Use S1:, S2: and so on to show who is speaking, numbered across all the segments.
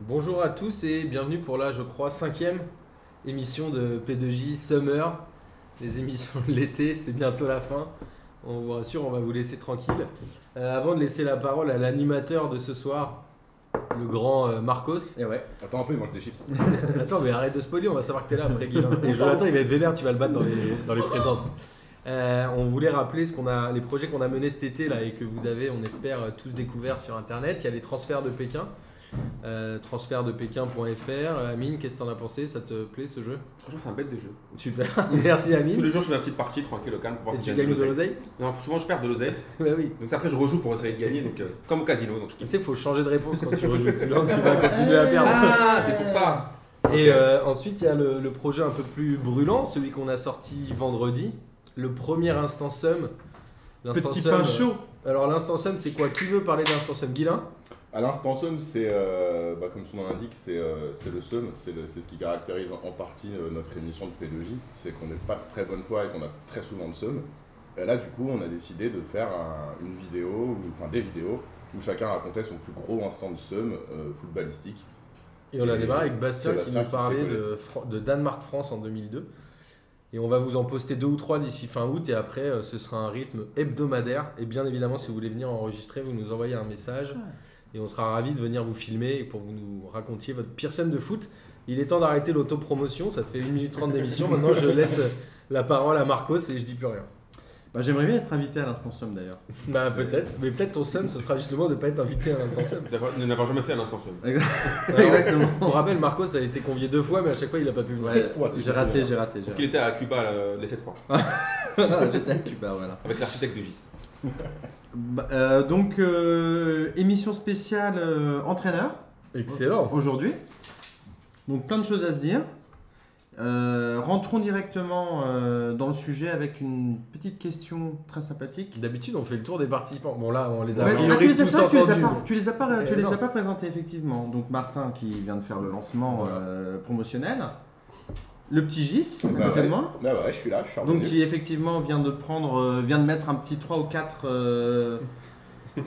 S1: Bonjour à tous et bienvenue pour la, je crois, cinquième émission de P2J Summer. Les émissions de l'été, c'est bientôt la fin. On vous rassure, on va vous laisser tranquille. Euh, avant de laisser la parole à l'animateur de ce soir, le grand euh, Marcos.
S2: Eh
S3: Et ouais. Attends un peu, il mange des chips. hein.
S1: Attends, mais arrête de spoiler, on va savoir que t'es là après hein. Guillaume. Et Jonathan, il va être vénère, tu vas le battre dans les, dans les présences. Euh, on voulait rappeler ce qu'on a, les projets qu'on a menés cet été là et que vous avez, on espère, euh, tous découverts sur internet. Il y a les transferts de Pékin, euh, transfertsdepekin.fr. Euh, Amine, qu'est-ce que t'en as pensé Ça te plaît ce jeu
S4: Franchement, c'est un bête de jeu.
S1: Super, merci
S4: Tous
S1: Amine.
S4: les jours, je fais ma petite partie tranquille au calme pour voir
S1: Et
S4: si
S1: tu
S4: je gagne
S1: gagnes de
S4: l'oseille.
S1: l'oseille
S4: Non, souvent, je perds de l'oseille.
S1: Bah oui.
S4: Donc après, je rejoue pour essayer de gagner, donc, euh, comme au casino. Donc je
S1: Tu
S4: kiffe.
S1: sais, faut changer de réponse quand tu rejoues, sinon tu vas continuer à perdre.
S4: Ah, c'est pour ça
S1: Et euh, ensuite, il y a le, le projet un peu plus brûlant, celui qu'on a sorti vendredi, le premier instant sum. L'instant
S2: Petit
S1: sum,
S2: pain
S1: euh,
S2: chaud.
S1: Alors l'instant sum, c'est quoi Qui veut parler d'instant sum Guilin
S3: À l'instant somme, c'est euh, bah, comme son nom l'indique, c'est euh, c'est le somme, c'est le- c'est ce qui caractérise en en partie euh, notre émission de P2J, c'est qu'on n'est pas de très bonne foi et qu'on a très souvent le somme. Et là, du coup, on a décidé de faire un- une vidéo, ou- enfin des vidéos, où chacun racontait son plus gros instant de somme euh, footballistique.
S1: Et on a
S3: Et
S1: démarré avec Bastien qui
S3: Sébastien
S1: nous
S3: qui
S1: parlait
S3: s'est collé.
S1: de, Fran- de Danemark-France en 2002. Et on va vous en poster deux ou trois d'ici fin août. Et après, euh, ce sera un rythme hebdomadaire. Et bien évidemment, si vous voulez venir enregistrer, vous nous envoyez un message. Et on sera ravis de venir vous filmer et pour que vous nous racontiez votre pire scène de foot. Il est temps d'arrêter l'autopromotion. Ça fait 1 minute 30 d'émission. Maintenant, je laisse la parole à Marcos et je dis plus rien.
S2: Bah, J'aimerais bien être invité à l'instant somme d'ailleurs.
S1: Bah, peut-être. Mais peut-être ton seum, ce sera justement de ne pas être invité à l'instant seum.
S4: D'avoir- De n'avoir jamais fait à l'instant seul.
S2: Exactement.
S1: On rappelle, Marcos a été convié deux fois, mais à chaque fois, il n'a pas pu venir.
S3: Sept fois, si
S2: J'ai
S3: je
S2: raté,
S3: me
S2: j'ai raté, j'ai
S4: Parce qu'il était à Cuba euh, les 7 fois,
S2: raté. J'étais à Cuba, voilà.
S4: avec l'architecte de Gis.
S2: Bah, euh, donc, euh, émission spéciale euh, entraîneur
S1: Excellent.
S2: aujourd'hui. Donc, plein de choses à se dire. Euh, rentrons directement euh, dans le sujet avec une petite question très sympathique.
S1: D'habitude, on fait le tour des participants. Bon, là, on les a
S2: Ouais,
S1: a
S2: ah,
S1: priori
S2: tu, les as
S1: tous
S2: pas, tu les as
S1: entendus.
S2: pas- tu les as pas, tu
S1: Eh
S2: les as
S1: non.
S2: pas présentés effectivement. Donc Martin qui vient de faire le lancement
S1: Voilà.
S2: euh, promotionnel, le petit Gis
S3: Bah
S2: à côté de
S3: ouais.
S2: moi,
S3: Bah ouais, je suis là, je suis
S2: donc
S3: revenu.
S2: qui effectivement vient de prendre, euh, vient de mettre un petit 3 ou 4 euh,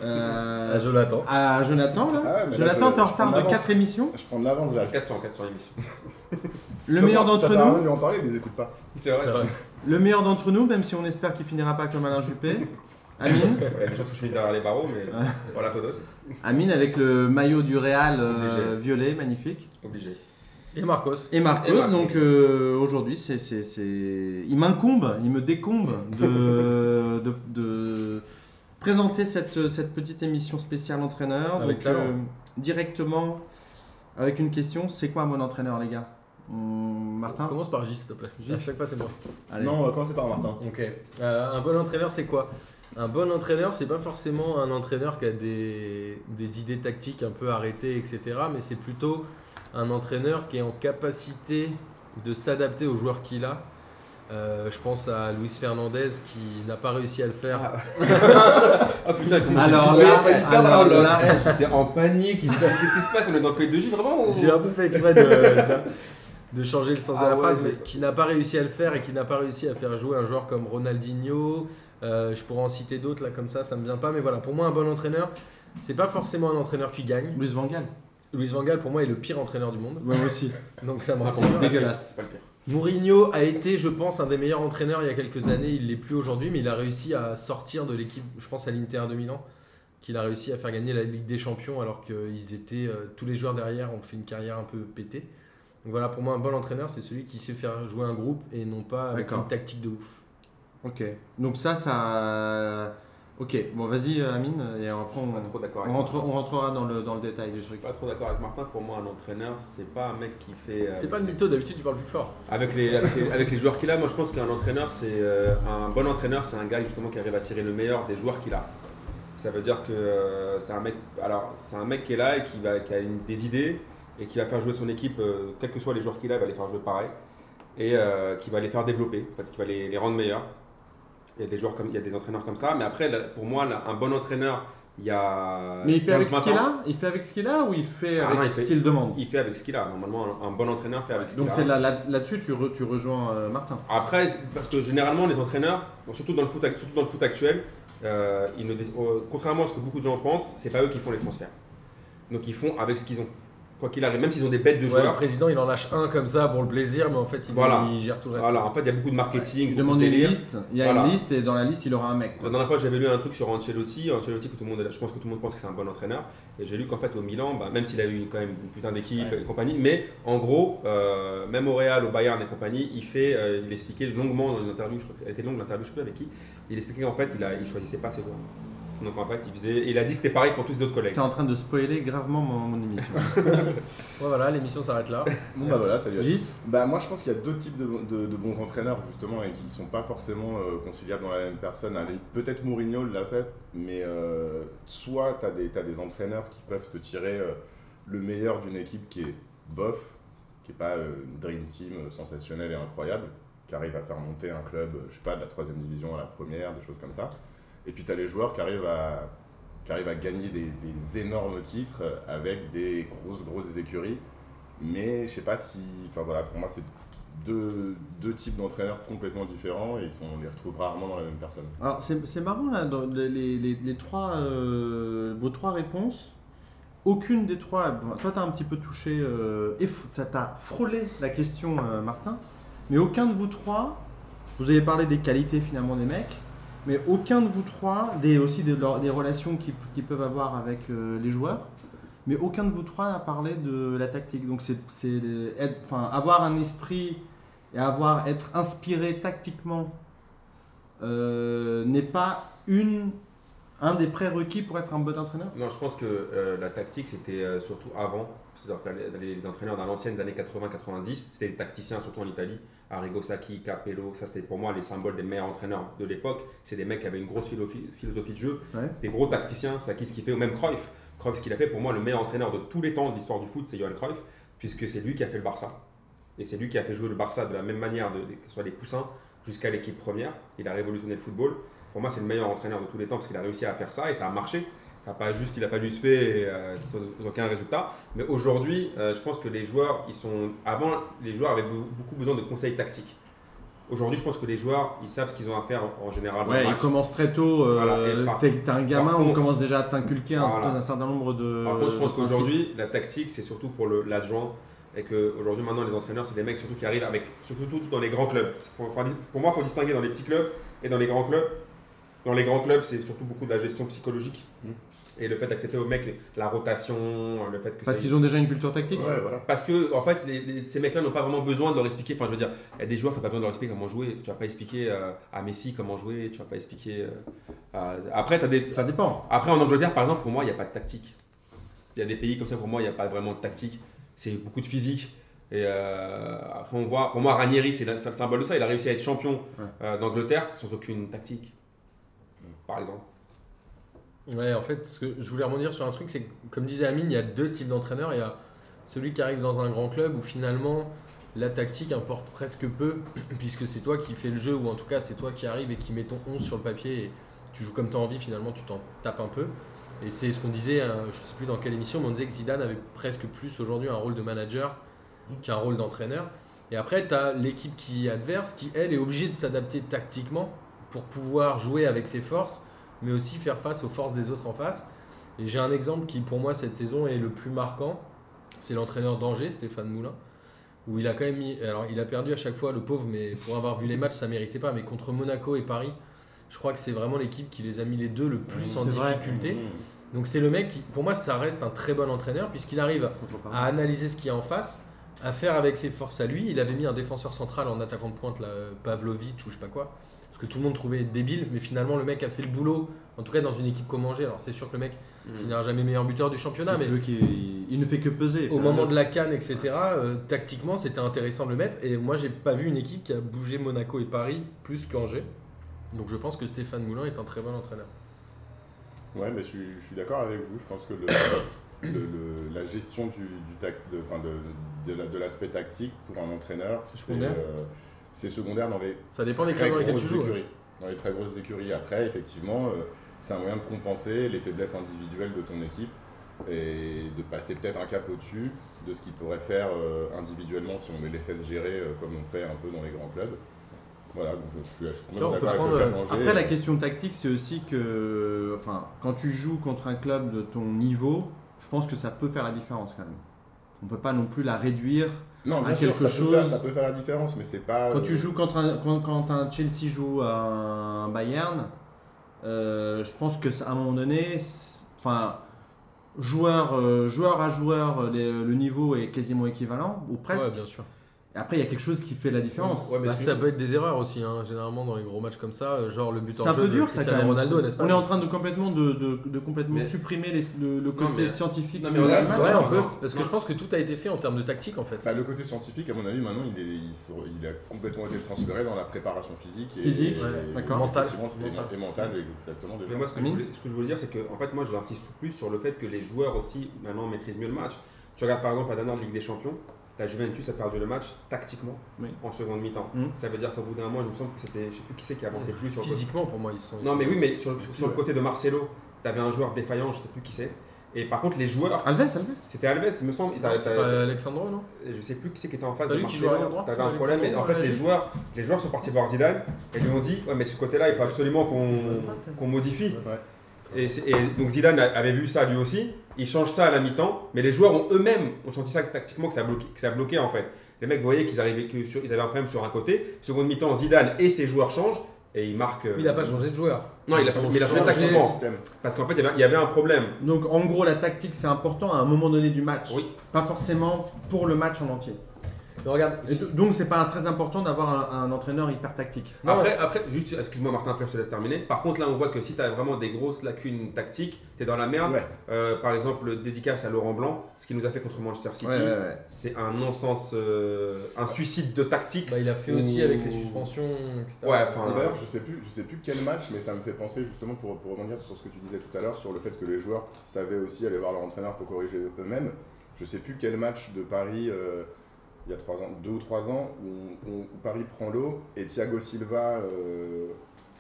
S2: euh,
S1: Ah, je l'attends.
S2: à Jonathan là.
S3: Ah ouais, mais là,
S2: Jonathan,
S3: je-
S2: t'es en
S3: je prends
S2: retard de
S3: l'avance.
S2: 4 émissions.
S3: Je prends de l'avance là.
S4: 400, 400 émissions.
S2: Le meilleur
S3: Ça
S2: d'entre
S3: sert à rien
S2: nous,
S3: de lui en parler, il les écoute pas.
S4: C'est vrai,
S1: C'est vrai.
S2: le meilleur d'entre nous, même si on espère qu'il finira pas comme Alain Juppé. Amine,
S4: Il y a des chances que je finisse derrière les barreaux, mais voilà, Kodos,
S2: Amine avec le maillot du Real euh,
S4: Obligé.
S2: violet, magnifique.
S4: obligé.
S1: Et Marcos.
S2: Et Marcos,
S4: Et Marcos.
S2: donc euh, aujourd'hui, c'est, c'est, c'est- il m'incombe, il me décombe de, de, de présenter cette, cette petite émission spéciale entraîneur.
S1: Avec
S2: donc, euh,
S1: talent.
S2: directement avec une question c'est quoi mon entraîneur, les gars Hum, Martin
S1: Commence par Gis, s'il te plaît.
S2: Gis.
S1: À chaque fois, c'est moi.
S2: Allez.
S3: Non, on va commencer par Martin.
S1: Ok. Euh, un bon entraîneur, c'est quoi Un bon entraîneur, c'est pas forcément un entraîneur qui a des, des idées tactiques un peu arrêtées, etc. Mais c'est plutôt un entraîneur qui est en capacité de s'adapter aux joueurs qu'il a. Euh, je pense à Luis Fernandez qui n'a pas réussi à le faire
S4: Ah putain, comment
S2: Alors
S4: j'ai- Ah,
S2: là,
S4: Ouais, hyper
S2: alors
S4: drôle.
S2: là,
S4: J'étais en panique. Qu'est-ce qui se passe On est dans le P2J vraiment ou-
S1: J'ai un peu fait exprès de, de changer le sens de
S4: Ah
S1: la
S4: ouais,
S1: phrase,
S4: j'ai-
S1: mais qui n'a pas réussi à le faire et qui n'a pas réussi à faire jouer un joueur comme Ronaldinho. Euh, je pourrais en citer d'autres là comme ça, ça me vient pas, mais voilà, pour moi un bon entraîneur, c'est pas forcément un entraîneur qui gagne.
S2: Luis Van Gaal.
S1: Luis Van Gaal pour moi est le pire entraîneur du monde,
S2: Ouais, moi aussi.
S1: donc ça me
S4: Ah,
S1: rassure.
S4: pour moi, c'est
S2: dégueulasse.
S4: C'est pas le pire.
S1: Mourinho a été, je pense, un des meilleurs entraîneurs il y a quelques années. Il l'est plus aujourd'hui, mais il a réussi à sortir de l'équipe, je pense à l'Inter de Milan, qu'il a réussi à faire gagner la Ligue des Champions alors qu'ils étaient, euh, tous les joueurs derrière ont fait une carrière un peu pétée. Donc voilà, pour moi, un bon entraîneur, c'est celui qui sait faire jouer un groupe et non pas avec
S2: D'accord.
S1: une tactique de ouf.
S2: Ok. Donc ça, ça. Ok, bon, vas-y, Amine, et après on,
S4: Pas trop d'accord
S2: on
S4: avec
S2: rentre-
S4: toi.
S2: on rentrera dans le, dans le détail du truc.
S4: Je suis pas trop d'accord avec Martin. Pour moi, un entraîneur, c'est pas un mec qui fait. euh,
S1: C'est pas le mytho, d'habitude, tu parles plus fort.
S4: Avec les, avec les, avec les joueurs qu'il a, moi je pense qu'un entraîneur, c'est euh, un bon entraîneur, c'est un gars justement qui arrive à tirer le meilleur des joueurs qu'il a. Ça veut dire que euh, c'est un mec, alors c'est un mec qui est là et qui, va, qui a une- des idées et qui va faire jouer son équipe, euh, quels que soient les joueurs qu'il a, il va les faire jouer pareil et euh, qui va les faire développer, en fait, qui va les, les rendre meilleurs. Il y a des joueurs comme, il y a des entraîneurs comme ça, mais après là, pour moi là, un bon entraîneur, il y a.
S2: Mais il fait avec ce
S4: 15-20
S2: qu'il
S4: ans,
S2: a Il fait avec ce qu'il a ou il fait
S4: Ah
S2: avec
S4: non, il
S2: ce
S4: fait-
S2: qu'il demande
S4: Il fait avec ce qu'il a. Normalement, un, un bon entraîneur fait avec ce qu'il a.
S2: Donc c'est là- là- là-dessus tu, re- tu rejoins euh, Martin.
S4: Après, c'est- parce que généralement, les entraîneurs, bon, surtout dans le foot, act- surtout dans le foot actuel, euh, ils ne dé- euh, contrairement à ce que beaucoup de gens pensent, c'est pas eux qui font les transferts. Donc ils font avec ce qu'ils ont. quoi qu'il arrive, même s'ils ont des bêtes de
S1: Ouais, le
S4: joueurs.
S1: président, il en lâche un comme ça pour le plaisir, mais en fait, il,
S4: Voilà.
S1: il gère tout le reste.
S4: Voilà, en fait, il y a beaucoup de marketing. beaucoup
S2: Il
S4: de
S2: demande une
S4: délire.
S2: liste, il y a
S4: Voilà.
S2: une liste et dans la liste il aura un mec. quoi.
S4: La dernière fois, j'avais lu un truc sur Ancelotti. Ancelotti, que tout le monde, je pense que tout le monde pense que c'est un bon entraîneur. Et j'ai lu qu'en fait, au Milan, bah, même s'il a eu quand même une putain d'équipe
S2: Ouais.
S4: et compagnie, mais en gros, euh, même au Real, au Bayern et compagnie, il fait, euh, il expliquait longuement dans une interview, je crois que ça a été longue l'interview, je sais plus avec qui, il expliquait qu'en fait, il, a, il choisissait pas ses joueurs. Donc en fait, il faisait, il a dit que c'était pareil pour tous ses autres collègues.
S2: T'es en train de spoiler gravement mon, mon émission.
S1: Ouais, voilà, l'émission s'arrête là.
S3: Bon, bah voilà, salut à
S2: Gis
S3: Bah moi je pense qu'il y a deux types de, de- de bons entraîneurs justement et qui sont pas forcément euh, conciliables dans la même personne. Allez, Peut-être Mourinho l'a fait, mais euh, soit tu as, des entraîneurs qui peuvent te tirer euh, le meilleur d'une équipe qui est bof, qui est pas euh, une dream team euh, sensationnelle et incroyable, qui arrive à faire monter un club, euh, je sais pas, de la troisième division à la première, des choses comme ça. Et puis tu as les joueurs qui arrivent à, qui arrivent à gagner des, des énormes titres euh, avec des grosses, grosses écuries. Mais je sais pas si. Enfin voilà, pour moi, c'est deux, deux types d'entraîneurs complètement différents et ils sont- on les retrouve rarement dans la même personne.
S2: Alors c'est c'est marrant là, dans les, les- les- les trois, euh, vos trois réponses, aucune des trois, bon, toi t'as un petit peu touché, euh, et f- t'as t'as frôlé la question euh, Martin, mais aucun de vous trois, vous avez parlé des qualités finalement des mecs, mais aucun de vous trois, des, aussi des, leurs- des relations qu'ils qu'ils peuvent avoir avec euh, les joueurs, mais aucun de vous trois n'a parlé de la tactique. Donc c'est c'est, euh, être- enfin, avoir un esprit et avoir, être inspiré tactiquement euh, n'est pas une, un des prérequis pour être un bon entraîneur
S4: Non, je pense que euh, la tactique, c'était euh, surtout avant. C'est-à-dire que les, les entraîneurs dans l'ancienne années 80-90, c'était des tacticiens, surtout en Italie. Arrigo Sacchi, Capello, ça c'était pour moi les symboles des meilleurs entraîneurs de l'époque. C'est des mecs qui avaient une grosse philosophie, philosophie de jeu,
S2: Ouais.
S4: des gros tacticiens. Sacchi, ce qu'il fait, ou même Cruyff. Cruyff, ce qu'il a fait, pour moi, le meilleur entraîneur de tous les temps de l'histoire du foot, c'est Johan Cruyff, puisque c'est lui qui a fait le Barça. Et c'est lui qui a fait jouer le Barça de la même manière, de, de- que ce soit les poussins jusqu'à l'équipe première. Il a révolutionné le football. Pour moi, c'est le meilleur entraîneur de tous les temps, parce qu'il a réussi à faire ça et ça a marché. Ça a pas juste, il n'a pas juste fait euh, sans aucun résultat. Mais aujourd'hui, euh, je pense que les joueurs, ils sont. Avant, les joueurs avaient be- beaucoup besoin de conseils tactiques. Aujourd'hui, je pense que les joueurs, ils savent ce qu'ils ont à faire en en général. dans le
S2: Ouais, il
S4: match.
S2: commence très tôt. euh,
S4: Voilà, et par-
S2: t'es, t'es un gamin,
S4: par
S2: on
S4: contre-
S2: commence déjà à t'inculquer un,
S4: Voilà.
S2: un certain nombre de.
S4: Par contre, je pense
S2: de principes.
S4: qu'aujourd'hui, la tactique, c'est surtout pour le- l'adjoint. Et qu'aujourd'hui, maintenant, les entraîneurs, c'est des mecs surtout qui arrivent avec, surtout tout dans les grands clubs. Faut- faut- pour moi, il faut distinguer dans les petits clubs et dans les grands clubs. Dans les grands clubs, c'est surtout beaucoup de la gestion psychologique.
S2: Mmh.
S3: Mm.
S4: Et le fait d'accepter aux mecs la rotation, le fait que
S2: Parce
S4: c'est-
S2: qu'ils ont déjà une culture tactique.
S3: voilà.
S4: Parce que, en fait, les- les- ces mecs-là n'ont pas vraiment besoin de leur expliquer. Enfin, je veux dire, il y a des joueurs, tu n'as pas besoin de leur expliquer comment jouer. Tu vas pas expliquer euh, à Messi comment jouer. Tu vas pas expliquer. euh, à- Après, tu as des.
S2: Ça dépend.
S4: Après, en Angleterre, par exemple, pour moi, il n'y a pas de tactique. Il y a des pays comme ça, pour moi, il n'y a pas vraiment de tactique. C'est beaucoup de physique. Et euh, après, on voit, pour moi, Ranieri, c'est le c'est le symbole de ça. Il a réussi à être champion
S2: Ouais.
S4: euh, d'Angleterre sans aucune tactique, par exemple.
S1: Ouais, en fait, ce que je voulais rebondir sur un truc, c'est que, comme disait Amine, il y a deux types d'entraîneurs. Il y a celui qui arrive dans un grand club où finalement la tactique importe presque peu, puisque c'est toi qui fais le jeu, ou en tout cas c'est toi qui arrive et qui met ton 11 sur le papier et tu joues comme tu as envie, finalement tu t'en tapes un peu. Et c'est ce qu'on disait, hein, je sais plus dans quelle émission, mais on disait que Zidane avait presque plus aujourd'hui un rôle de manager qu'un rôle d'entraîneur. Et après, tu as l'équipe qui est adverse, qui elle est obligée de s'adapter tactiquement pour pouvoir jouer avec ses forces, mais aussi faire face aux forces des autres en face. Et j'ai un exemple qui, pour moi, cette saison est le plus marquant. C'est l'entraîneur d'Angers, Stéphane Moulin, où il a quand même mis. Alors, il a perdu à chaque fois, le pauvre, mais pour avoir vu les matchs, ça méritait pas. Mais contre Monaco et Paris, je crois que c'est vraiment l'équipe qui les a mis les deux le plus
S2: Mmh,
S1: en
S2: c'est vrai. Mmh.
S1: difficulté. Donc, c'est le mec qui, pour moi, ça reste un très bon entraîneur, puisqu'il arrive
S2: Contre Paris.
S1: à analyser ce qu'il y a en face, à faire avec ses forces à lui. Il avait mis un défenseur central en attaquant de pointe, là, euh, Pavlovic ou je sais pas quoi, parce que tout le monde trouvait débile, mais finalement le mec a fait le boulot, en tout cas dans une équipe comme Angers. Alors c'est sûr que le mec il n'ira jamais meilleur buteur du championnat,
S2: Si
S1: mais
S2: Mm. tu veux qu'il- il ne fait que peser.
S1: au moment de la canne, etc., euh, tactiquement c'était intéressant de le mettre. Et moi j'ai pas vu une équipe qui a bougé Monaco et Paris plus qu'Angers. Donc je pense que Stéphane Moulin est un très bon entraîneur.
S3: Ouais, mais je, suis- je suis d'accord avec vous. Je pense que le, le- le- la gestion du, du tac- de, enfin, de- de la- de l'aspect tactique pour un entraîneur, c'est
S1: Secondaire.
S3: euh, c'est secondaire dans les
S1: Ça dépend des
S3: très
S1: clubs dans lesquels
S3: grosses
S1: tu joues. ouais.
S3: écuries. Dans les très grosses écuries. Après, effectivement, euh, c'est un moyen de compenser les faiblesses individuelles de ton équipe et de passer peut-être un cap au-dessus de ce qu'ils pourraient faire euh, individuellement si on les laissait se gérer euh, comme on fait un peu dans les grands clubs. Voilà, donc je suis, je suis complètement
S1: Là, on peut
S3: d'accord avec le cas
S1: prendre,
S3: d'Angers.
S2: Après, la question tactique, c'est aussi que enfin, quand tu joues contre un club de ton niveau, je pense que ça peut faire la différence quand même. on peut pas non plus la réduire.
S3: Non,
S2: à
S3: bien sûr,
S2: quelque
S3: ça,
S2: chose.
S3: peut faire, ça peut faire la différence, mais c'est pas.
S2: Quand tu
S3: euh,
S2: joues contre un, quand, quand un Chelsea joue à un Bayern, euh, je pense que ça- à un moment donné, c'est- enfin joueur euh, joueur à joueur, euh, les- le niveau est quasiment équivalent ou presque.
S1: Ouais, bien sûr.
S2: Et après, il y a quelque chose qui fait la différence.
S4: Ouais, mais
S1: Bah,
S4: c'est-
S1: ça peut être des erreurs aussi, hein. généralement dans les gros matchs comme ça, euh, genre le but
S2: C'est
S1: en
S2: un
S1: jeu
S2: peu
S1: de
S2: dur, ça quand
S1: Cristiano
S2: même.
S1: Ronaldo,
S2: C'est-
S1: n'est-ce pas
S2: on est en train de complètement de, de, de complètement
S4: Mais-
S2: supprimer les- le, le côté
S4: mais-
S2: scientifique.
S4: Non, mais
S2: du
S4: regarde,
S2: match.
S1: Ouais,
S4: Ouais,
S1: on peut,
S4: non.
S1: parce que
S4: Non.
S1: je pense que tout a été fait en termes de tactique en fait.
S3: bah, le côté scientifique, à mon avis, maintenant, il, est, il, se- il a complètement été transféré dans la préparation physique. Et,
S2: Physique,
S3: et-
S1: ouais,
S2: d'accord.
S3: effectivement, c'est-
S1: Mental.
S3: Et, et mental, exactement. Déjà.
S4: Mais moi, ce que, je
S2: Amine
S4: voulais, ce que je voulais dire, c'est que en fait, moi, j'insiste plus sur le fait que les joueurs aussi, maintenant, maîtrisent mieux le match. Tu regardes par exemple la dernière Ligue des Champions, la Juventus a perdu le match tactiquement
S2: Oui.
S4: en seconde mi-temps.
S2: Mm.
S4: Ça veut dire qu'au bout d'un moment, il me semble que c'était, je sais plus qui c'est qui avançait plus sur le côté.
S1: Physiquement, pour moi, ils sont.
S4: Non, mais oui, mais sur, sur
S3: Si,
S4: le
S3: ouais.
S4: côté de Marcelo, tu avais un joueur défaillant, je sais plus qui c'est. Et par contre, les joueurs.
S2: Alves, Alves.
S4: C'était Alves, il me semble. et t'avais-
S1: C'est pas Alexandro, non
S4: et je sais plus qui c'est qui était en face
S1: pas
S4: de
S1: lui qui
S4: Marcelo.
S1: jouait à droite,
S4: T'avais
S1: c'est
S4: un
S1: pas
S4: problème et en
S1: Alexandro,
S4: fait
S1: ouais,
S4: les
S1: j'ai-
S4: joueurs, les joueurs sont partis voir Zidane et lui ont dit ouais mais ce côté-là il faut absolument qu'on qu'on modifie.
S3: Ouais.
S4: Et, c'est- et donc Zidane a- avait vu ça lui aussi. Il change ça à la mi-temps, mais les joueurs ont eux-mêmes ont senti ça tactiquement que ça bloquait, que ça bloquait en fait. Les mecs voyaient qu'ils arrivaient que sur- ils avaient un problème sur un côté. Seconde mi-temps, Zidane et ses joueurs changent et ils marquent. euh,
S5: Il n'a pas changé de joueur.
S4: Non, il a, mais il a changé
S3: Changer le
S4: tactiquement
S3: système.
S4: parce qu'en fait il y avait- il y avait un problème.
S2: Donc en gros, la tactique, c'est important à un moment donné du match.
S4: Oui.
S2: Pas forcément pour le match en entier.
S5: Mais regarde,
S2: Et do- donc c'est pas très important d'avoir un, un entraîneur hyper tactique.
S5: Non,
S4: après,
S1: Ah
S4: après, juste, excuse-moi Martin, après je te laisse terminer. Par contre, là, on voit que si t'as vraiment des grosses lacunes tactiques, t'es dans la merde.
S3: Ouais.
S4: Euh, par exemple, dédicace à Laurent Blanc, ce qu'il nous a fait contre Manchester City, c'est un non-sens, euh, un suicide de tactique.
S1: Bah, il a fait
S4: Ou-
S1: aussi avec les suspensions, etc.
S4: Ouais, enfin,
S3: D'ailleurs, je sais plus, je sais plus quel match, mais ça me fait penser justement pour, pour rebondir sur ce que tu disais tout à l'heure sur le fait que les joueurs savaient aussi aller voir leur entraîneur pour corriger eux-mêmes. Je sais plus quel match de Paris euh, il y a trois ans, deux ou trois ans où, où- où Paris prend l'eau et Thiago Silva euh,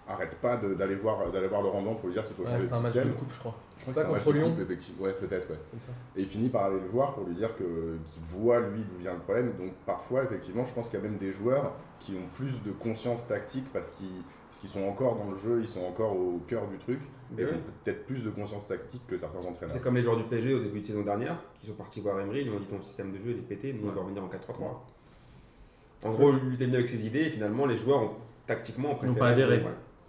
S3: arrête pas de- d'aller voir d'aller voir Laurent Blanc pour lui dire qu'il faut
S1: Ouais,
S3: changer
S1: c'était
S3: de
S1: un match de
S3: système.
S1: coupe, je crois.
S3: Je crois
S1: pas
S3: c'est un match
S1: contre
S3: de
S1: Lyon.
S3: coupe, effectivement. Ouais, peut-être. ouais.
S1: Comme ça.
S3: Et il finit par aller le voir pour lui dire que- qu'il voit lui d'où vient le problème. Donc parfois, effectivement, je pense qu'il y a même des joueurs qui ont plus de conscience tactique parce qu'ils parce qu'ils sont encore dans le jeu, ils sont encore au cœur du truc,
S4: Mais
S3: et
S4: ouais.
S3: ont peut-être plus de conscience tactique que certains entraîneurs.
S4: C'est comme les joueurs du PSG au début de saison dernière, qui sont partis voir Emery, ils lui ont dit ton système de jeu il est pété, nous on va revenir en 4-3-3. En gros, lui il est venu avec ses idées et finalement les joueurs ont tactiquement ont préféré-
S2: pas adhéré.
S4: Ouais.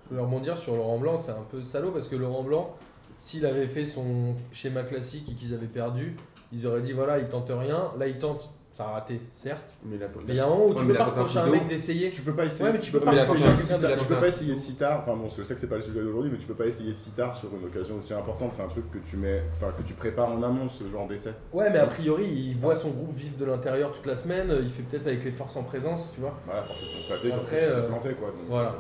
S1: Je voulais rebondir sur Laurent Blanc, c'est un peu salaud parce que Laurent Blanc, s'il avait fait son schéma classique et qu'ils avaient perdu, ils auraient dit voilà, il tente rien. Là, il tente, ça a raté, certes.
S4: Mais il a-
S1: Mais il y a un moment où
S4: Ouais,
S1: tu
S4: mais
S1: peux
S4: la
S1: pas
S4: tente
S1: reprocher
S4: de
S1: à un
S4: ouf.
S1: mec d'essayer.
S3: Tu peux pas essayer.
S1: Ouais, mais tu peux
S4: pas
S3: pas
S4: essayer
S3: essayer
S4: si
S3: si
S4: tard.
S3: tard. Tu peux
S4: Ouais.
S3: pas essayer si tard. Enfin bon, je sais que c'est pas le sujet d'aujourd'hui, mais tu peux pas essayer si tard sur une occasion aussi importante. C'est un truc que tu mets, enfin que tu prépares en amont ce genre d'essai.
S1: Ouais, mais a priori, il voit son groupe vivre de l'intérieur toute la semaine. Il fait peut-être avec les forces en présence, tu vois.
S3: Voilà, force est de constater
S1: Après,
S3: qu'après c'est
S1: euh,
S3: planté quoi. Donc,
S1: voilà.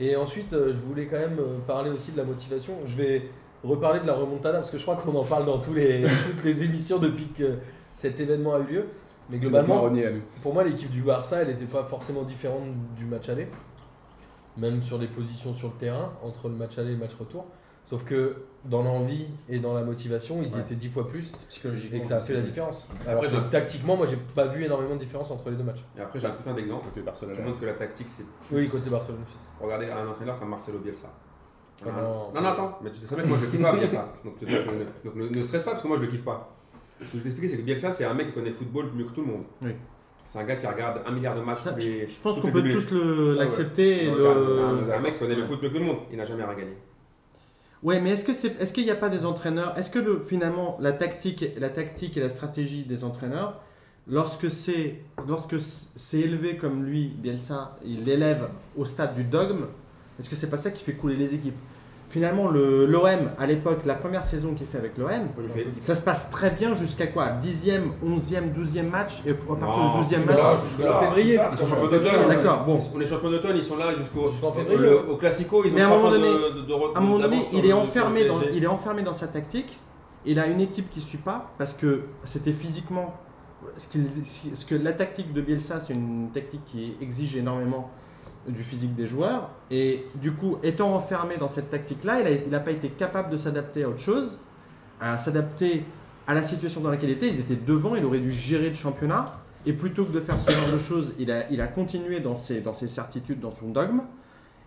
S1: Et ensuite, euh, je voulais quand même euh, parler aussi de la motivation. Je vais reparler de la remontada parce que je crois qu'on en parle dans tous les, toutes les émissions depuis que cet événement a eu lieu. Mais
S3: C'est
S1: globalement,
S3: notre marronnier à nous.
S1: pour moi, l'équipe du Barça, elle n'était pas forcément différente du match aller, même sur les positions sur le terrain, entre le match aller et le match retour. Sauf que dans l'envie et dans la motivation, ils
S2: Ouais.
S1: étaient dix fois plus
S2: Psychologiquement.
S1: et que ça a fait la différence. Alors
S4: Après,
S1: que
S4: j'ai-
S1: tactiquement, moi, j'ai pas vu énormément de différence entre les deux matchs.
S4: Et après, j'ai un putain d'exemple
S3: Côté
S4: qui
S3: personnellement.
S4: montre que la tactique c'est
S1: Oui, côté Barcelone.
S4: Regardez un entraîneur comme Marcelo Bielsa.
S1: Ah
S4: Un-
S1: non.
S4: non, non, attends, mais tu sais très bien que moi je le kiffe pas Bielsa. Donc, tu- donc, ne- donc, ne, ne stresse pas parce que moi je le kiffe pas. Ce que je vais t'expliquer, c'est que Bielsa, c'est un mec qui connaît le football mieux que tout le monde.
S2: Oui.
S4: C'est un gars qui regarde un milliard de matchs.
S2: Ça,
S4: tous
S2: je,
S4: les-
S2: je pense
S4: toutes
S2: qu'on
S4: les
S2: peut
S4: deux minutes.
S2: tous le-
S4: Ça,
S2: l'accepter. et
S4: C'est un-
S2: le-
S4: c'est un, c'est un mec qui connaît le foot mieux que tout le monde. Il n'a jamais rien gagné.
S2: Ouais, mais est-ce que c'est, est-ce qu'il n'y a pas des entraîneurs Est-ce que le, finalement la tactique, la tactique et la stratégie des entraîneurs, lorsque c'est, lorsque c'est élevé comme lui, Bielsa, il l'élève au stade du dogme. Est-ce que c'est pas ça qui fait couler les équipes Finalement, le, l'OM à l'époque, la première saison qu'il fait avec l'OM,
S4: Il fait- il-
S2: ça se passe très bien jusqu'à quoi 10e, 11e, 12e match et à
S4: Non,
S2: partir du 12e
S4: parce que là,
S2: match.
S4: jusque
S1: En
S4: là,
S1: février.
S4: Ils sont champions d'automne.
S2: Ok, D'accord, bon.
S4: On est champions d'automne, ils sont là jusqu'au
S1: Jusqu'en
S4: au-
S1: février,
S4: le-
S1: ouais.
S4: Au classico, ils ont
S2: Mais à un
S4: trois
S2: moment
S4: points de-
S2: donné-
S4: de- de- de-
S2: À un moment donné,
S4: d'avance sur
S2: il
S4: le-
S2: est,
S4: sur le
S2: enfermé dans,
S4: PSG.
S2: il est enfermé dans sa tactique. Il a une équipe qui ne suit pas parce que c'était physiquement. Ce, qu'il- ce que la tactique de Bielsa, c'est une tactique qui exige énormément du physique des joueurs. Et du coup, étant enfermé dans cette tactique-là, il n'a pas été capable de s'adapter à autre chose, à s'adapter à la situation dans laquelle il était. Ils étaient devant, il aurait dû gérer le championnat. Et plutôt que de faire ce genre de choses, il a, il a continué dans ses, dans ses certitudes, dans son dogme.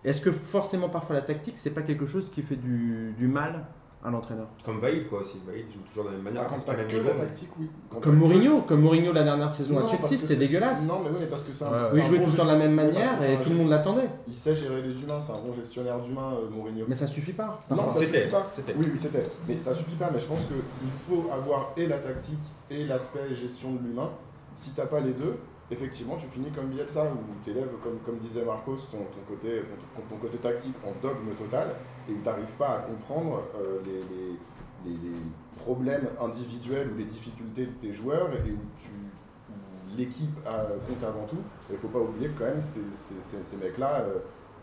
S2: Est-ce que forcément parfois la tactique, c'est pas quelque chose qui fait du, du mal à l'entraîneur.
S4: Comme Vaïd, quoi, aussi. Vaïd joue toujours de la même manière.
S3: Ah, quand
S4: c'est pas
S3: t'as
S4: le même
S3: que
S4: niveau,
S3: la
S4: mais-
S3: tactique, oui. Quand
S2: Comme
S3: t'as que-
S2: Mourinho, comme Mourinho la dernière saison
S3: Non,
S2: à
S3: parce
S2: Chelsea,
S3: que
S2: c'était
S3: c'est-
S2: dégueulasse. Euh,
S3: Non, mais oui, parce que c'est un.
S1: Ouais, ouais.
S3: c'est
S2: Oui,
S3: un
S2: il jouait
S3: bon
S2: tout le temps de
S3: gest-
S2: la même
S3: oui, parce
S2: manière
S3: que c'est
S2: et
S3: un
S2: tout le
S3: gest-
S2: monde l'attendait.
S3: Il sait gérer les humains, c'est un bon gestionnaire d'humains, euh, Mourinho.
S2: Mais ça suffit pas.
S3: Non,
S2: Parfois.
S3: ça suffit
S4: C'était.
S3: pas.
S4: C'était.
S3: Oui, oui, c'était. Mais ça suffit pas, mais je pense qu'il faut avoir et la tactique et l'aspect gestion de l'humain. Si t'as pas les deux, effectivement, tu finis comme Bielsa, où t'élèves, comme, comme disait Marcos, ton, ton côté, ton, ton côté tactique en dogme total, et où t'arrives pas à comprendre euh, les, les- les- les problèmes individuels ou les difficultés de tes joueurs, et où tu où l'équipe euh, compte avant tout. Il faut pas oublier que quand même ces, ces- ces- ces mecs-là... euh,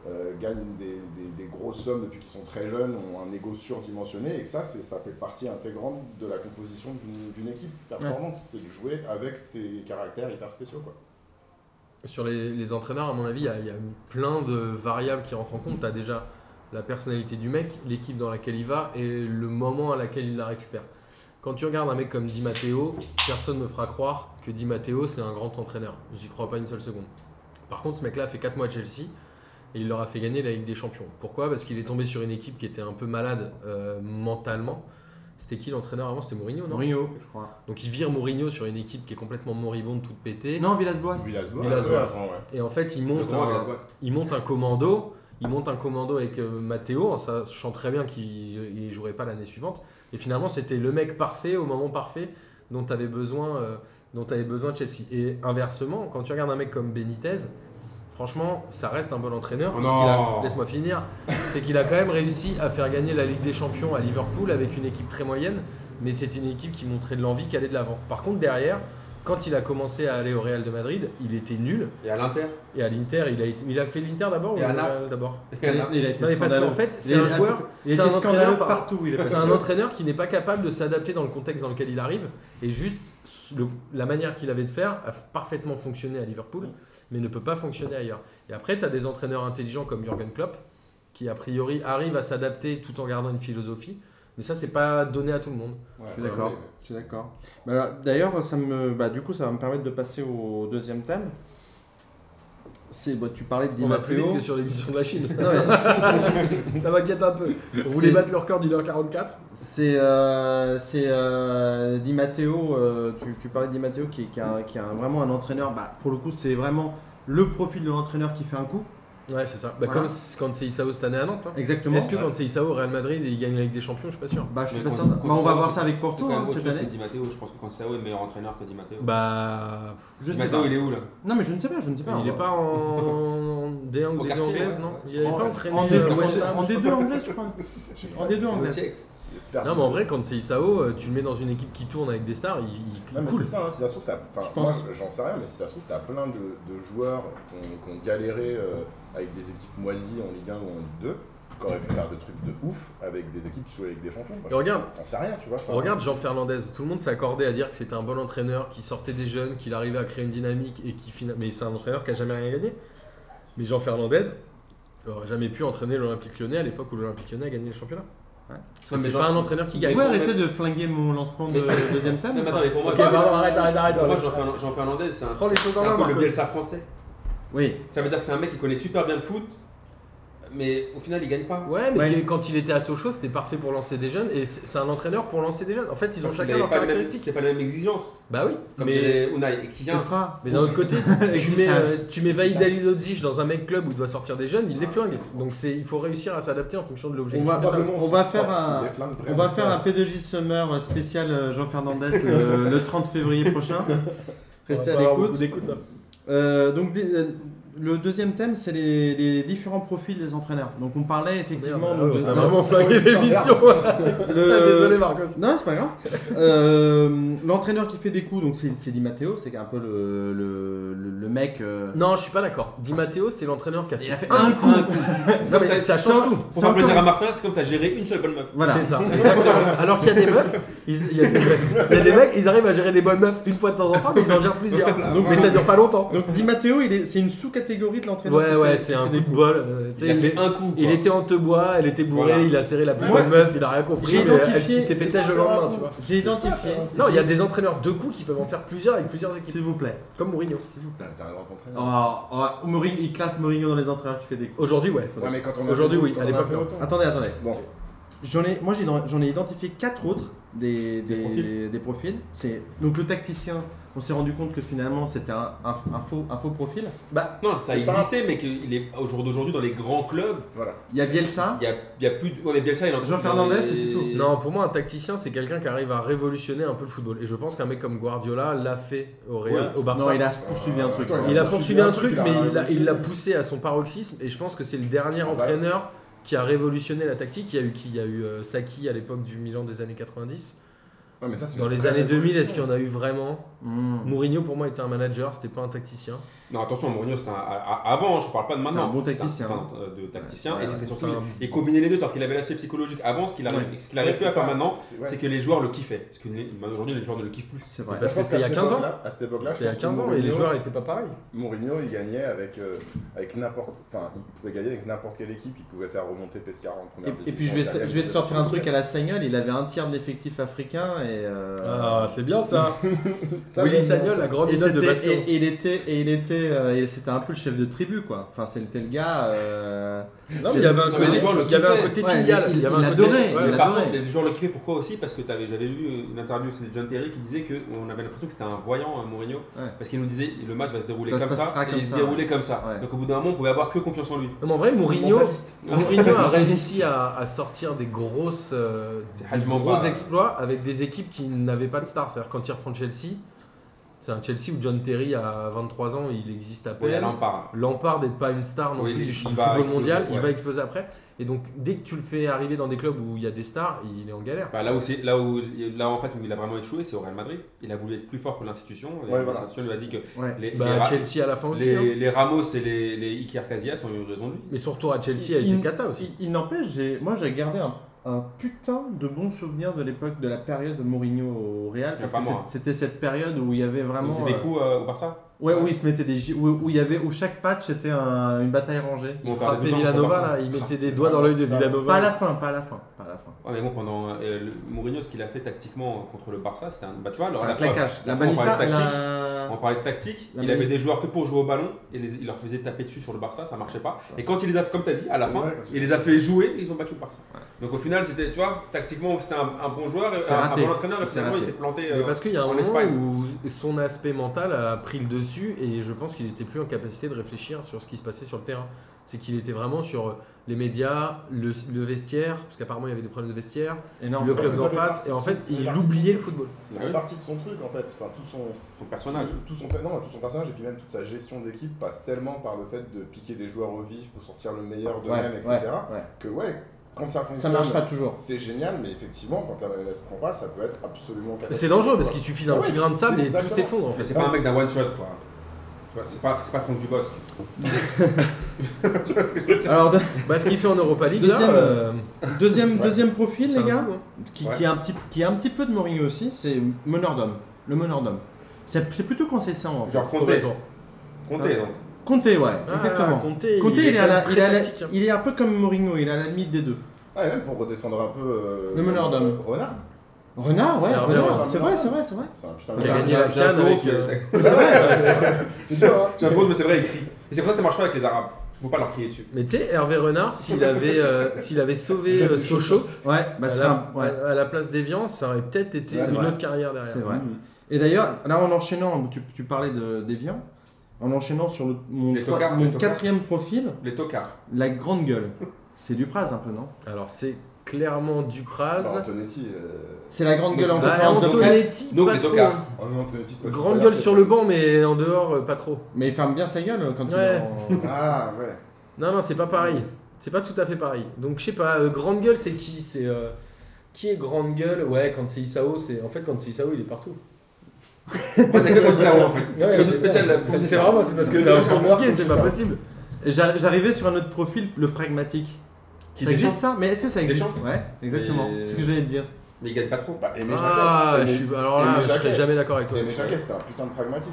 S3: euh, gagnent des, des- des grosses sommes depuis qu'ils sont très jeunes, ont un ego surdimensionné, et que ça, c'est, ça fait partie intégrante de la composition d'une, d'une équipe performante. C'est de jouer avec ses caractères hyper spéciaux. Quoi.
S1: Sur les, les entraîneurs, à mon avis, il y, a- il y a plein de variables qui rentrent en compte. Tu as déjà la personnalité du mec, l'équipe dans laquelle il va et le moment à laquelle il la récupère. Quand tu regardes un mec comme Di Matteo, personne ne me fera croire que Di Matteo c'est un grand entraîneur. J'y crois pas une seule seconde. Par contre, ce mec-là a fait 4 mois à Chelsea et il leur a fait gagner la Ligue des Champions. Pourquoi Parce qu'il est tombé sur une équipe qui était un peu malade euh, mentalement. C'était qui l'entraîneur avant C'était Mourinho, non
S2: Mourinho, je crois.
S1: Donc il vire Mourinho sur une équipe qui est complètement moribonde, toute pétée.
S2: Non, Villas-Boas.
S1: Villas-Boas. Et en fait, il
S4: Le
S1: monte,
S4: grand
S1: un,
S4: Villas-Boas.
S1: il monte un commando, il monte un commando avec euh, Matteo, en sachant très bien qu'il ne jouerait pas l'année suivante. Et finalement, c'était le mec parfait au moment parfait dont avait besoin, euh, dont avait besoin Chelsea. Et inversement, quand tu regardes un mec comme Benitez, franchement, ça reste un bon entraîneur.
S4: Oh
S1: parce qu'il a-
S4: non.
S1: Laisse-moi finir. C'est qu'il a quand même réussi à faire gagner la Ligue des Champions à Liverpool avec une équipe très moyenne, mais c'était une équipe qui montrait de l'envie, qui allait de l'avant. Par contre, derrière, quand il a commencé à aller au Real de Madrid, il était nul.
S4: Et à l'Inter
S1: Et à l'Inter, il a, été- il a fait l'Inter d'abord ou
S4: Et à
S1: le-
S4: Naples.
S1: d'abord
S4: Et à Naples.
S2: Il a
S1: Non, mais
S2: été
S1: parce qu'en
S2: scandaleux.
S1: fait, c'est
S2: Il
S1: un
S2: a-
S1: joueur,
S2: Il a
S1: c'est un
S2: été
S1: entraîneur
S2: scandaleux
S1: par-
S2: partout. où Il est
S1: c'est
S2: passé.
S1: un entraîneur qui n'est pas capable de s'adapter dans le contexte dans lequel il arrive. Et juste le- la manière qu'il avait de faire a parfaitement fonctionné à Liverpool, mais ne peut pas fonctionner ailleurs. Et après, tu as des entraîneurs intelligents comme Jürgen Klopp, qui a priori arrivent à s'adapter tout en gardant une philosophie. Mais ça, c'est pas donné à tout le monde.
S3: Ouais,
S2: Je suis
S3: ouais,
S2: d'accord.
S3: ouais,
S2: Je suis d'accord. Bah alors, D'ailleurs, ça me, bah, du coup, ça va me permettre de passer au deuxième thème. C'est, bah, tu parlais de Di
S1: On va plus vite
S2: Matteo.
S1: que sur l'émission de la Chine.
S2: Non, mais
S1: ça m'inquiète un peu. On voulait
S2: C'est-
S1: battre le record d'une heure 44.
S2: C'est euh, c'est, euh, Di Matteo. euh, tu, tu parlais de Di Matteo qui, est- qui a, qui a vraiment un entraîneur. Bah, pour le coup, c'est vraiment le profil de l'entraîneur qui fait un coup.
S1: Ouais, c'est ça. Bah,
S2: Voilà.
S1: Comme c- quand c'est Isao cette année à Nantes. hein.
S2: Exactement.
S1: Est-ce que quand c'est Isao au Real Madrid et il gagne la Ligue des Champions, je suis pas sûr.
S2: Bah, je suis
S4: Mais
S2: pas
S4: Con-
S2: certain. Bah, on va
S4: Conceição,
S2: voir ça
S4: c'est-
S2: avec
S4: c'est quand
S2: Porto
S4: même
S2: hein,
S4: autre
S2: cette
S4: chose
S2: année.
S4: que Di Matteo, je pense que Conceição est meilleur entraîneur que Di Matteo.
S1: Bah,
S2: Je
S4: Di
S2: ne sais
S4: Matteo,
S2: pas.
S4: il est où là
S2: Non, bah. mais je ne sais pas. Je ne sais pas.
S1: il est pas en D1
S4: Au
S1: ou D2
S4: quartier,
S1: anglaise,
S4: ouais.
S1: non Il avait
S2: En-
S1: pas entraîné
S2: en, D-
S1: euh,
S2: en-
S1: West Ham,
S2: en
S1: je sais
S2: D2 anglais, je crois. En D2
S4: Le
S2: anglais.
S4: Tchèque.
S3: ouais.
S1: pas. Non, mais en vrai, quand c'est Isao, euh, tu le mets dans une équipe qui tourne avec des stars, il, il- il
S3: Non, mais
S1: coule.
S3: c'est ça, hein, si ça se trouve, t'as- enfin,
S2: Je
S3: moi,
S2: pense.
S3: j'en sais rien, mais si ça se trouve, t'as plein de, de joueurs qui ont, qui ont galéré euh, avec des équipes moisies en Ligue 1 ou en Ligue 2, qui auraient pu faire des trucs de ouf avec des équipes qui jouaient avec des champions. Moi,
S1: Mais regarde,
S3: J'en sais rien, tu vois. enfin,
S1: regarde Jean Fernandez. Tout le monde s'est accordé à dire que c'était un bon entraîneur, qui sortait des jeunes, qu'il arrivait à créer une dynamique et qui fina- Mais c'est un entraîneur qui a jamais rien gagné. Mais Jean Fernandez aurait jamais pu entraîner l'Olympique Lyonnais à l'époque où l'Olympique Lyonnais a gagné le championnat.
S2: Ouais.
S1: Parce que
S4: mais
S1: C'est
S4: Jean-
S1: pas un entraîneur qui
S2: Vous
S1: gagne.
S2: pouvez arrêter de flinguer mon lancement de deuxième
S4: Non,
S2: thème
S4: mais attends, mais pour moi,
S1: Ok, pardon, arrête, arrête, arrête.
S4: pour moi, Jean Fernan- Jean Fernandez, c'est un
S1: Prends les choses en
S4: c'est un
S1: main,
S4: peu le
S1: Marcos.
S4: Bielsa français.
S2: Oui.
S4: Ça veut dire que c'est un mec qui connaît super bien le foot, mais au final, il gagne pas.
S1: Ouais, mais
S2: Ouais.
S1: qui- quand il était à Sochaux, c'était parfait pour lancer des jeunes. Et c'est c'est un entraîneur pour lancer des jeunes. En fait, ils ont
S4: Parce qu'il
S1: chacun
S4: avait
S1: leurs
S4: pas les mêmes-
S1: caractéristiques.
S4: C'était pas les mêmes exigences.
S1: Bah oui.
S4: Comme
S1: mais
S4: mais Unai, et qui vient.
S2: Ultra.
S1: mais d'un autre côté, tu mets,
S2: Existence.
S1: euh, tu mets Vaïd Alilodzic dans un mec club où il doit sortir des jeunes, il les flingue. Donc c'est- il faut réussir à s'adapter en fonction de l'objectif.
S2: On va-
S1: Voilà.
S3: probablement,
S2: Ah, bah, on va
S3: se
S2: faire
S3: frappe,
S2: un-
S3: des flingues
S2: On
S3: vraiment
S2: va faire
S3: fortes.
S2: un P2J Summer spécial euh, Jean Fernandez le, le 30 février prochain. Restez
S1: On
S2: à
S1: va avoir beaucoup
S2: l'écoute.
S1: d'écoute, hein.
S2: Euh, donc, des- euh, le deuxième thème, c'est les, les différents profils des entraîneurs. Donc, on parlait effectivement.
S1: Merde,
S2: donc,
S1: Ah on
S2: de-
S1: a vraiment flingué
S3: putain,
S1: l'émission.
S2: le-
S1: Ah, Désolé, Marcos.
S2: Non, c'est pas grave. Euh, L'entraîneur qui fait des coups, donc c'est c'est Di Matteo, c'est un peu le, le, le- le mec. euh,
S1: Non, je suis pas d'accord. Di Matteo, c'est l'entraîneur qui a fait,
S2: Il a fait
S1: un
S2: un
S1: coup.
S2: coup.
S1: Non, mais ça change tout.
S4: Pour
S2: C'est
S4: faire
S2: encore-
S4: plaisir à Martin, c'est comme ça, gérer une seule bonne meuf.
S2: Voilà.
S1: C'est ça. exactement. Alors qu'il y a des meufs, ils- il y, a des meufs- il y a des mecs, ils arrivent à gérer des bonnes meufs une fois de temps en temps, mais ils en gèrent plusieurs.
S2: Donc,
S1: mais
S2: c'est-
S1: ça dure pas longtemps.
S2: Donc Di Matteo, il est- c'est une sous-catégorie de l'entraîneur.
S1: Ouais,
S2: qui
S1: ouais,
S2: fait-
S1: c'est
S2: qui
S1: un
S2: fait
S1: coup
S2: des
S1: de
S2: coups.
S1: bol. euh, tu
S4: Il
S1: sais,
S4: a
S1: il,
S4: fait un coup.
S1: il
S4: quoi.
S1: était en te bois, elle était bourrée,
S4: Voilà.
S1: il a serré la plus
S2: Moi,
S1: bonne
S2: c'est-
S1: meuf, il a rien compris,
S2: J'ai
S1: mais elle,
S2: identifié-
S1: il s'est fait
S3: C'est ça,
S1: têche le
S3: faire un
S1: lendemain,
S3: coup.
S1: tu vois.
S2: J'ai
S3: C'est ça,
S2: identifié.
S3: faire un coup.
S1: Non, il y a des entraîneurs deux coups qui peuvent en faire plusieurs avec plusieurs équipes,
S2: S'il vous plaît.
S1: comme Mourinho.
S2: S'il vous plaît.
S3: Putain, t'es un grand entraîneur.
S2: Oh, oh, Mourinho- il classe Mourinho dans les entraîneurs qui fait des coups.
S1: Aujourd'hui, ouais. faudrait-
S3: Ouais, mais quand on a
S1: Aujourd'hui,
S3: fait-
S1: oui,
S3: quand
S1: à
S3: on a
S1: l'époque,
S3: fait
S1: non.
S3: autant.
S2: Attendez, attendez.
S3: Bon,
S2: J'en ai, moi, j'ai dans- j'en ai identifié quatre autres des, des, des profils.
S4: profils.
S2: C'est donc le tacticien. On s'est rendu compte que finalement c'était un, un- un faux, un faux profil.
S1: Bah,
S4: Non, ça
S3: C'est pas-
S4: existait, mais qu'il est au jour d'aujourd'hui dans les grands clubs,
S3: Voilà.
S2: Il y a Bielsa.
S4: il y a, il y a plus. De... Ouais, mais Bielsa, il est en-
S2: Jean
S4: dans
S2: Fernandez,
S4: les-
S2: et c'est tout.
S1: non, pour moi, un tacticien, c'est quelqu'un qui arrive à révolutionner un peu le football. Et je pense qu'un mec comme Guardiola l'a fait au, Real,
S3: Ouais.
S1: au Barça.
S2: Non, il a poursuivi un truc.
S3: Attends,
S1: Il a poursuivi un truc,
S3: poursuivi
S1: mais
S3: un
S1: il l'a- il l'a
S3: révolutionné.
S1: poussé à son paroxysme. Et je pense que c'est le dernier
S3: Ah bah.
S1: entraîneur qui a révolutionné la tactique. Il y a eu qui Il y a eu euh, Saki à l'époque du Milan des années 90.
S3: Ouais, mais ça, c'est
S1: Dans
S3: une
S1: les
S3: vraie
S1: années 2000, est-ce
S3: révolution.
S1: qu'il y en a eu vraiment
S2: Mmh.
S1: Mourinho, pour moi, était un manager, c'était pas un tacticien.
S4: Non, attention, Mourinho, c'était un- a- a- avant, hein, je parle pas de
S2: C'est
S4: maintenant.
S2: un bon
S4: C'était
S2: tacticien. hein.
S4: putain de- de tacticien.
S1: Ouais,
S4: et
S1: ouais,
S4: c'était surtout.
S1: enfin,
S4: Il combinait les deux, alors qu'il avait l'aspect psychologique avant, ce qu'il arrive, ce qu'il
S3: Ouais,
S4: arrive
S3: c'est
S4: plus à faire
S3: ça.
S4: maintenant,
S3: C'est- ouais.
S4: c'est que les joueurs le kiffaient. Parce qu'aujourd'hui, les joueurs ne le kiffent plus.
S2: C'est vrai.
S1: Parce
S3: Je pense
S1: que c'était il y a
S3: qu'à cette
S1: 15 ans.
S3: époque-là- À cette époque-là, je
S1: C'était il y a
S3: pense que
S1: 15 ans et les
S3: Mourinho-
S1: joueurs étaient pas pareils.
S3: Mourinho, il gagnait avec, euh, avec n'importe. Enfin, il pouvait gagner avec n'importe quelle équipe. Il pouvait faire remonter Pescara en
S2: Et,
S3: première
S2: et puis je vais, je vais te sortir un truc à la Sagnol, il avait un tiers de l'effectif africain et, euh,
S1: Ah, c'est bien ça.
S3: Ça,
S1: Willy
S3: j'aime
S1: Sagnol,
S3: bien,
S1: la grande
S2: et
S1: idole de
S2: c'était
S1: Bastion.
S2: et, et il était et il était euh, et c'était un peu le chef de tribu quoi. Enfin c'était le gars. euh,
S1: Non, mais
S2: c'est-
S1: il y avait un
S4: Non, mais
S1: côté,
S4: les joueurs le
S1: il y avait un
S4: kiffaient.
S1: côté
S2: Ouais,
S1: filial.
S2: il-
S1: y avait
S2: il
S1: un côté-
S2: adorait,
S1: ouais.
S2: il
S4: Mais par
S2: adorait.
S4: contre, les gens le kiffaient pourquoi aussi Parce que t'avais- j'avais lu une interview de John Terry qui disait qu'on avait l'impression que c'était un voyant, hein, Mourinho.
S2: Ouais.
S4: Parce qu'il nous disait le match va se dérouler
S2: Ça se
S4: comme,
S2: passera
S4: ça,
S2: comme
S4: et il
S2: ça,
S4: se déroulait comme ça.
S2: Ouais.
S4: Donc au bout d'un moment, on pouvait avoir que confiance en lui.
S1: Non, mais en vrai, Mourinho, Mourinho a réussi à, à sortir des grosses euh,
S4: C'est
S1: des
S4: Hajman
S1: gros
S4: Bar.
S1: exploits avec des équipes qui n'avaient pas de stars. C'est-à-dire quand il reprend Chelsea, c'est un Chelsea où John Terry à 23 ans, il existe à
S4: Oui,
S1: peine.
S4: là, on parle.
S1: Lampard n'est pas une star non
S4: Oui,
S1: plus
S4: il-
S1: du
S4: il
S1: ch-
S4: va
S1: football
S4: exploser,
S1: mondial, il
S4: ouais.
S1: va exploser après. Et donc dès que tu le fais arriver dans des clubs où il y a des stars, il est en galère.
S4: Bah, là où c'est là où là en fait où il a vraiment échoué, c'est au Real Madrid. Il a voulu être plus fort que l'institution. et
S3: Ouais, voilà.
S4: L'institution lui a dit que
S2: Ouais.
S4: les,
S1: Bah,
S4: les Ra-
S1: Chelsea à la fin aussi.
S4: les-
S1: hein.
S4: les Ramos et les, les Iker Casillas ont eu raison de lui.
S1: Mais son retour à Chelsea a
S2: Il-
S1: été cata aussi.
S2: Il, il n'empêche, j'ai- moi j'ai gardé un, un putain de bons souvenirs de l'époque de la période de Mourinho au Real parce
S4: Ah, pas
S2: que
S4: moi.
S2: c'est- c'était cette période où il y avait vraiment
S4: Il fait
S2: euh,
S4: des coups euh, au Barça.
S2: ouais où il se mettait des gi- où, où il y avait où chaque patch était un- une bataille rangée.
S4: Bon, on perdait
S1: Frappé
S4: tout le temps contre le Barça.
S1: Villanova là, il
S2: Ah,
S1: mettait des doigts dans l'œil de
S3: ça.
S2: Pas à
S1: Villanova.
S2: la fin, pas à la fin, pas à la fin.
S4: Ouais, mais bon, pendant euh, le- Mourinho, ce qu'il a fait tactiquement euh, contre le Barça, c'était un. Bah, tu vois, alors,
S2: Enfin,
S4: la
S2: avec la
S4: preuve,
S2: cache, la
S4: preuve, on
S2: Manita,
S4: parlait de tactique.
S2: la-
S4: On parlait de tactique,
S2: La
S4: il
S2: même-
S4: avait des joueurs que pour jouer au ballon et les- il leur faisait taper dessus sur le Barça, ça marchait pas. Et quand il les a, comme tu as dit, à la
S3: Ouais,
S4: fin,
S3: quand il-
S4: il les a fait jouer et ils ont battu le Barça. Donc au final, c'était, tu vois, tactiquement, c'était un, un bon joueur, et
S2: C'est
S4: un, un
S2: raté.
S4: bon entraîneur et
S2: C'est
S4: finalement, il
S2: raté.
S4: s'est planté.
S1: Mais
S4: euh,
S1: parce qu'il y a un
S4: en
S1: moment
S4: Espagne.
S1: où son aspect mental a pris le dessus et je pense qu'il était plus en capacité de réfléchir sur ce qui se passait sur le terrain. C'est qu'il était vraiment sur les médias, le, le vestiaire, parce qu'apparemment il y avait des problèmes de vestiaire,
S2: énorme.
S1: le
S3: parce
S1: club
S3: que ça
S1: d'en
S3: fait
S1: face,
S3: partie
S1: et en
S3: de
S1: fait
S3: son-
S1: il
S3: ça fait
S1: oubliait
S3: partie
S1: le football.
S3: Ça
S4: Ah oui.
S3: fait partie de son truc en fait. Enfin, tout son.
S4: Son personnage.
S3: Tout son, per- non, tout son personnage et puis même toute sa gestion d'équipe passe tellement par le fait de piquer des joueurs au vif pour sortir le meilleur d'eux-mêmes,
S2: Ouais,
S3: etc.
S2: ouais, ouais.
S3: Que ouais, quand ça
S2: Ça
S3: fonctionne,
S2: marche pas toujours.
S3: c'est génial, mais effectivement, quand la mayonnaise prend pas, ça peut être absolument catastrophique.
S1: C'est dangereux parce
S3: quoi.
S1: qu'il suffit d'un
S3: Ah
S1: petit
S3: ouais,
S1: grain de sable
S3: c'est
S1: et tout
S3: exactement.
S1: s'effondre en
S4: Mais
S1: fait.
S4: c'est pas un mec d'un one shot, quoi. Tu vois, c'est pas, c'est pas Franck Dubosc.
S2: Alors de-
S1: Bah, ce qu'il fait en Europa League, là,
S2: Deuxième,
S1: euh,
S2: deuxième
S3: Ouais.
S2: deuxième profil
S1: c'est
S2: les
S1: un
S2: gars.
S1: coup, hein.
S2: qui,
S4: Ouais.
S2: qui est un petit, qui est un petit peu de Mourinho aussi, c'est meneur d'homme. Le meneur d'homme. C'est c'est plutôt quand c'est ça en fait.
S4: Genre Comté.
S1: complètement.
S4: Comté, donc.
S2: Comté, ouais,
S1: Ah,
S2: exactement.
S1: Conte,
S2: Comté, il, est à
S1: quand même
S2: la- il est à la-
S1: très tactique, hein.
S2: il est un peu comme Mourinho, il est à la limite des deux.
S3: Ah, et même pour redescendre un peu. euh,
S2: Le meneur d'hommes.
S3: Renard.
S2: Renard, ouais,
S1: Alors,
S2: Renard,
S3: Renard,
S2: c'est vrai, c'est vrai, c'est vrai.
S3: C'est un putain
S1: Il a
S3: de
S4: J'ai-
S1: gagné
S4: j'ai-
S1: la
S4: j'ai un
S1: canne
S4: gros
S1: avec.
S4: qui-
S1: euh,
S2: Mais c'est vrai.
S3: C'est sûr, hein.
S4: J'ai un gros, mais c'est vrai, il crie. Et c'est pour ça que ça marche pas avec les Arabes. Faut pas leur crier dessus.
S1: Mais tu sais, Hervé Renard, s'il avait, euh, s'il avait sauvé euh, Sochaux,
S2: Ouais, bah
S1: à,
S2: c'est
S1: la,
S2: un- ouais,
S1: à- à la place d'Evian, ça aurait peut-être été
S2: C'est
S1: une
S2: vrai.
S1: autre carrière
S2: c'est
S1: derrière.
S2: vrai. Et d'ailleurs, là en enchaînant, tu, tu parlais de d'Evian, en enchaînant sur le- mon,
S4: Les
S2: trois-
S4: tocards,
S2: mon
S4: les tocards.
S2: quatrième profil,
S4: Les tocards.
S2: la grande gueule. C'est Dupraz un peu, non
S1: Alors c'est clairement Dupraz.
S3: Bah, Antonetti. euh,
S2: C'est la grande
S4: Donc,
S2: gueule en
S1: Bah,
S2: conférence de
S1: Antonetti,
S2: presse,
S4: Nous,
S1: pas
S4: les
S1: trop,
S4: tocards.
S1: hein.
S3: Oh non, Antonetti, c'est pas
S1: Grande
S3: c'est
S1: gueule
S3: pas-
S1: sur le banc, mais en dehors, euh, pas trop.
S2: mais il ferme bien sa gueule euh, quand
S1: Ouais.
S2: il est en...
S3: Ah, ouais.
S1: Non, non, c'est pas pareil. C'est pas tout à fait pareil. Donc je sais pas, euh, grande gueule, c'est qui C'est euh, qui est grande gueule Ouais, quand c'est Isao, c'est en fait quand c'est Isao, il est partout.
S4: Moi, t'as que le cerveau, en fait.
S1: Ouais,
S4: Chose
S1: c'est ça.
S4: spéciale, là,
S1: Mais C'est vraiment, c'est parce que t'as un son piqué, c'est pas possible.
S2: Et j'ar- J'arrivais sur un autre profil, le pragmatique.
S4: Qui
S2: ça
S4: déchante.
S2: existe ça Mais est-ce que ça existe
S4: Déchante.
S2: Ouais, exactement.
S4: Et-
S2: C'est ce que j'allais te dire.
S4: Mais il gagne pas trop.
S3: Bah, Aimé
S1: Ah,
S3: Jacquet.
S1: je
S3: Aimé-
S1: suis, alors là,
S3: Aimé
S1: je serais
S3: Jacquet.
S1: jamais d'accord avec toi.
S3: Aimé Jacquet, c'était un putain de pragmatique.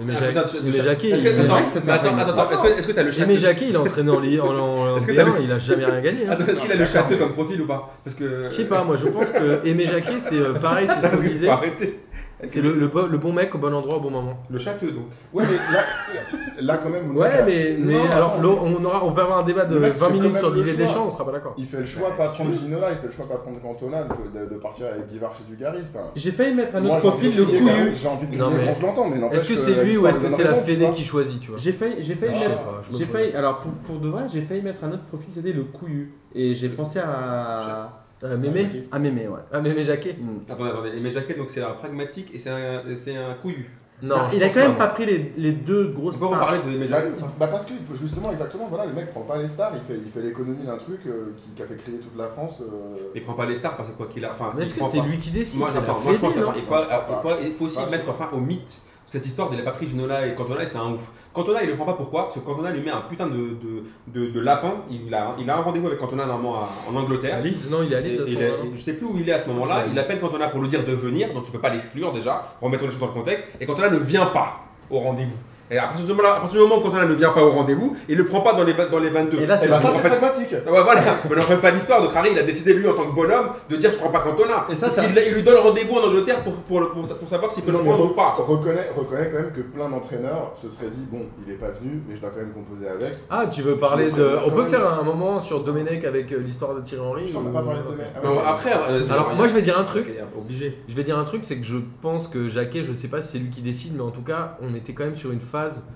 S1: Aimé
S4: Ah,
S1: Jacquet-
S4: putain, je-
S1: Aimé
S4: je-
S1: Jacquet,
S4: Est-ce que-
S1: il-
S2: c'est
S4: attends,
S2: vrai que c'était un
S4: attends,
S2: pragmatique.
S4: attends, attends, est-ce que- est-ce que t'as le
S1: Aimé
S4: château
S1: Jacquet, il est entraîné en Ligue en, en, en
S4: Est-ce que
S1: B1,
S4: t'as
S1: il a jamais rien gagné. hein.
S4: Attends, est-ce qu'il a le
S3: D'accord,
S4: château comme profil ou pas Parce que.
S1: Je sais pas, moi je pense que Aimé Jacquet, c'est euh, pareil, c'est ce
S4: Parce
S1: qu'on
S4: que
S1: disait.
S4: faut arrêter.
S1: C'est le, le bo- le bon mec au bon endroit au bon moment.
S4: Le château, donc.
S3: Ouais, mais là, là, quand même, vous le mec
S1: Ouais,
S3: a-
S1: mais, mais
S3: Non,
S1: alors,
S3: attends.
S1: l'eau- on, aura, on peut avoir un débat de
S3: Le mec fait
S1: 20
S3: quand
S1: minutes
S3: même
S1: sur
S3: le
S1: l'idée des
S3: choix.
S1: champs, on sera pas d'accord.
S3: Il fait le choix
S4: Bah,
S3: pas
S4: si tu
S3: prendre
S4: veux.
S3: Ginola, il fait le choix pas prendre Cantona, de, de- de partir avec Bivard chez Dugarry. Enfin,
S2: J'ai failli mettre un
S3: moi,
S2: autre
S3: j'ai envie
S2: profil
S3: de
S2: de
S3: crier,
S2: couillu.
S3: ça, J'ai envie de
S1: Non,
S3: crier
S1: mais-
S3: quand je l'entends, mais n'empêche
S1: Est-ce que
S3: que
S1: c'est lui ou
S3: l'histoire
S1: est-ce
S3: lui
S1: que
S3: donne
S1: c'est la
S3: raison, tu
S1: Fédé
S3: vois.
S1: qui choisit, tu vois
S2: J'ai failli, j'ai failli
S1: Ah, je sais
S2: mettre-
S1: pas, je me
S2: j'ai
S1: prenais.
S2: failli, alors pour, pour de vrai, j'ai failli mettre un autre profil, c'était le couillu. Et j'ai pensé à,
S1: Euh, Mémé
S3: Jacquet.
S2: à Mémé, ouais.
S1: Ah, Mémé Jacquet
S2: Hmm.
S4: Attendez, attendez. Et mes jaquettes, donc c'est un pragmatique et c'est un, et c'est un couillu.
S1: Non,
S2: Bah,
S1: je
S2: il a
S1: pense
S2: quand même
S1: pas.
S2: pas pris les, les deux grosses
S4: On peut
S2: stars.
S4: reparler de mes
S3: Bah,
S4: jaquettes
S3: il- bah parce que justement exactement voilà le mec prend pas les stars il fait il fait l'économie d'un truc euh, qui, qui a fait crier toute la France euh,
S4: Il prend pas les stars parce que quoi qu'il a. Enfin,
S1: Mais
S4: il
S1: est-ce que
S4: prend
S1: c'est
S4: pas.
S1: lui qui décide
S4: Moi,
S1: C'est la
S4: j'attends, moi, je pense
S1: Fédé,
S4: qu'il
S1: non
S4: faut, il faut,
S3: Je crois
S4: il faut- il faut aussi
S3: pas.
S4: mettre fin au mythe. Cette histoire de n'a pas pris Ginola et Cantona, et c'est un ouf. Cantona, il le prend pas pourquoi Parce que Cantona lui met un putain de, de, de, de lapin. Il a, il a un rendez-vous avec Cantona normalement à- en
S1: À
S4: Angleterre.
S1: Leeds, non, il est à
S4: Et-
S1: Leeds à ce
S4: il est-
S1: moment-là.
S4: je sais plus où il est à ce moment-là.
S1: Ouais.
S4: Il appelle Cantona pour lui dire de venir, donc il peut pas l'exclure déjà. Remettons les choses dans le contexte. Et Cantona ne vient pas au rendez-vous. Et à partir, du moment à partir du moment où Cantona ne vient pas au rendez-vous, il le prend pas dans les, va- dans les 22.
S2: Et là,
S3: eh
S2: c'est
S3: ben,
S4: donc,
S3: ça
S4: en
S3: c'est
S4: fait,
S3: pragmatique
S4: ah ouais, voilà, mais n'en fait pas l'histoire. Donc Harry, il a décidé, lui, en tant que bonhomme, de dire je prends pas Cantona.
S2: Et ça,
S4: Parce
S2: ça-
S4: qu'il- il lui donne rendez-vous en Angleterre pour, pour, le- pour, sa- pour savoir s'il peut le
S3: Non, mais
S4: prendre ou pas.
S3: reconnaît reconnaît Ah, quand même que plein d'entraîneurs se seraient dit bon il est pas venu mais je dois quand même composer avec
S1: Ah, tu veux parler
S3: Je
S1: de.
S3: me
S1: On peut
S3: connais.
S1: faire un moment sur Domenech avec euh, l'histoire de Thierry Henry
S3: putain on n'a
S1: ou-
S3: pas parlé de demain Ah ouais,
S4: Non,
S3: ok.
S4: après, euh,
S1: Alors,
S4: il y a-
S1: moi, je vais dire un truc.
S4: il y a- Obligé.
S1: Je vais dire un truc, c'est que je pense que Jacquet, je sais pas si c'est lui qui décide, mais en tout cas, on était quand même sur une phase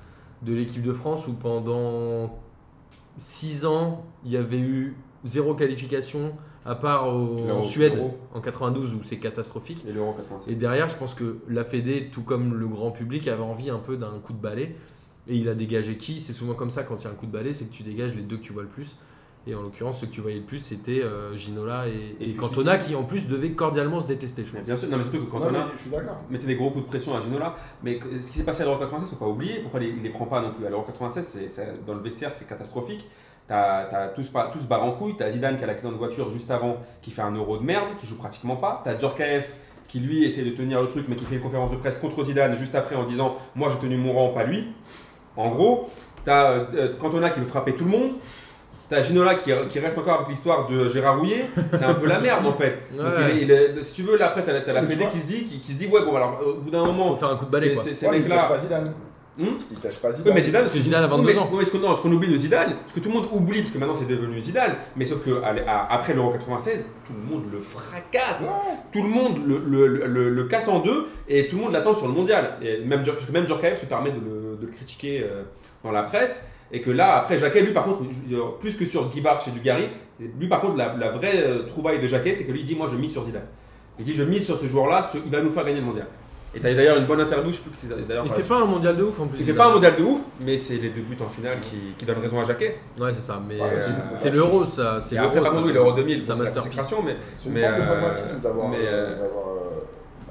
S1: de l'équipe de France où pendant 6 ans, il y avait eu zéro qualification, à part au- en
S4: L'euro,
S1: Suède
S4: l'euro.
S1: en 92 où c'est catastrophique.
S4: Et l'euro en 96.
S1: Et derrière, je pense que la Fédé, tout comme le grand public, avait envie un peu d'un coup de balai. Et il a dégagé qui C'est souvent comme ça quand il y a un coup de balai, c'est que tu dégages les deux que tu vois le plus. Et en l'occurrence, ceux que tu voyais le plus, c'était euh, Ginola et,
S4: Et
S1: et
S4: puis
S1: Cantona, qui en plus devaient cordialement se détester. Je
S4: Mais
S1: crois.
S4: Bien sûr, non, mais surtout que
S3: Non, mais
S4: Cantona
S3: je suis d'accord
S4: mettait des gros coups de pression à Ginola. Mais que- ce qui s'est passé à l'euro 96, faut pas oublier. Pourquoi il, il les prend pas non plus À l'euro 96, c'est- c'est- dans le vestiaire, c'est catastrophique. T'as t'as tous, pas- tous barre en couille. T'as Zidane qui a l'accident de voiture juste avant, qui fait un euro de merde, qui joue pratiquement pas. T'as Djorkaeff qui lui essaie de tenir le truc, mais qui fait une conférence de presse contre Zidane juste après en disant Moi j'ai tenu mon rang, pas lui. En gros, t'as euh, euh, Cantona qui veut frapper tout le monde. T'as Ginola qui, qui reste encore avec l'histoire de Gérard Rouillet. C'est un peu la merde en fait. Donc,
S1: Ouais.
S4: il est- il est- si tu veux, là après, t'as la- t'as la
S3: Mais tu
S4: Fédé
S3: vois-
S4: qui se dit, qui, qui se dit Ouais, bon, alors euh, au bout d'un
S1: Faut
S4: moment,
S1: faire un coup de balai,
S4: c'est
S1: quoi.
S4: c'est- ces
S3: Ouais, mais il tâche
S4: mecs-là.
S3: pas Zidane
S4: Hum
S3: il tâche pas Zidane
S4: oui, mais Zidane,
S1: Parce que Zidane a 22
S4: oui, mais-
S1: ans.
S4: oui, ce qu'on non, ce qu'on oublie de Zidane, ce que tout le monde oublie, parce que maintenant c'est devenu Zidane, mais sauf que à l- à- après l'Euro 96, tout le monde le fracasse, tout le monde le, le- le- le- le casse en deux et tout le monde l'attend sur le mondial. Et même, Djor- parce que même Djorkaeff se permet de le, de le critiquer euh, dans la presse. Et que là, après, Jacquet, lui, par contre, je- euh, plus que sur Guivard chez Dugarry, lui, par contre, la, la vraie euh, trouvaille de Jacquet, c'est que lui, il dit Moi, je mise sur Zidane. Il dit Je mise sur ce joueur-là, ce- il va nous faire gagner le mondial. Et t'as d'ailleurs une bonne interview, je sais plus qui c'est d'ailleurs.
S1: Il
S4: par-
S1: fait pas un mondial de ouf en plus.
S4: il fait
S1: Zidane.
S4: pas un mondial de ouf, mais c'est les deux buts en finale qui, qui donnent raison à Jacquet.
S1: Ouais, c'est ça, mais
S3: Ouais,
S1: c'est-
S3: c'est-
S1: c'est l'euro, ça. C'est
S4: Et après, par
S1: l'euro.
S4: contre,
S1: ça.
S4: il est en 2000,
S1: ça
S4: bon, c'est la
S1: masterpiece.
S4: consécration, mais
S3: c'est une
S4: mais,
S3: forme de
S4: euh,
S3: pragmatisme d'avoir
S4: mais,
S3: euh,
S4: euh,
S3: d'avoir, euh,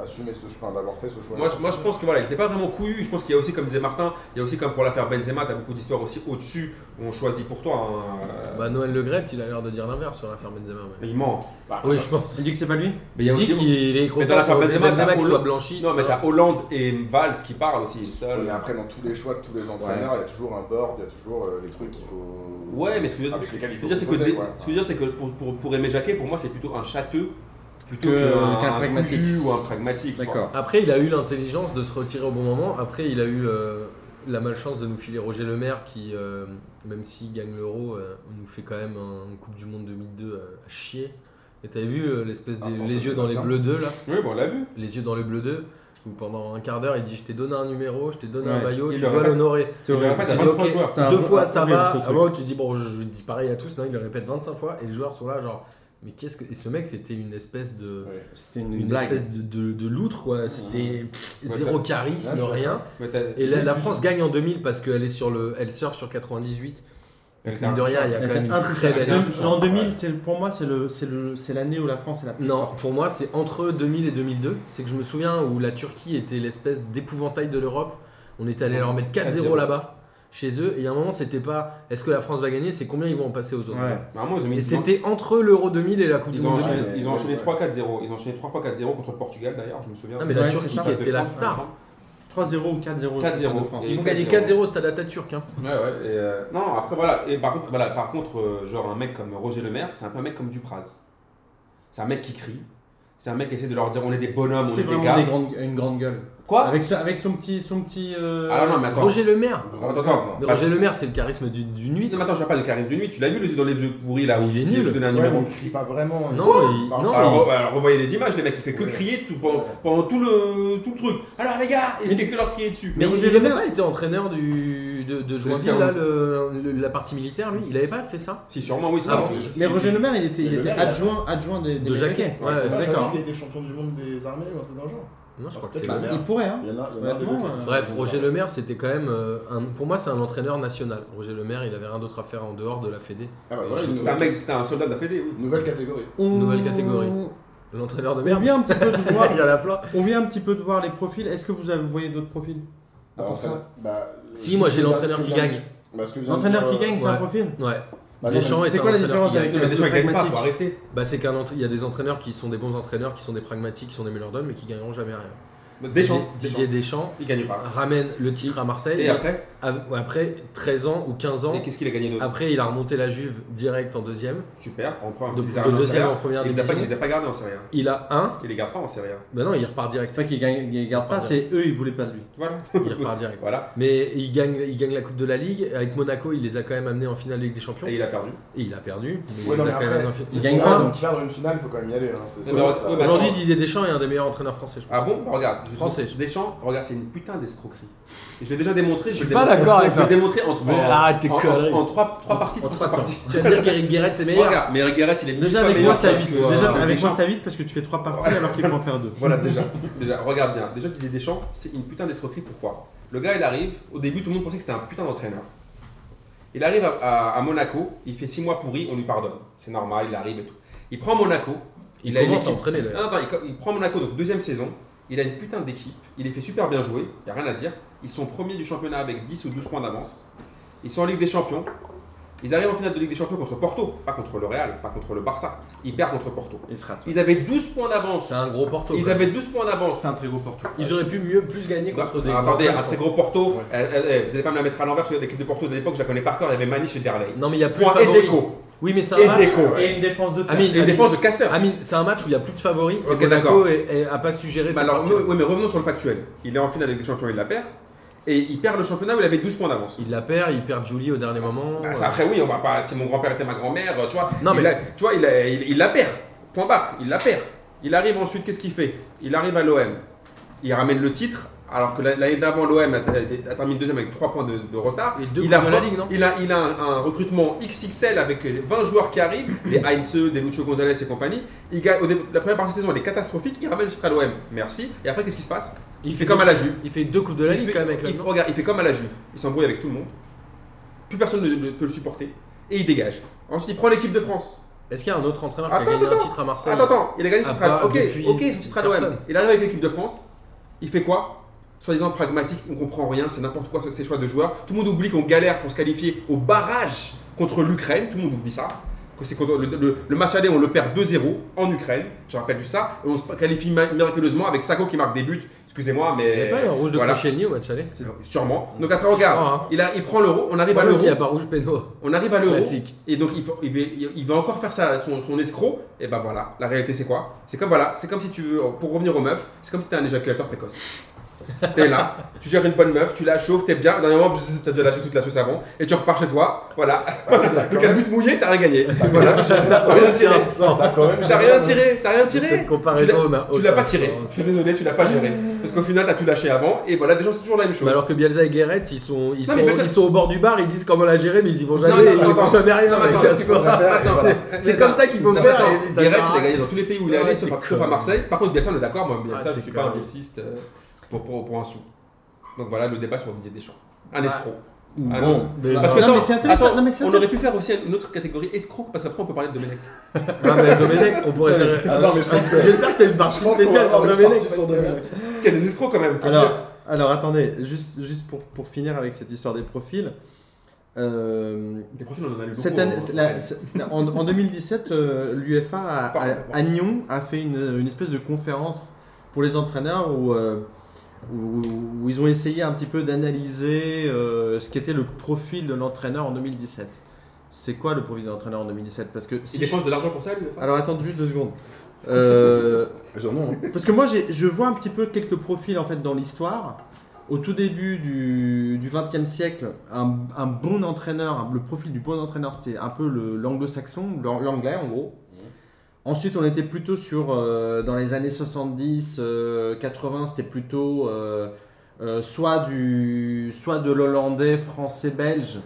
S3: assumé ce enfin, d'avoir fait ce choix
S4: moi, je- moi je pense que voilà, il n'était pas vraiment couillu. Je pense qu'il y a aussi, comme disait Martin, il y a aussi comme pour l'affaire Benzema, t'as beaucoup d'histoires aussi au-dessus où on choisit pour toi. hein, euh,
S1: Bah, Noël Le Gret, il a l'air de dire l'inverse sur l'affaire Benzema. mais-
S4: il ment.
S3: Bah,
S1: Oui, je pense.
S2: Il dit que c'est pas lui
S4: Mais il y a
S1: Il dit
S4: aussi.
S1: qu'il est content
S4: dans l'affaire
S1: que
S4: Benzema, t'as
S1: Benzema qu'il soit
S4: Hollande-
S1: blanchi.
S4: Non,
S1: tout
S4: mais
S1: ça.
S4: t'as Hollande et Valls qui parlent aussi. ça,
S3: Ouais,
S4: le-
S3: mais après, dans tous les choix de tous les entraîneurs, il y a toujours un board, il y a toujours euh, des trucs qu'il faut.
S4: Ouais, mais ce que je veux dire,
S3: avec
S4: c'est que,
S3: lesquels il
S4: ce
S3: faut
S4: que je veux dire, c'est que,
S3: composer,
S4: dé-
S3: quoi.
S4: ce que je veux dire, c'est que pour, pour, pour Aimé Jacquet, pour moi, c'est plutôt un châteux plutôt
S2: Que-
S4: qu'un
S2: qu'un
S4: un
S2: pragmatique.
S4: couillu ou un pragmatique. tu vois.
S2: D'accord.
S1: Après, il a eu l'intelligence de se retirer au bon moment. Après, il a eu euh, la malchance de nous filer Roger Lemaire qui, euh, même s'il gagne l'euro, euh, nous fait quand même un- une Coupe du Monde 2002 euh, à- à chier. Et t'avais vu euh, l'espèce des
S3: Instant
S1: les yeux dans les
S3: Sébastien.
S1: bleus 2 là
S4: Oui, bon, on l'a vu.
S1: Les yeux dans les bleus 2 où pendant un quart d'heure il dit je t'ai donné un numéro, je t'ai donné un
S2: Ouais.
S1: maillot,
S4: Il
S1: tu
S4: le
S1: dois
S4: répète.
S1: l'honorer.
S2: C'était
S4: Il
S2: horrible.
S4: répète à
S1: C'est
S4: 23
S1: ok.
S4: joueurs.
S2: C'était un
S1: Deux
S2: peu-
S1: fois ça
S2: horrible,
S1: va,
S2: ce
S1: à un
S2: truc.
S1: moment, tu dis bon je, je dis pareil à tous, non il le répète 25 fois et les joueurs sont là genre mais qu'est-ce que. Et ce mec c'était une espèce de
S3: Ouais.
S2: C'était une,
S1: une
S2: blague.
S1: espèce de, de, de loutre, quoi. C'était pff,
S4: Ouais,
S1: zéro
S4: t'as-
S1: charisme,
S3: Ouais, je-
S1: rien.
S4: Mais t'as-
S1: Et la,
S3: Mais
S1: la
S3: tu-
S1: France gagne en 2000 parce qu'elle est sur le, elle surfe sur 98.
S4: Elle était
S1: Mine de rien, il y a
S2: Elle
S1: quand même
S2: était
S1: Ah, une très
S2: intouchable.
S1: belle.
S4: Deux-
S2: Deux- En 2000, c'est le- pour moi, c'est le- c'est le- c'est l'année où la France est la plus
S1: Non,
S2: forte.
S1: pour moi, c'est entre 2000 et 2002. C'est que je me souviens où la Turquie était l'espèce d'épouvantail de l'Europe. On est allé leur mettre 4-0
S4: 4-0.
S1: là-bas, chez eux. Et à un moment, c'était pas est-ce que la France va gagner, c'est combien ils vont en passer aux autres.
S2: Ouais.
S4: Normalement, ils ont mis
S1: Et
S4: dix ans.
S1: c'était entre l'Euro 2000 et la Coupe du
S4: Ils ont
S1: Monde
S4: enchaîné,
S1: 2000.
S3: Ouais,
S4: ils ont
S3: ouais,
S4: enchaîné
S3: ouais.
S4: 3-4-0. Ils ont enchaîné 3-4-0 contre le Portugal d'ailleurs, je me souviens.
S1: Ah, mais
S2: Ouais,
S1: la
S2: c'est
S1: Turquie
S2: ça.
S1: qui était la star.
S2: 3-0 ou 4-0
S4: 4-0.
S2: de France.
S1: Ils vont
S4: Et
S1: gagner 4-0 au stade Atatürk. Hein.
S4: Ouais, ouais. et, euh, non, après voilà. Et par contre, voilà, par contre euh, genre un mec comme Roger Lemaire, c'est un peu un mec comme Dupraz. C'est un mec qui crie. C'est un mec qui essaie de leur dire on est des bonhommes, on
S2: C'est
S4: est des
S2: vraiment
S4: gars.
S2: des grandes- une grande gueule.
S1: Ah.
S4: Quoi
S2: Avec, ce- avec son petit. Son petit euh,
S4: Ah non, mais attends.
S1: Roger Le Maire
S3: Grand
S4: Attends,
S3: gars,
S4: attends.
S3: non.
S1: Mais
S4: Bah,
S1: Roger Le Maire, c'est le charisme du- d'une huître.
S4: Non, mais attends, je parle pas de Caris de nuit. Tu l'as vu les yeux dans les yeux pourris là où
S1: Il est
S4: essaie de
S1: nul.
S4: donner un
S3: Ouais,
S4: numéro.
S3: mais il crie pas vraiment. hein.
S1: Non, il-
S3: parle
S1: non,
S3: pas.
S4: Alors, re- alors, revoyez les images, les mecs, il fait que
S3: Ouais.
S4: crier tout, pendant,
S3: Ouais.
S4: pendant tout, le, tout le truc. Alors les gars, il fait que leur crier dessus.
S1: Mais
S2: Mais
S1: Roger
S2: il
S1: Le
S2: avait-
S1: Maire était entraîneur du, de, de Joinville,
S4: Scarron.
S1: là, le- le- la partie militaire, lui. Il avait pas fait ça
S4: Si, sûrement, oui, c'est
S3: Ah,
S4: ça.
S3: c'est-
S2: Mais Roger Le Maire, il était,
S3: Mais
S2: il
S3: Le
S2: était
S3: Maire, il a-
S2: adjoint, adjoint des, des
S1: De Jacquet.
S2: Jacquet.
S1: Ouais,
S3: C'est pas
S2: d'accord.
S3: Jacquet qui a été champion du monde des armées ou un truc dans le genre.
S1: Non, je
S3: Ah,
S1: crois que
S3: c'est
S1: c'est
S3: pas
S1: le
S3: mal.
S1: Maire.
S2: Il pourrait, hein.
S3: Il y en a, il y en a un des deux qui a été
S2: Honnêtement,
S3: champion
S1: Bref,
S3: du monde
S1: Roger
S3: des
S1: Le
S3: armées.
S1: Maire, c'était quand même. euh, un- pour moi, c'est un entraîneur national. Roger Le Maire, il avait rien d'autre à faire en dehors de la Fédé.
S3: Ah bah voilà, une
S4: C'était un
S3: nouvelle-
S4: mec, c'était un soldat de la Fédé, oui.
S3: nouvelle catégorie.
S2: On-
S1: Nouvelle catégorie. L'entraîneur de
S2: On
S1: merde.
S2: vient un petit peu de voir,
S1: Il y en a plein.
S2: on vient un petit peu de voir les profils. Est-ce que vous avez- vous voyez d'autres profils à
S3: Bah,
S2: part
S3: enfin,
S2: ça
S3: bah,
S1: Si, moi,
S3: ce
S1: j'ai
S3: que vient-
S1: l'entraîneur
S3: ce que
S1: qui
S3: vient-
S1: gagne.
S3: bah, ce que vient de
S2: L'entraîneur
S3: dire,
S2: qui gagne, c'est un
S1: ouais.
S2: profil
S1: Ouais.
S3: Bah, non,
S1: Deschamps
S2: mais
S1: est
S2: c'est
S1: un
S2: quoi la
S1: entraîneur
S2: différence
S1: qui gagne.
S2: avec
S4: Non, mais
S2: le
S4: des gens, ils gagnent pas, faut
S2: pragmatique.
S4: arrêter.
S1: Bah, c'est qu'un entra- il y a des entraîneurs qui sont des bons entraîneurs, qui sont des pragmatiques, qui sont des meilleurs d'hommes, mais qui gagneront jamais rien.
S4: Deschamps, Deschamps,
S1: Didier Deschamps
S4: il gagne pas.
S1: ramène le titre à Marseille.
S4: Et après,
S1: Av- Après 13 ans ou 15 ans,
S4: et qu'est-ce qu'il a gagné d'autre
S1: après il a remonté la Juve direct en deuxième,
S4: Super, on prend un
S1: de,
S4: il les
S1: de
S4: a ramenés en Serie
S1: deuxième
S4: A.
S1: en première
S4: Il les a pas- il
S1: division.
S4: les a pas gardés en Serie A.
S1: Il a un,
S4: Il les garde pas en hein. Serie A.
S1: bah non, il repart
S2: C'est
S1: direct.
S2: pas qu'ils gagnent, ils gardent pas, c'est eux, ils voulaient pas de lui.
S4: Voilà.
S1: Il repart direct.
S4: Voilà.
S1: Mais il gagne, il gagne la Coupe de la Ligue. Avec Monaco, il les a quand même amenés en finale de Ligue des Champions.
S4: Et
S1: Et
S4: il a perdu.
S1: il a perdu. mais
S3: Ouais,
S1: il
S3: non,
S1: les a
S3: mais
S1: quand
S3: après,
S1: même en finale.
S2: il gagne
S3: Ah,
S2: pas,
S3: donc
S2: donc.
S3: perdre une finale, faut quand même y aller. hein, c'est
S4: Ouais,
S3: sûr,
S4: bah,
S3: ça.
S4: ouais, bah,
S1: Aujourd'hui,
S4: attends.
S1: Didier Deschamps est un des meilleurs entraîneurs français, je pense.
S4: Ah bon Bah, Regarde.
S1: Français.
S4: Deschamps, regarde, c'est une putain d'escroquerie. Je l'ai déjà démontré.
S1: Je
S4: vais
S1: suis
S4: le
S1: pas
S4: démontrer-
S1: d'accord avec
S4: Je vais
S1: toi.
S4: le démontrer en
S1: Ah, Mais
S4: trois.
S1: arrête tes
S4: en- en-
S1: conneries.
S4: En trois trois parties.
S2: En
S4: trois
S2: trois temps.
S4: parties.
S1: Tu vas dire qu'Eric Guéret c'est meilleur.
S4: Regarde, mais Eric Guéret, il est mille
S2: Déjà
S4: fois
S2: avec moi
S4: meilleur
S2: t'as
S4: que-
S2: vite,
S4: que-
S1: euh,
S2: déjà
S4: que
S2: avec moi
S4: Deschamps.
S2: t'as vite parce que tu fais trois parties alors qu'il faut en faire deux.
S4: Voilà, déjà. déjà, regarde bien. Déjà, Didier Deschamps, c'est une putain d'escroquerie. Pourquoi Le gars, il arrive. Au début, tout le monde pensait que c'était un putain d'entraîneur. Il arrive à, à- à Monaco. Il fait 6 mois pourri. On lui pardonne. C'est normal, il arrive et tout. Il prend Monaco.
S1: Il,
S4: a une
S1: commence à
S4: équipe-
S1: entraîner
S4: Non,
S1: d'ailleurs.
S4: non, attends, il co- il, prend Monaco, donc deuxième saison. Il a une putain d'équipe. Il les fait super bien jouer. Il n'y a rien à dire. Ils sont premiers du championnat avec 10 ou 12 points d'avance. Ils sont en Ligue des Champions. Ils arrivent en finale de Ligue des Champions contre Porto. Pas contre le Real, pas contre le Barça. Ils perdent contre Porto.
S2: Il sera
S4: Ils avaient 12 points d'avance.
S1: C'est un gros Porto.
S4: Ils
S1: quoi.
S4: avaient 12 points d'avance.
S2: C'est un très gros porteur.
S1: Ils auraient pu mieux plus gagner contre des.
S4: Ah, attendez,
S1: grands
S4: un
S1: clubs,
S4: très
S1: je
S4: gros Porto.
S3: Ouais.
S4: Eh, eh, eh, vous n'allez pas me la mettre à l'envers, parce que l'équipe de Porto de l'époque, je la connais par cœur. Il y avait Maniche et Derley.
S1: pense. Non mais il y a plus de
S4: Point et
S1: favoris.
S4: déco.
S1: Oui mais c'est un
S4: Et
S1: match.
S4: déco.
S2: Et une défense de fer.
S1: Amine,
S4: Et
S1: Amine,
S4: défense de casseur.
S1: Amine, c'est un match où il n'y a plus de favoris.
S4: Ok,
S1: et Monaco
S4: d'accord.
S1: est- est- a pas su gérer
S4: Bah
S1: cette
S4: alors,
S1: partie.
S4: oui, oui, mais revenons sur le factuel. Il est en finale avec des champions, il la perd. Et il perd le championnat où il avait 12 points d'avance.
S1: Il la perd, il perd Julie au dernier moment.
S4: Bah, ça, après, oui, on va pas. Si mon grand-père était ma grand-mère, tu vois.
S1: Non,
S4: il
S1: mais-
S4: la- tu vois, il, a- il, il la perd. Point barre, il la perd. Il arrive ensuite, qu'est-ce qu'il fait Il arrive à l'OM. Il ramène le titre, alors que la- l'année d'avant, l'OM a, a- a terminé deuxième avec 3 points de, de retard.
S1: Et deux
S4: il,
S1: coupes
S4: a,
S1: de la Ligue, non
S4: il a, il a un, un recrutement XXL avec euh, 20 joueurs qui arrivent, des Heinze, des Lucho Gonzalez et compagnie. Il gagne, au début- la première partie de saison, elle est catastrophique. Il ramène le titre à l'OM. Merci. Et après, qu'est-ce qui se passe Il fait comme à la Juve.
S1: Il fait deux coupes de la
S4: Il
S1: Ligue
S4: fait-
S1: quand même avec la
S4: il, regarde, il fait comme à la Juve. Il s'embrouille avec tout le monde. Plus personne ne, ne peut le supporter. Et il dégage. Ensuite, il prend l'équipe de France.
S1: Est-ce qu'il y a un autre entraîneur
S4: Attends,
S1: qui a gagné
S4: attends,
S1: un titre à Marseille
S4: Attends, attends, il a gagné
S1: À
S4: son titre à
S1: part
S4: Ok,
S1: depuis,
S4: ok, son titre à l'OM.
S1: personne.
S4: Il arrive avec l'équipe de France. Il fait quoi Soi-disant pragmatique, on comprend rien, c'est n'importe quoi ces choix de joueurs. Tout le monde oublie qu'on galère pour se qualifier au barrage contre l'Ukraine. Tout le monde oublie ça. Que c'est contre- le, le- le match aller, on le perd 2-0 en Ukraine. Je rappelle juste ça. Et on se qualifie mi- miraculeusement avec Sako qui marque des buts. Excusez-moi, mais.
S1: Il n'y a pas eu un rouge de
S4: voilà.
S1: Cochelny au match aller
S4: Sûrement. Donc après, regarde,
S1: Je crois, hein.
S4: il, a- il prend l'euro, on arrive à
S1: Pas
S4: l'euro,
S1: aussi, à part rouge péno.
S4: on arrive à l'euro,
S1: Classique.
S4: et donc il, faut- il va, il va encore faire ça, son, son escroc, et ben voilà, la réalité c'est quoi C'est comme voilà, c'est comme si tu veux, pour revenir aux meufs, c'est comme si t'es un éjaculateur précoce. T'es là, tu gères une bonne meuf, tu la chauffes, t'es bien, d'un moment, bzzz, t'as déjà lâché toute la sauce avant, et tu repars chez toi, voilà.
S1: Ah,
S3: bah,
S4: donc un but mouillé, t'as rien gagné. Voilà, t'as rien tiré.
S3: T'as quand même-
S4: T'as rien tiré, t'as rien tiré.
S1: Cette comparaison n'a
S4: Tu l'as
S1: aucun
S4: pas tiré,
S1: sens.
S4: je suis désolé, tu l'as pas géré. Parce qu'au final, t'as tout lâché avant, et voilà, déjà, c'est toujours la même chose.
S1: Mais alors que Bielsa et Guéret, ils sont, ils, sont,
S4: Non, mais Bielsa-
S1: ils sont au bord du bar, ils disent comment la gérer, mais ils y vont jamais,
S4: Non, non,
S1: ils
S4: non,
S1: ne font
S4: non.
S1: jamais
S2: Ah
S1: rien
S4: Non, mais
S1: avec
S4: attends,
S1: cette
S4: parce qu'il faut
S1: histoire.
S4: faire, et voilà.
S1: C'est comme ça qu'il faut
S4: Non,
S1: faire.
S4: attends,
S1: et ça
S4: Guéret,
S1: sert à
S4: il a
S1: rien.
S4: gagné dans tous les pays où il est
S1: Ouais,
S4: allé,
S1: c'est
S4: sauf à-
S1: con.
S4: sauf à Marseille. Par contre, Bielsa, on est d'accord, moi,
S1: Ah,
S4: Bielsa, je
S1: t'es
S4: suis pas un
S1: con.
S4: belgiste euh, pour, pour, pour un sou. Donc voilà le débat sur Didier Deschamps. Un escroc. Ah,
S2: Bon.
S4: non.
S1: Mais-
S4: Parce que
S2: non,
S4: attends,
S2: mais c'est intéressant,
S4: attends,
S2: non, mais c'est
S4: on
S2: intéressant.
S4: aurait pu faire aussi une autre catégorie escroc, parce qu'après on peut parler de Domenech.
S1: Ah, mais Domenech, on pourrait faire.
S3: Attends, mais je pense que-
S1: J'espère que t'as une marche
S3: Je pense qu'on va
S1: spéciale sur
S3: avoir une
S1: Domenech.
S3: partie sur Domenech.
S4: Parce qu'il y a des escrocs quand même. faut
S2: Alors,
S4: dire.
S2: alors attendez, juste, juste pour, pour finir avec cette histoire des profils. Euh,
S4: Les profils, on en a eu beaucoup.
S2: cette année,
S4: hein.
S2: la- c'est- en, en 2017, l'UFA à,
S4: Pardon, pardon.
S2: à Nyon a fait une, une espèce de conférence pour les entraîneurs où, euh, où, où ils ont essayé un petit peu d'analyser euh, ce qu'était le profil de l'entraîneur en 2017. C'est quoi le profil de l'entraîneur en 2017 Parce que si
S4: Il
S2: je-
S4: dépense de l'argent pour ça, lui. enfin.
S2: alors attends juste deux secondes. Euh,
S3: Genre, non, hein.
S2: parce que moi, j'ai- je vois un petit peu quelques profils en fait dans l'histoire. Au tout début du, du 20e siècle, un, un bon entraîneur, un- le profil du bon entraîneur, c'était un peu le- l'anglo-saxon, l'an- l'anglais en gros. Ensuite, on était plutôt sur, euh, dans les années 70, euh, 80, c'était plutôt euh, euh, soit, du, soit de l'hollandais, français, belge,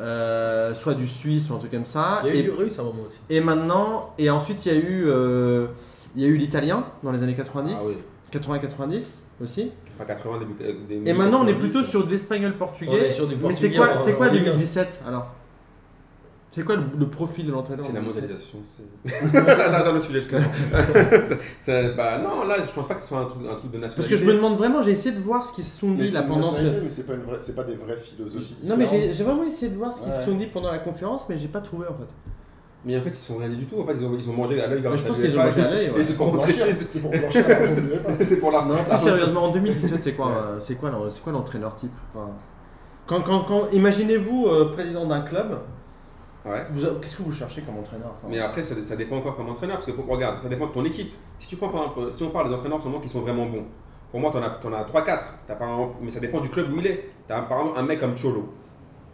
S2: euh, soit du suisse ou un truc comme ça.
S1: Il y a eu
S2: Et-
S1: du russe à un moment aussi.
S2: et maintenant, et ensuite il y a eu, euh, il y a eu l'italien dans les années 90,
S4: Ah oui.
S2: 80-90 aussi.
S4: Enfin, 80 début. euh, début
S2: Et maintenant on est
S4: 90,
S2: plutôt
S4: euh,
S2: sur de
S1: On est
S2: l'espagnol-portugais.
S1: sur du
S2: Mais c'est
S1: portugais
S2: quoi,
S1: en-
S2: c'est quoi
S1: en Ligue un.
S2: 2017 alors C'est quoi le, le profil de l'entraîneur
S4: C'est
S2: en
S4: la
S2: 2017?
S4: mondialisation. c'est- ça, c'est un autre sujet, excuse-moi. Ça- bah non, là, je pense pas que ce soit un truc, un truc de nationalité.
S2: Parce que je me demande vraiment, j'ai essayé de voir ce qu'ils se sont
S3: Mais
S2: dit
S3: c'est
S2: là
S3: une
S2: pendant ce-
S3: nationalité, mais c'est pas une vraie- c'est pas des vraies philosophies.
S2: Non mais j'ai
S3: différentes.
S2: j'ai vraiment essayé de voir ce qu'ils se
S3: Ouais.
S2: sont dit pendant la conférence, mais j'ai pas trouvé en fait.
S4: Mais en fait, ils sont rien dit du tout. En fait, ils ont, ils ont mangé à l'œil grâce
S2: je
S4: à
S2: pense
S4: la
S2: qu'ils ont
S4: UEFA,
S2: mangé à
S4: et-
S2: l'œil, ouais.
S4: Et c'est pour
S3: blanchir,
S4: montrer.
S3: c'est pour blanchir l'argent de l'UEFA.
S4: C'est pour l'argent.
S2: Non, plus sérieusement, en 2017, c'est quoi, euh, c'est quoi, l'en- c'est quoi l'entraîneur type Enfin, quand, quand, quand, Imaginez-vous euh, président d'un club,
S4: Ouais.
S2: vous- qu'est-ce que vous cherchez comme entraîneur enfin,
S4: Mais après, ça, ça dépend encore comme entraîneur, parce que faut- regarde, ça dépend de ton équipe. Si tu prends par exemple, si on parle des entraîneurs en ce moment qui sont vraiment bons, pour moi, t'en as, t'en as 3-4, T'as par exemple- mais ça dépend du club où il est. T'as par exemple un mec comme Cholo.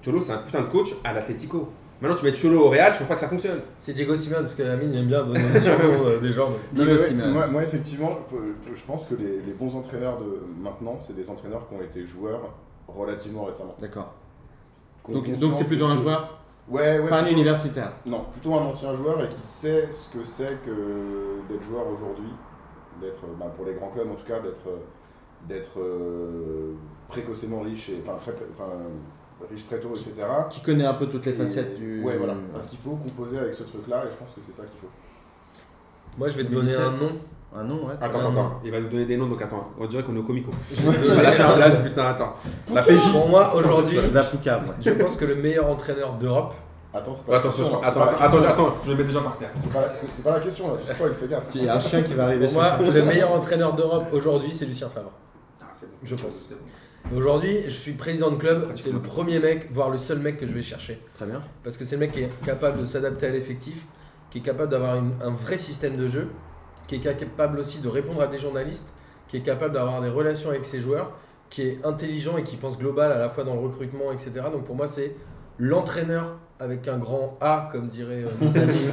S4: Cholo, c'est un putain de coach à l'Atletico. Maintenant, tu mets Cholo au Real, je pense pas que ça fonctionne.
S1: C'est Diego Simeone, parce que Amine aime bien donner des surnoms euh, des gens. mais-
S3: Non, mais
S2: Diego
S3: ouais,
S2: Simeone.
S3: moi, moi, effectivement, je- je pense que les, les bons entraîneurs de maintenant, c'est des entraîneurs qui ont été joueurs relativement récemment.
S2: D'accord.
S3: Qui ont
S2: Donc
S3: conscience
S2: donc c'est
S3: de
S2: plutôt
S3: ce
S2: un
S3: que-
S2: joueur,
S3: Ouais, ouais.
S2: pas un
S3: plutôt-
S2: universitaire.
S3: Non, plutôt un ancien joueur et qui sait ce que c'est que d'être joueur aujourd'hui, d'être, euh, bah, pour les grands clubs en tout cas, d'être, euh, d'être euh, précocement riche, et, enfin, très, pré- enfin, riche très tôt, etc.
S2: Qui connaît un peu toutes les
S3: Et-
S2: facettes du.
S3: Ouais, voilà. Parce qu'il faut composer avec ce truc-là et je pense que c'est ça qu'il faut.
S1: Moi, je vais te donner un
S2: 2017.
S1: nom.
S2: Ah non, ouais.
S4: Attends,
S1: Euh,
S4: attends, attends. Il va nous donner des noms, donc attends. On dirait qu'on est au comico.
S1: Je vais te donner
S4: Bah, Là, j'ai un
S1: un
S4: blast, putain, attends. La PJ.
S1: nom. Pour moi, aujourd'hui,
S2: La Poucave.
S1: je pense que le meilleur entraîneur d'Europe,
S3: Attends, c'est pas
S4: Attention,
S3: la question. hein,
S4: attends,
S3: c'est pas la
S4: attends,
S3: question.
S4: attends, je le mets déjà par terre.
S3: C'est pas, c'est- c'est pas la question là, tu spoil, fais gaffe.
S2: Il y a un chien qui va arriver
S1: pour
S2: sur
S1: moi, le meilleur entraîneur d'Europe aujourd'hui, c'est Lucien Favre.
S4: Je pense.
S1: Aujourd'hui, je suis président de club,
S4: Pratiquement.
S1: Ah, c'est le premier mec, voire le seul mec que je vais chercher.
S2: Très bien.
S1: Parce que c'est le mec qui est capable de s'adapter à l'effectif, qui est capable d'avoir une- un vrai système de jeu, qui est capable aussi de répondre à des journalistes, qui est capable d'avoir des relations avec ses joueurs, qui est intelligent et qui pense global à la fois dans le recrutement, etc. Donc pour moi, c'est l'entraîneur avec un grand A, comme diraient euh, nos amis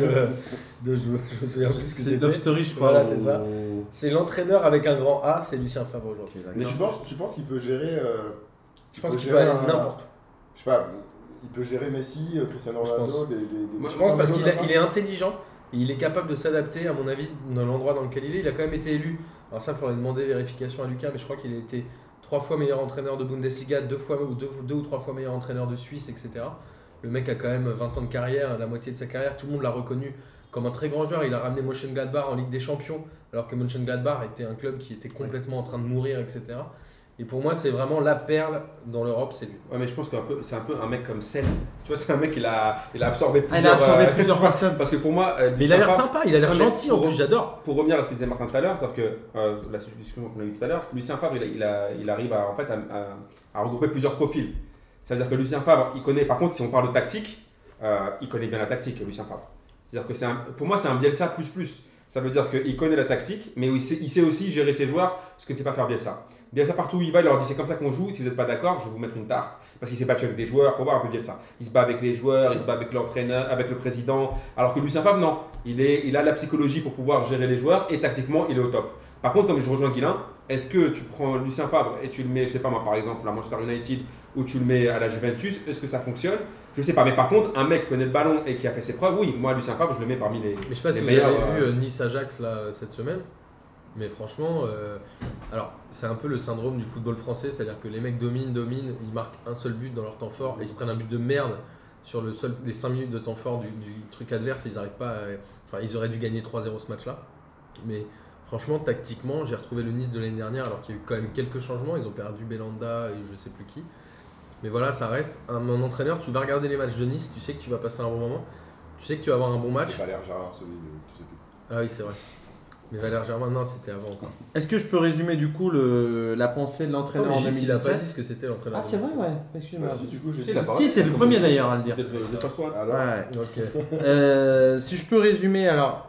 S1: de, de- je, me- je me souviens juste ce que
S2: C'est
S1: c'était.
S2: Love Story, je crois.
S1: crois, ou- C'est l'entraîneur avec un grand A, c'est Lucien Favre aujourd'hui.
S3: Mais tu penses, tu penses qu'il peut gérer. euh,
S1: Je pense
S3: peut
S1: qu'il peut aller
S3: gérer un-
S1: n'importe où.
S3: Je sais pas, il peut gérer Messi, euh, Cristiano
S1: Je
S3: Ronaldo,
S1: pense.
S3: des, des, des-
S4: Moi,
S1: Je pense parce
S3: des-
S1: qu'il
S3: des-
S1: est- il est intelligent et il est capable de s'adapter, à mon avis, dans l'endroit dans lequel il est. Il a quand même été élu. Alors ça, il faudrait demander vérification à Lucas, mais je crois qu'il a été trois fois meilleur entraîneur de Bundesliga, deux, fois, ou deux, deux ou trois fois meilleur entraîneur de Suisse, etc. Le mec a quand même 20 ans de carrière, la moitié de sa carrière. Tout le monde l'a reconnu comme un très grand joueur. Il a ramené Mönchengladbach en Ligue des Champions, alors que Mönchengladbach était un club qui était complètement en train de mourir, etc. Et pour moi, c'est vraiment la perle dans l'Europe, c'est lui.
S4: Ouais, mais je pense que c'est un peu un mec comme Sel. Tu vois, c'est un mec, il a, il a absorbé plusieurs.
S2: Elle Ah, a absorbé
S4: euh,
S2: plusieurs personnes.
S4: Parce que pour moi, euh,
S1: Mais il a l'air
S4: Lucien Favre-
S1: sympa, il a l'air
S4: Ouais,
S1: gentil
S4: mais-
S1: en plus, j'adore.
S4: Pour revenir à ce que disait Martin tout à l'heure, c'est-à-dire que euh, la discussion qu'on a eue tout à l'heure, Lucien Favre, il, a- il a- il arrive à, en fait, à, à- à regrouper plusieurs profils. C'est-à-dire que Lucien Favre, il connaît, par contre, si on parle de tactique, euh, il connaît bien la tactique, Lucien Favre. C'est-à-dire que c'est un- pour moi, c'est un Bielsa plus plus. Ça veut dire qu'il connaît la tactique, mais il sait, il sait aussi gérer ses joueurs, ce que ne sait pas faire Bielsa. Bielsa, partout où il va, il leur dit c'est comme ça qu'on joue, si vous n'êtes pas d'accord, je vais vous mettre une tarte. Parce qu'il s'est battu avec des joueurs, faut voir un peu Bielsa. Il se bat avec les joueurs, il se bat avec l'entraîneur, avec le président. Alors que Lucien Favre, non. Il, est, il a la psychologie pour pouvoir gérer les joueurs et tactiquement, il est au top. Par contre, comme je rejoins Guilin, est-ce que tu prends Lucien Favre et tu le mets, je sais pas moi, par exemple, à Manchester United ou tu le mets à la Juventus, est-ce que ça fonctionne Je sais pas. Mais par contre, un mec qui connaît le ballon et qui a fait ses preuves, oui, moi, Lucien Favre, je le mets parmi les.
S1: Mais je sais pas
S4: les
S1: si vous avez
S4: meilleurs,
S1: vu
S4: euh,
S1: euh, Nice-Ajax là euh, cette semaine, mais franchement, euh, alors c'est un peu le syndrome du football français, c'est-à-dire que les mecs dominent, dominent, ils marquent un seul but dans leur temps fort, et ils se prennent un but de merde sur le seul, les 5 minutes de temps fort du, du truc adverse, et ils arrivent pas à- Enfin, ils auraient dû gagner 3-0 ce match-là, mais franchement, tactiquement, j'ai retrouvé le Nice de l'année dernière, alors qu'il y a eu quand même quelques changements, ils ont perdu Belanda et je sais plus qui. Mais voilà, ça reste un, un entraîneur, tu vas regarder les matchs de Nice, tu sais que tu vas passer un bon moment, tu sais que tu vas avoir un bon match.
S3: C'est Valère Gérard, celui de. Tu sais plus.
S1: Ah oui, c'est vrai. Mais Valère Germain, non, c'était avant encore.
S2: Est-ce que je peux résumer du coup le, la pensée de
S1: Attends,
S2: l'entraîneur
S1: mais
S2: en
S1: Gilles, il a pas dit
S2: 2017
S1: ce que c'était l'entraîneur.
S2: Ah, c'est vrai, ouais. Excuse-moi.
S3: Bah, si, du coup, j'ai-
S4: Si, il a pas-
S2: Si, c'est le premier d'ailleurs à le dire. Euh,
S4: The- The First One.
S3: Alors,
S2: Ouais.
S1: Ok.
S2: Euh, si je peux résumer, alors,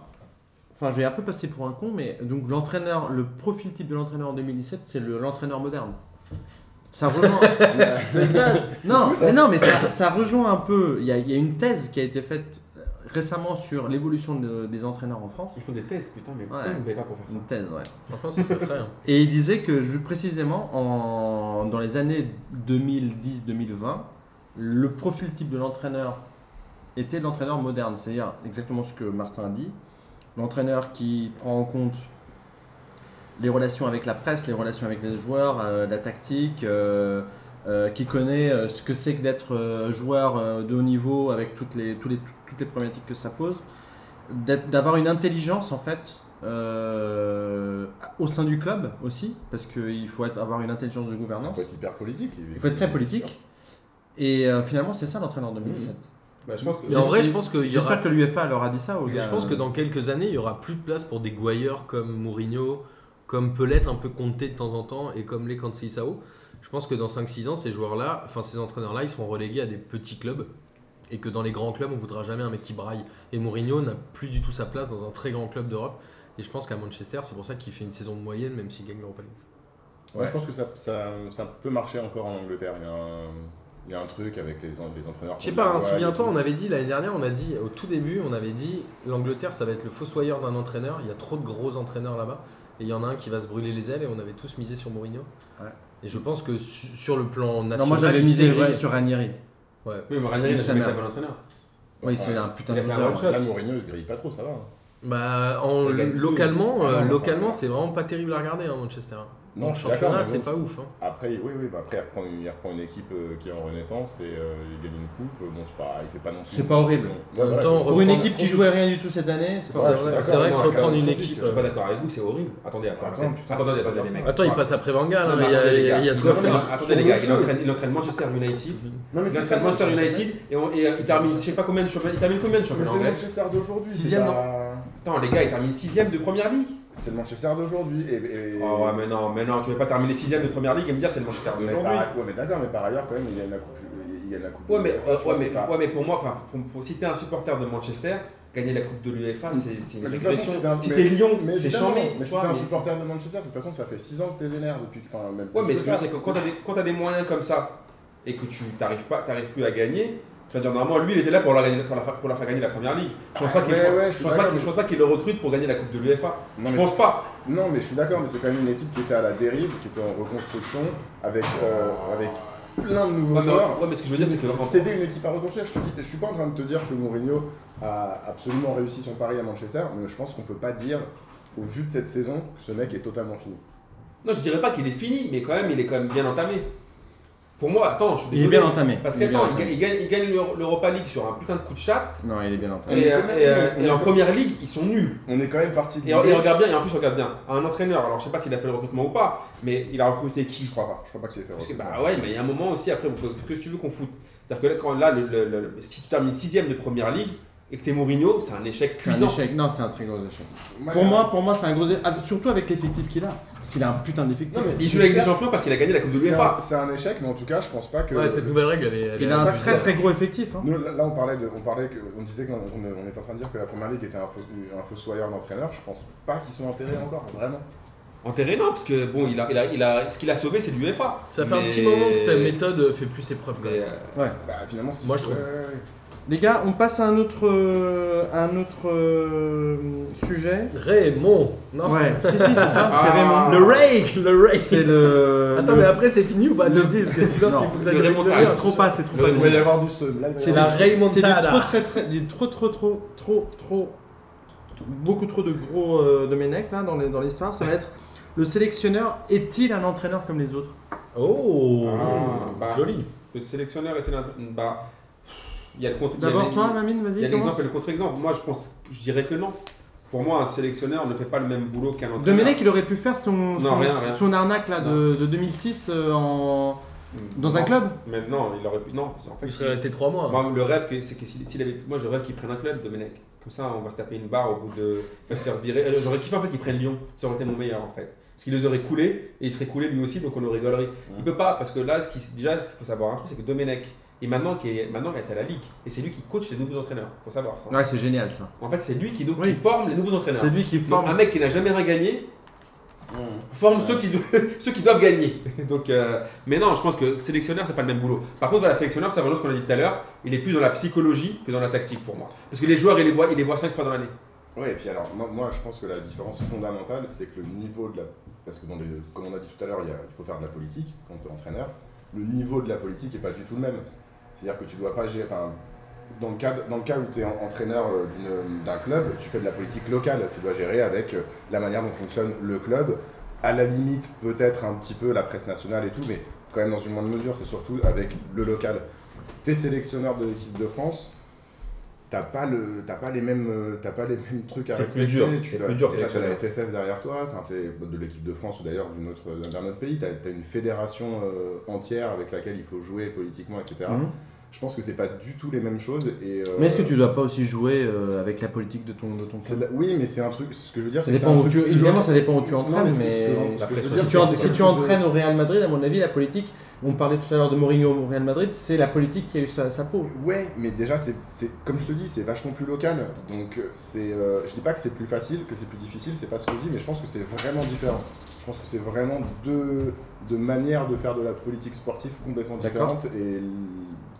S2: enfin, Enfin, je vais un peu passer pour un con, mais donc l'entraîneur, le profil type de l'entraîneur en 2017, c'est le- l'entraîneur moderne. Ça rejoint.
S3: C'est classe.
S2: non,
S3: fou, ça.
S2: mais non, mais ça, ça rejoint un peu. Il y, a- il y a une thèse qui a été faite euh, récemment sur l'évolution de- des entraîneurs en France.
S4: Ils font des tests, putain, mais pourquoi
S2: Ouais.
S4: ils ne payent pas pour faire ça
S2: Une thèse, ouais.
S1: Enfin, c'est pas vrai. hein.
S2: Et il disait que ju- précisément en, dans les années 2010-2020, le profil type de l'entraîneur était l'entraîneur moderne, c'est-à-dire exactement ce que Martin a dit, l'entraîneur qui prend en compte les relations avec la presse, les relations avec les joueurs, euh, la tactique, euh, euh, qui connaît euh, ce que c'est que d'être euh, joueur euh, de haut niveau avec toutes les, tous les, toutes les problématiques que ça pose, d'être- d'avoir une intelligence en fait euh, au sein du club aussi, parce qu'il faut être- avoir une intelligence de
S3: Il
S2: gouvernance,
S3: faut être hyper politique.
S2: il faut être très
S3: bien sûr.
S2: politique. Et euh, finalement, c'est ça l'entraîneur 2017.
S4: Bah, je pense que
S1: Mais en vrai, je
S2: J'espère-
S1: pense qu'il y aura-
S2: J'espère que l'UFA leur a dit ça. Aux
S1: Mais
S2: gars. euh,
S1: je pense que dans quelques années, il y aura plus de place pour des gouailleurs comme Mourinho, comme peut l'être un peu compté de temps en temps et comme les Kansei Sao. Je pense que dans 5-6 ans, ces joueurs-là, enfin ces entraîneurs-là, ils seront relégués à des petits clubs et que dans les grands clubs, on voudra jamais un mec qui braille. Et Mourinho n'a plus du tout sa place dans un très grand club d'Europe. Et je pense qu'à Manchester, c'est pour ça qu'il fait une saison moyenne, même s'il gagne l'Europa League.
S3: Ouais, je pense que ça, ça, ça peut marcher encore en Angleterre. Il y a un, il y a un truc avec les, en- les entraîneurs.
S1: Je sais pas, hein,
S3: Ouais,
S1: souviens-toi,
S3: et tout.
S1: on avait dit l'année dernière, on a dit au tout début, on avait dit l'Angleterre ça va être le fossoyeur d'un entraîneur, il y a trop de gros entraîneurs là-bas, et il y en a un qui va se brûler les ailes, et on avait tous misé sur Mourinho.
S2: Ouais.
S1: Et je pense que su- sur le plan national.
S2: Non, moi j'avais
S1: il
S2: misé
S1: s'égrège.
S2: ouais, sur Ranieri.
S1: Ouais.
S4: Oui, mais Ranieri n'a
S2: Sa
S4: jamais
S2: mère.
S4: été un bon entraîneur.
S2: Oui, c'est un putain
S4: Il
S2: de
S4: a fait un
S2: loser,
S4: one
S2: ouais.
S4: shot.
S3: Là, Mourinho, il se grille pas trop, ça va. hein.
S1: Bah, en,
S4: Il gagne plus.
S1: localement,
S3: Ah,
S1: euh,
S3: non, enfin,
S1: localement
S3: ouais.
S1: c'est vraiment pas terrible à regarder, hein, Manchester.
S3: Non,
S1: Dans le
S3: je suis d'accord,
S1: championnat,
S3: mais
S1: c'est
S3: bon.
S1: pas ouf. hein.
S3: Après, oui, oui, bah après, il reprend une, il reprend une équipe euh, qui est en renaissance et euh, il gagne une coupe. Bon, c'est pas, il fait pas non plus.
S2: C'est pas horrible.
S3: Ouais,
S1: En même temps,
S3: c'est-
S2: Pour une
S1: Reprendre-
S2: équipe qui jouait rien du tout cette année, c'est
S1: C'est
S2: pas
S3: Ouais,
S2: vrai.
S3: je suis
S1: vrai,
S3: d'accord,
S1: c'est vrai
S3: c'est
S1: que
S3: un
S1: reprendre
S3: scandale
S1: une
S3: scientifique,
S1: équipe.
S4: Je suis
S1: euh,
S4: pas d'accord avec vous, c'est horrible. Attendez, attendez,
S3: Attends, putain,
S4: attendez, attendez,
S3: attends,
S4: les mecs.
S1: Attends, il passe après Wenger, là,
S4: Ah Non, mais
S1: il y a-
S4: attendez,
S1: il
S4: les gars,
S1: y a de
S4: il
S1: quoi
S4: doit faire-
S1: faire.
S4: Attendez, les gars, il
S3: Sur le
S4: entraîne- il entraîne Manchester United.
S3: Non, mais
S4: Il
S3: c'est
S4: entraîne
S3: pas
S4: Manchester United et on- et, euh, il termine, je sais pas combien de championnats. Il termine combien de
S3: Mais
S4: championnats
S3: c'est le
S4: anglais
S3: Manchester d'aujourd'hui. c'est
S1: Sixième,
S3: pas-
S4: Attends, les gars, il termine 6ème de première ligue.
S3: C'est le Manchester d'aujourd'hui. Et, et-
S4: Oh ouais, mais non, mais non, tu veux pas terminer 6ème de première ligue et me dire c'est le Manchester
S3: mais
S4: d'aujourd'hui.
S3: par- ouais, mais d'accord, mais par ailleurs, quand même, il y a la coupe. Il y a la coupe
S4: Ouais, mais,
S3: Tu
S4: euh,
S3: vois,
S4: ouais, mais,
S3: c'est pas-
S4: ouais, mais pour moi, enfin, pour, pour- si t'es un supporter de Manchester, gagner la Coupe de l'UEFA, c'est c'est une
S3: Mais de toute façon,
S4: régression.
S3: c'est un-
S4: Si
S3: mais-
S4: t'es Lyon,
S3: Mais
S4: c'est
S3: évidemment,
S4: charmé.
S3: Mais si t'es un supporter de Manchester, de toute façon, ça fait 6 ans que t'es vénère depuis. Enfin, même
S4: Ouais,
S3: plus
S4: mais
S3: que
S4: ce que je
S3: ça.
S4: veux dire, c'est que quand t'as des, quand t'as des moyens comme ça et que tu t'arrives pas, t'arrives plus à gagner, tu vas dire normalement, lui, il était là pour la, gagner- pour la, faire- pour la faire gagner la première ligue. Je pense pas qu'il
S3: Ah, Ouais,
S4: je pense-
S3: ouais, je
S4: je
S3: suis
S4: pense pas
S3: d'accord,
S4: qu'il- je pense pas qu'il le recrute pour gagner la Coupe de l'UEFA.
S3: Non,
S4: Je
S3: mais
S4: pense pas.
S3: Non, mais je suis d'accord, mais c'est quand même une équipe qui était à la dérive, qui était en reconstruction, avec, euh, avec plein de nouveaux
S4: Ouais, mais-
S3: joueurs.
S4: ouais, mais ce que je veux dire, c'est que-
S3: c'était une équipe à reconstruire. Je, te dis- je suis pas en train de te dire que Mourinho a absolument réussi son pari à Manchester, mais je pense qu'on peut pas dire, au vu de cette saison, que ce mec est totalement fini.
S4: Non, je dirais pas qu'il est fini, mais quand même, il est quand même bien entamé. Pour moi, attends, je suis
S2: Il est
S4: désolé.
S2: bien entamé.
S4: Parce
S2: Il est bien
S4: qu'attends, il,
S2: entamé.
S4: gagne- il gagne, il gagne l'Euro- l'Europa League sur un putain de coup de chat.
S2: Non, il est bien entamé.
S3: Ouais, mais
S4: Et, euh,
S3: quand même,
S4: et, euh,
S3: on-
S4: et en
S3: on-
S4: première ligue, ils sont nuls.
S3: On est quand même parti de. E,
S4: Et, et regarde bien, et en plus, regarde bien. Un entraîneur, alors je sais pas s'il a fait le recrutement ou pas, mais il a recruté qui
S3: Je crois pas, je crois pas qu'il ait fait.
S4: Parce que
S3: recrutement.
S4: bah ouais, mais il y a un moment aussi, après, vous- qu'est-ce que tu veux qu'on foute C'est-à-dire que là, quand, là le- le- le- si tu termines 6ème de première ligue et que t'es Mourinho, c'est un échec
S2: C'est un
S4: puissant.
S2: échec. Non, c'est un très gros échec.
S3: Ouais,
S2: Pour moi, pour moi, c'est un gros échec. Ah, Surtout avec l'effectif qu'il a. Parce qu'il a un putain d'effectif.
S3: Non, mais-
S4: Il joue avec
S3: C'est ça.
S4: des champions parce qu'il a gagné la Coupe de
S3: c'est un,
S4: l'UEFA.
S3: c'est un échec, mais en tout cas, je pense pas que.
S1: Ouais, cette nouvelle règle, elle est. elle est
S2: Il a un
S1: bizarre.
S2: très très gros effectif. hein.
S3: Nous, là, là, on parlait, de, on, parlait que, on disait qu'on on était en train de dire que la première ligue était un faux, un fossoyeur d'entraîneur. Je pense pas qu'ils sont enterrés encore, vraiment.
S4: Enterré, non, parce que bon, il a, il a, il a, ce qu'il a sauvé, c'est l'UEFA.
S1: Ça fait un
S4: Mais-
S1: petit moment que sa méthode fait plus ses preuves quand
S4: Mais,
S1: même.
S4: euh,
S3: Bah, finalement, ce qu'ils
S1: Moi,
S3: font-
S1: je trouve.
S3: ouais, ouais, ouais.
S2: Les gars, on passe à un autre, euh, à un autre euh, sujet.
S1: Raymond Non
S2: Ouais, si, si, c'est ça. C'est
S4: Ah.
S2: Raymond.
S1: Le rake Le rake
S2: C'est le.
S1: Attends,
S2: le-
S1: mais après, c'est fini ou pas
S2: le-
S1: Tu dis, parce que sinon,
S2: Non,
S1: s'il faut que ça
S4: le
S1: dure
S4: remontage.
S1: une
S2: C'est
S1: heure.
S2: trop pas, c'est trop
S4: Le-
S2: pas.
S3: Il va y avoir du seum. Là, il va y
S1: C'est la
S3: avoir du seum.
S2: C'est du
S1: remontada.
S2: trop très très, du trop trop trop trop trop, beaucoup trop de gros euh, de Ménec là dans les- dans l'histoire. Ça va être le sélectionneur est-il un entraîneur comme les autres
S1: Oh
S4: Ah, bah.
S1: Joli
S4: Le sélectionneur et sélectionneur. Bah, il y a le contre. il y a
S2: D'abord
S4: les-
S2: toi, Mamine,
S4: Il y a
S2: vas-y. commence.
S4: l'exemple et le contre-exemple. Moi, je pense, je dirais que non. Pour moi, un sélectionneur ne fait pas le même boulot qu'un
S2: De
S4: entraîneur.
S2: Ménec, il aurait pu faire son,
S4: Non,
S2: son,
S4: rien, rien.
S2: son arnaque là de, de 2006 euh, en, dans
S4: Hmm.
S2: un
S4: Non.
S2: club.
S4: Mais non, il aurait pu. Non, en fait,
S1: Il
S4: il-
S1: serait resté 3
S2: Bah,
S1: mois.
S4: Moi, le rêve, que- c'est que s'il s'il avait. Moi, je rêve qu'il prenne un club, Domenech. Comme ça, on va se taper une barre au bout de. Il va se faire virer. Euh, J'aurais kiffé en fait qu'il prenne Lyon. Ça aurait été mon meilleur en fait. Parce qu'il les aurait coulés et il serait coulé lui aussi, donc on aurait rigolerie. Il peut pas, parce que là, ce qui, déjà, ce qu'il faut savoir un truc, c'est que Domenech et maintenant qui est, maintenant, est à la Ligue. Et c'est lui qui coach les nouveaux entraîneurs, faut savoir ça.
S2: Ouais, c'est génial ça.
S4: En fait, c'est lui qui, donc,
S2: Oui.
S4: qui forme les nouveaux entraîneurs.
S2: C'est lui qui
S4: Donc,
S2: forme.
S4: un mec qui n'a jamais rien gagné
S3: Mmh.
S4: forme ceux, qui, do- ceux qui doivent gagner. Donc, euh, mais non, je pense que sélectionneur, c'est pas le même boulot. Par contre, voilà, sélectionneur, ça rejoint ce qu'on a dit tout à l'heure. Il est plus dans la psychologie que dans la tactique pour moi. Parce que les joueurs, il les voit, il les voit 5 fois dans l'année.
S3: Ouais, et puis alors, moi, moi, je pense que la différence fondamentale, c'est que le niveau de la. Parce que, bon, les- comme on a dit tout à l'heure, il, y a- il faut faire de la politique quand tu es entraîneur. Le niveau de la politique n'est pas du tout le même. C'est-à-dire que tu dois pas gérer. Enfin, dans le, cadre, dans le cas où tu es entraîneur euh, d'une- d'un club, tu fais de la politique locale. Tu dois gérer avec euh, la manière dont fonctionne le club. À la limite, peut-être un petit peu la presse nationale et tout, mais quand même dans une moindre mesure. C'est surtout avec le local. T'es sélectionneur de l'équipe de France, t'as pas le, t'as pas les mêmes, euh, t'as pas les mêmes trucs à
S4: C'est plus
S3: respecter.
S4: dur,
S3: tu
S4: c'est
S3: dois-
S4: plus dur,
S3: Déjà, t'as la
S4: sélectionneur.
S3: FFF derrière toi, enfin c'est de l'équipe de France ou d'ailleurs d'une autre, d'un autre pays. T'as, t'as une fédération euh, entière avec laquelle il faut jouer politiquement, etc.
S2: Mhm.
S4: euh,
S3: Je pense que c'est pas du tout les mêmes choses. Et, euh,
S2: Mais est-ce que tu dois pas aussi jouer euh, avec la politique de ton, de ton
S3: c'est
S2: club
S3: de la- Oui, mais c'est un truc. Ce que je veux dire,
S2: ça
S3: c'est que c'est
S2: dépend
S3: un
S2: où
S3: truc
S2: tu,
S3: plus
S2: Évidemment,
S3: local.
S2: ça dépend où tu
S3: Non,
S2: entraînes,
S3: mais
S2: mais,
S3: ce que- ce que j'en- ce que je veux dire,
S2: si tu,
S3: c'est
S2: en-
S3: que
S2: si
S3: c'est
S2: tu
S3: plus de-
S2: entraînes au Real Madrid, à mon avis, la politique, on parlait tout à l'heure de Mourinho au Real Madrid, c'est la politique qui a eu sa, sa peau.
S3: Ouais, mais déjà, c'est, c'est- comme je te dis, c'est vachement plus local. Donc, euh, c'est, euh, je dis pas que c'est plus facile, que c'est plus difficile, c'est pas ce que je dis, mais je pense que c'est vraiment différent. Je pense que c'est vraiment deux, deux manières de faire de la politique sportive complètement
S2: D'accord.
S3: différentes. Et l-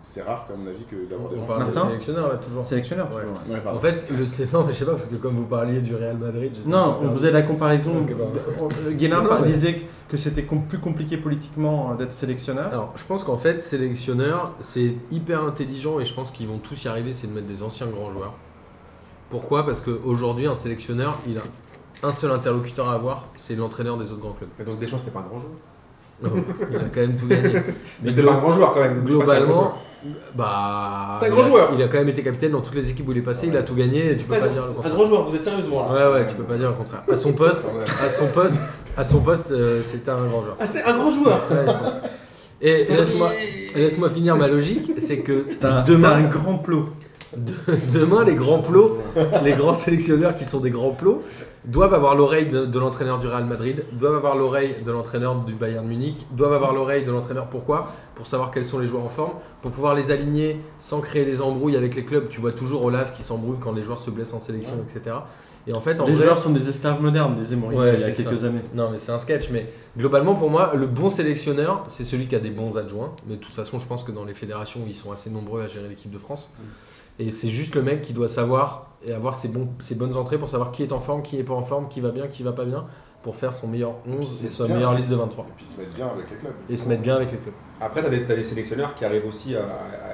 S3: c'est rare, à mon avis, que d'avoir des
S1: On
S3: gens.
S1: parle
S2: Martin
S1: de sélectionneur, ouais, toujours.
S2: Sélectionneur,
S1: Ouais.
S2: toujours. ouais.
S3: Ouais, pardon.
S1: En fait, le sé- non, mais je sais pas, parce que comme vous parliez du Real Madrid. j'étais un
S2: Non,
S1: peu
S2: on
S1: perdu.
S2: faisait la comparaison.
S1: Ok, bah.
S2: Euh, Guénin
S1: Non, non, mais-
S2: disait que c'était com- plus compliqué politiquement euh, d'être sélectionneur.
S1: Alors, je pense qu'en fait, sélectionneur, c'est hyper intelligent et je pense qu'ils vont tous y arriver, c'est de mettre des anciens grands joueurs. Pourquoi Parce qu'aujourd'hui, un sélectionneur, il a un seul interlocuteur à avoir, c'est l'entraîneur des autres grands clubs.
S4: Et donc, Deschamps, c'était pas un grand joueur.
S1: Non, il a quand même tout gagné.
S4: Mais c'était pas un grand joueur quand même.
S1: Globalement, bah.
S4: C'est un grand
S1: il a-
S4: joueur.
S1: Il a quand même été capitaine dans toutes les équipes où il est passé,
S3: Ouais.
S1: il a tout gagné, et tu
S4: C'est
S1: peux
S4: pas
S1: pas
S4: un,
S1: dire le
S4: un
S1: contraire.
S4: grand joueur, vous êtes sérieusement là.
S1: Ouais, ouais, tu peux pas dire le contraire. À son poste, à son poste, à son poste, euh, c'était un grand joueur.
S4: Ah, c'était un grand joueur
S1: Ouais, je pense. Et, et laisse-moi et laisse-moi finir ma logique, c'est que
S2: C'est un,
S1: demain-
S2: c'est un grand plot.
S1: de- demain les grands plots, les grands sélectionneurs qui sont des grands plots, doivent avoir l'oreille de, de l'entraîneur du Real Madrid, doivent avoir l'oreille de l'entraîneur du Bayern Munich, doivent avoir l'oreille de l'entraîneur. Pourquoi Pour savoir quels sont les joueurs en forme, pour pouvoir les aligner sans créer des embrouilles avec les clubs. Tu vois toujours Olas qui s'embrouille quand les joueurs se blessent en sélection, etc. Et en fait, en
S2: Les
S1: vrai-
S2: joueurs sont des esclaves modernes, disait Mourinho
S1: Ouais,
S2: il y a
S1: c'est
S2: quelques années.
S1: Non, mais c'est un sketch. Mais globalement, pour moi, le bon sélectionneur, c'est celui qui a des bons adjoints. Mais de toute façon, je pense que dans les fédérations, ils sont assez nombreux à gérer l'équipe de France. Et c'est juste le mec qui doit savoir et avoir ses, bons, ses bonnes entrées pour savoir qui est en forme, qui est pas en forme, qui va bien, qui va pas bien, pour faire son meilleur 11
S3: C'est
S1: et sa
S3: bien.
S1: meilleure liste de 23.
S3: Et puis se mettre bien avec les clubs.
S1: Et se mettre bien avec les clubs.
S4: Après, t'as des, t'as des sélectionneurs qui arrivent aussi, euh, à, à-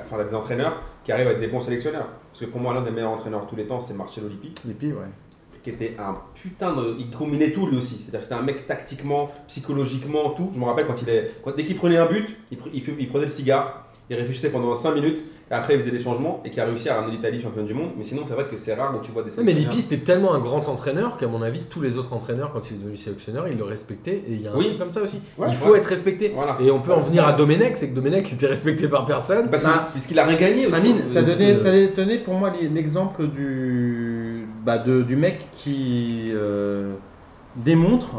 S4: enfin, t'as des entraîneurs qui arrivent à être des bons sélectionneurs. Parce que pour moi, l'un des meilleurs entraîneurs de tous les temps, c'est Marcello Lippi.
S2: Les pires, ouais.
S4: qui était un putain de. Il combinait tout lui aussi. C'est-à-dire que c'était un mec tactiquement, psychologiquement, tout. Je me rappelle quand il est. Quand, dès qu'il prenait un but, il, pre- il, fum- il prenait le cigare, il réfléchissait pendant 5 minutes, et après il faisait des changements et qui a réussi à ramener l'Italie championne du monde. Mais sinon, c'est vrai que c'est rare où tu vois des
S1: Ouais, mais
S4: sélectionneurs.
S1: Lippi, c'était tellement un grand entraîneur qu'à mon avis, tous les autres entraîneurs, quand il est devenu sélectionneur, ils le respectaient. Et il y a un
S4: Oui.
S1: truc comme ça aussi.
S3: Ouais,
S1: il faut
S4: ouais.
S1: être respecté.
S4: Voilà.
S1: Et on peut en
S3: c'est
S1: venir
S3: ça.
S1: à Domenech, c'est que Domenech était respecté par personne.
S4: Parce que-
S2: Ah.
S4: puisqu'il a rien gagné aussi.
S2: Amine, t'as
S1: euh,
S2: donné,
S1: euh,
S2: t'as donné pour moi les- l'exemple du, bah, de- du mec qui euh, démontre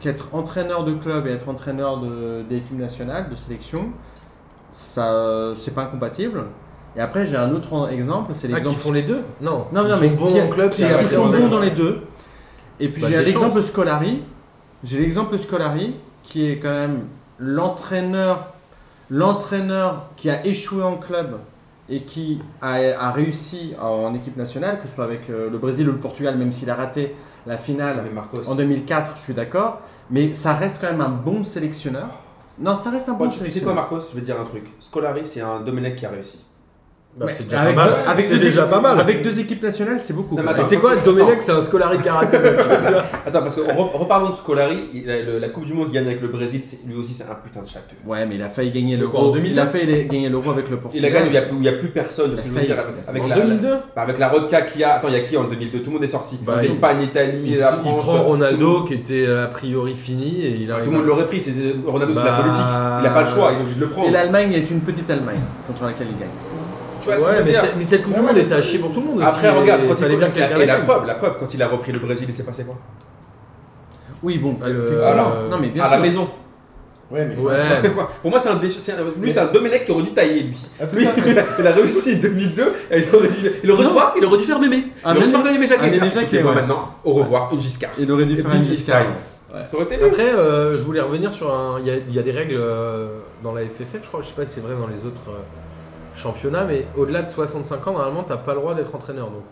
S2: qu'être entraîneur de club et être entraîneur de- d'équipe nationale, de sélection, ça euh, c'est pas incompatible. Et après j'ai un autre en- exemple, c'est
S1: Ah, qui
S2: l'exemple
S1: font les deux Non.
S2: Non, non,
S1: Ils
S2: mais
S1: sont bons
S2: qui-
S1: en club,
S2: qui,
S1: et
S2: qui
S1: après,
S2: sont
S1: en
S2: bons
S1: sélection.
S2: dans les deux. Et puis
S1: Bah,
S2: j'ai
S1: des
S2: l'exemple Scolari. J'ai l'exemple Scolari qui est quand même l'entraîneur, l'entraîneur qui a échoué en club et qui a, a réussi en équipe nationale, que ce soit avec euh, le Brésil ou le Portugal, même s'il a raté la finale
S4: Ah, Mais Marcos.
S2: en 2004, je suis d'accord. Mais ça reste quand même un bon sélectionneur. Non, ça reste un
S4: Bon,
S2: bon
S4: Bah, tu, tu sais quoi,
S2: sélectionneur.
S4: Marcos Je vais te dire un truc. Scolari, c'est un Domenech qui a réussi.
S1: Bah,
S2: Ouais,
S1: c'est déjà
S2: avec
S1: pas
S2: deux-
S1: mal.
S2: avec
S1: C'est
S2: deux
S1: déjà
S2: équipes-
S1: pas mal.
S2: Avec deux équipes nationales, c'est beaucoup.
S4: Non, mais
S2: quand
S1: Et
S2: même.
S1: tu sais quoi, Domenech, c'est un scolari karaté.
S4: Attends, parce que re- reparlons de Scolari. il a- le- la Coupe du Monde gagne avec le Brésil, c'est- lui aussi, c'est un putain de château.
S2: Ouais, mais il a failli gagner
S1: Quoi, en
S2: l'euro.
S1: 2002?
S2: Il a failli gagner l'euro avec le
S4: Il
S2: Portugal.
S4: la gagne où il n'y a, où il y a plus personne. ce que je veux
S2: failli.
S4: dire, avec- avec
S1: en
S4: la- la-
S1: 2002
S4: Bah, avec la Rodka qu'il y a. Attends, il y a qui en 2002 Tout le monde est sorti.
S1: Bah,
S4: L'Espagne, l'Italie,
S1: il,
S4: la
S1: il
S4: France.
S1: prend
S4: Tout le
S1: Ronaldo
S4: monde-
S1: qui était euh, a priori fini et il
S4: Tout,
S1: a.
S4: le monde l'aurait pris. c'est- Ronaldo, c'est
S1: Bah,
S4: la politique. Il n'a pas le choix. Il est obligé de le prendre.
S2: Et l'Allemagne est une petite Allemagne contre laquelle il gagne.
S4: Tu vois ce que je
S1: Ouais,
S4: veux
S1: mais,
S4: dire
S1: c'est- mais cette Coupe du
S3: Ouais,
S1: Monde,
S3: ouais,
S1: c'est à chier pour tout le monde.
S4: Après,
S1: aussi,
S4: regarde,
S1: et
S4: quand
S1: fallait
S4: il
S1: bien que quelqu'un
S4: et la
S1: gagne.
S4: preuve, la preuve, quand il a repris le Brésil, il s'est passé quoi
S2: Oui, bon,
S1: Ah, le-
S4: Euh,
S2: effectivement.
S1: alors,
S2: non, mais bien
S4: À
S2: sûr.
S4: la Ah, maison.
S3: Ouais, mais.
S1: Ouais, mais-
S4: Enfin, Pour moi, c'est un déchet. c'est un- Lui, c'est un Domenech qui aurait dû tailler, lui.
S3: Est-ce que
S4: Lui,
S3: t'as-
S4: il a réussi 2002, et il aurait dû, il aurait dû
S2: Non.
S4: voir, il aurait dû faire mémé. Il
S2: Un
S4: aurait dû
S2: Mémé-
S4: faire gagner
S2: un Mémé
S4: Jacquet.
S2: Jacquet,
S4: Ok, bon,
S2: ouais.
S4: maintenant, au revoir, une Giscard.
S2: Il aurait dû
S4: Et
S2: faire un
S4: Biggie
S2: Giscard.
S4: Style. Ça aurait été mieux.
S1: Après, euh, je voulais revenir sur un. Il y, a- il y a des règles euh, dans la FFF, je crois. Je sais pas si c'est vrai dans les autres euh, championnats, mais au-delà de 65 ans, normalement, t'as pas le droit d'être entraîneur. Donc,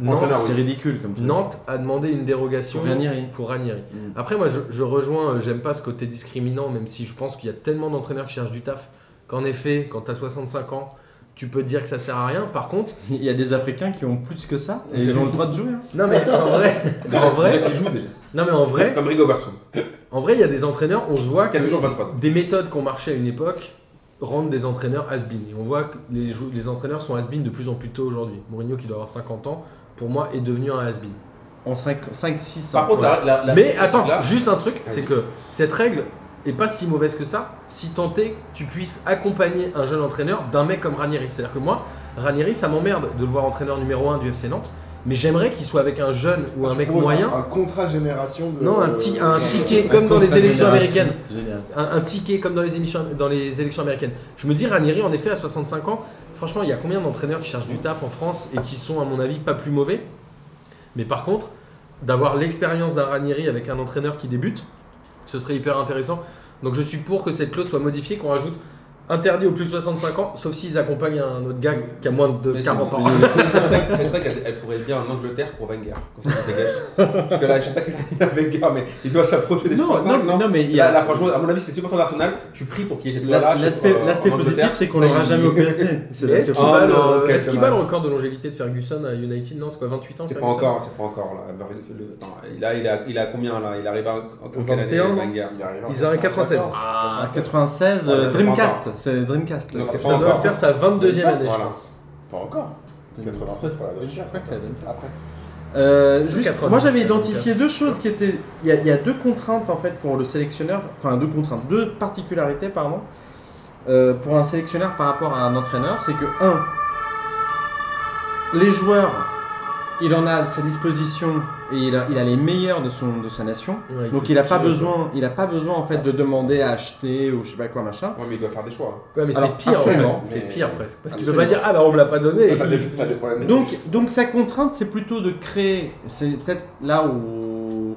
S1: Nantes,
S4: Entraîneur,
S2: C'est ridicule comme tu dis.
S1: Nantes a demandé une dérogation
S2: Pour Ranieri.
S1: pour Ranieri.
S2: Mm.
S1: Après, moi, je, je rejoins. euh, J'aime pas ce côté discriminant, même si je pense qu'il y a tellement d'entraîneurs qui cherchent du taf qu'en effet, quand t'as 65 ans, tu peux te dire que ça sert à rien. Par contre,
S2: Il y a des Africains qui ont plus que ça et
S1: C'est
S2: ils ont
S1: vrai.
S2: le droit de jouer. hein.
S1: non mais en vrai, en Ah, vrai,
S4: Déjà qu'il joue déjà.
S1: non mais en vrai,
S4: Comme Rigo Barson,
S1: en vrai, il y a des entraîneurs. On se voit
S4: qui a
S1: que
S4: toujours 23 ans.
S1: des méthodes qui ont marché à une époque rendent des entraîneurs has-been. Et On voit que les, jou- les entraîneurs sont has-been de plus en plus tôt aujourd'hui. Mourinho, qui doit avoir 50 ans, pour moi, est devenu un has-been.
S2: En 5, 5 6
S4: Par contre, la, la- la-
S1: Mais attends,
S4: là,
S1: juste un truc, c'est
S4: Vas-y.
S1: que cette règle est pas si mauvaise que ça si tant est que tu puisses accompagner un jeune entraîneur d'un mec comme Ranieri. C'est-à-dire que moi, Ranieri, ça m'emmerde de le voir entraîneur numéro 1 du FC Nantes, mais j'aimerais qu'il soit avec un jeune ou un
S3: Ah, tu
S1: mec
S3: proposes
S1: moyen.
S3: Un contrat génération de. euh,
S1: Non, un, ti- un
S3: de-
S1: ticket comme dans les élections américaines.
S2: Génial.
S1: un, un ticket comme dans les, émissions, dans les élections américaines. Je me dis, Ranieri, en effet, à 65 ans, franchement, il y a combien d'entraîneurs qui cherchent du taf en France et qui sont, à mon avis, pas plus mauvais Mais par contre, d'avoir l'expérience d'un Ranieri avec un entraîneur qui débute, ce serait hyper intéressant. Donc je suis pour que cette clause soit modifiée, qu'on rajoute interdit aux plus de 65 ans, sauf s'ils accompagnent un autre gars qui a moins de
S4: Mais
S1: 40
S4: c'est-
S1: ans.
S4: Cette règle, cette règle, elle- elle pourrait être bien en Angleterre pour Wenger. Comme ça, il se dégage. Parce que là, je sais pas quel année il a Wenger, mais il doit s'approcher des
S2: Non,
S4: 65,
S2: non, non, mais il y
S4: Là,
S2: a-
S4: là, franchement, à mon avis, c'est supporter d'Arsenal. Tu prie pour qu'il y ait cette loi-là.
S2: la-
S4: je sais
S2: L'aspect
S4: pas, en
S2: l'aspect positif,
S4: Angleterre.
S2: c'est qu'on
S4: Ça,
S2: l'aura
S4: il-
S2: jamais au PSG. C'est
S1: Mais Est-ce
S2: c'est-
S1: qu'il
S4: Oh
S1: bat,
S4: non,
S1: le-
S4: ok,
S1: est-ce qu'il bat le
S4: dommage.
S1: record de longévité de Ferguson à United Non, c'est quoi 28 ans
S4: C'est pas
S1: Ferguson
S4: encore, hein, c'est pas encore. Là, Bah, Le- le- attends, là, il a, il a combien là Il arrive à en quelle année,
S1: 21, non
S4: Wenger
S3: Il arrive en
S1: Ils ont un 96.
S3: 94.
S2: Ah, 96, euh,
S4: Ouais, c'est
S2: Dreamcast. C'est Dreamcast. là.
S4: Non, c'est pas
S1: Ça doit
S4: encore.
S2: hein.
S1: faire sa 22e année, je
S4: Voilà.
S1: pense.
S3: Pas encore. 96 pour la Dreamcast.
S2: Je crois que c'est la Dreamcast.
S3: Après.
S2: Euh, juste,
S1: 90,
S2: moi j'avais
S1: 90.
S2: identifié deux choses qui étaient. Il y, a- il y a deux contraintes en fait pour le sélectionneur, enfin deux contraintes, deux particularités pardon, euh, pour un sélectionneur par rapport à un entraîneur, c'est que un, les joueurs, il en a à sa disposition et il a, il a les meilleurs de son de sa nation,
S1: Ouais,
S2: donc
S1: fait
S2: il n'a
S1: ce
S2: pas
S1: qu'il veut,
S2: besoin, il a pas besoin en fait
S3: Ça,
S2: de demander à acheter ou je sais pas quoi machin.
S4: Ouais, mais il doit faire des choix. hein.
S1: Ouais, mais
S2: Alors,
S1: c'est pire en fait.
S2: absolument,
S1: C'est
S3: mais-
S1: pire presque. Parce qu'il peut pas
S2: Absolument.
S1: dire ah bah on me l'a pas donné.
S3: T'as des, t'as des problèmes. de-
S2: Donc, donc sa contrainte, c'est plutôt de créer. C'est peut-être là où,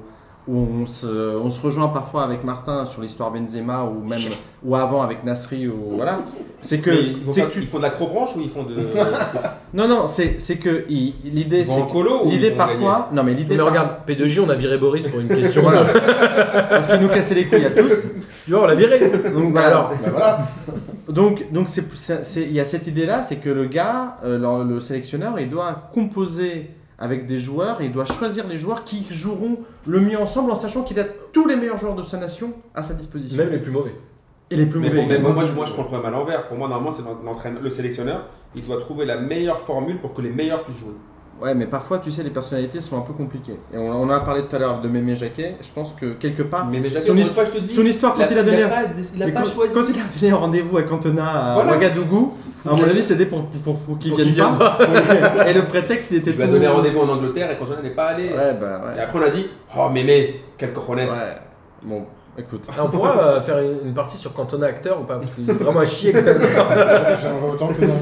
S2: où on, se, on se rejoint parfois avec Martin sur l'histoire Benzema ou même ou avant avec Nasri ou voilà. C'est que,
S4: Mais ils, vont
S2: c'est
S4: faire-
S2: que tu-
S4: ils font de l'acrobranche ou ils font de.
S2: non non, c'est c'est que il- l'idée
S4: ils vont
S2: c'est
S4: en colo ou ils
S2: l'idée
S4: vont
S2: parfois non mais
S1: Mais
S2: l'idée par-
S1: regarde, P2J, on a viré Boris pour une question.
S2: voilà parce qu'il nous cassait les couilles à tous.
S1: Tu vois, on l'a viré.
S2: Donc voilà.
S1: Alors,
S3: Bah voilà.
S2: Donc, donc c'est, c'est- c'est- il y a cette idée-là, c'est que le gars, euh, le, le sélectionneur, il doit composer avec des joueurs, il doit choisir les joueurs qui joueront le mieux ensemble en sachant qu'il a tous les meilleurs joueurs de sa nation à sa disposition.
S1: même les plus mauvais.
S2: Et les plus
S4: Mais,
S2: mauvais.
S4: bon, mais
S2: également.
S4: bon, moi, je, moi, je prends le problème à l'envers. Pour moi, normalement, c'est l'entraîneur- le sélectionneur. Il doit trouver la meilleure formule pour que les meilleurs puissent jouer.
S2: Ouais, mais parfois, tu sais, les personnalités sont un peu compliquées. Et on, on en a parlé tout à l'heure de Mémé Jacquet, je pense que quelque part,
S4: Mais déjà,
S2: Son
S4: une
S2: his-
S4: fois, je te dis.
S2: son histoire quand
S4: la-
S2: il a donné...
S4: pas- Il a
S2: mais
S4: pas
S2: quand,
S4: choisi.
S2: quand il a donné rendez-vous à Cantona à
S4: Voilà.
S2: Ouagadougou, à mon avis, c'était pour, pour, pour, pour qu'il
S1: Pour
S2: vienne
S1: qu'il vienne
S2: pas. Et le prétexte, il était
S4: Il lui a
S2: tout-
S4: donné rendez-vous en Angleterre et quand on n'est pas allé.
S2: Ouais, bah ouais.
S4: Et après, on a dit Oh, mémé, quel cojones.
S2: Ouais. Bon, écoute.
S1: Alors, on pourra euh, faire une, une partie sur Cantona acteur ou pas Parce qu'il est vraiment à chier. que ça.
S3: J'a- J'aimerais autant que non.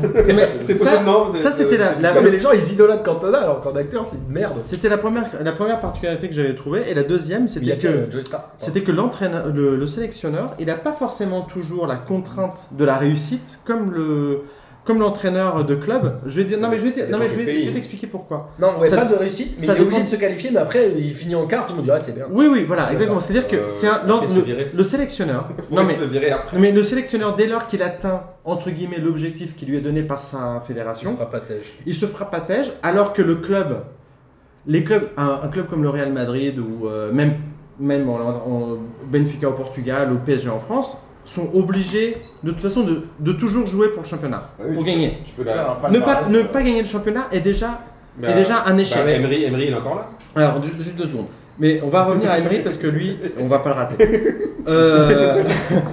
S4: C'est
S2: ça-
S4: possiblement.
S2: Ça, c'était la, la-
S1: Non, mais les gens, ils idolâtrent Cantona alors qu'en acteur, c'est une merde.
S2: C'était la première, la première particularité que j'avais trouvée. Et la deuxième,
S1: Il a euh,
S2: c'était
S1: que
S2: que,
S1: Joe Star.
S2: c'était que l'entraîneur, le, le sélectionneur, il n'a pas forcément toujours la contrainte de la réussite comme le. Comme l'entraîneur de club, je vais dire- non mais je vais,
S4: Ça
S2: non, mais
S4: dépend
S2: je
S4: du
S2: vais,
S4: pays.
S2: je vais t'expliquer pourquoi.
S1: Non, ouais,
S2: ça-
S1: pas de réussite, mais
S2: ça
S1: il est obligé
S2: dépend-
S1: de se qualifier, mais après, il finit en quart, tout le monde dit ah, c'est bien.
S2: Oui oui voilà exactement. C'est à dire que
S4: Euh,
S2: c'est un
S4: il
S2: l'en-
S4: fait se
S2: le,
S4: virer.
S2: le sélectionneur.
S4: Non,
S2: non
S4: mais.
S2: mais
S4: Je le verrai après.
S2: mais le sélectionneur dès lors qu'il atteint entre guillemets l'objectif qui lui est donné par sa fédération,
S1: On fera pas têche.
S2: il se frappatège alors que le club, les clubs, un, un club comme le Real Madrid ou euh, même, même en, en- Benfica au Portugal, au PSG en France, sont obligés de toute façon de, de toujours jouer pour le championnat,
S3: Bah oui, tu
S2: pour
S3: peux-
S2: gagner.
S3: Tu peux faire un
S2: Ne pas,
S3: palmarès,
S2: ne
S3: euh,
S2: pas gagner le championnat est déjà,
S4: Bah,
S2: est déjà un échec.
S4: bah, Emery, Emery, il est encore là.
S2: Alors, ju- juste deux secondes. Mais on va revenir à Emery parce que lui, on va pas le rater. Euh,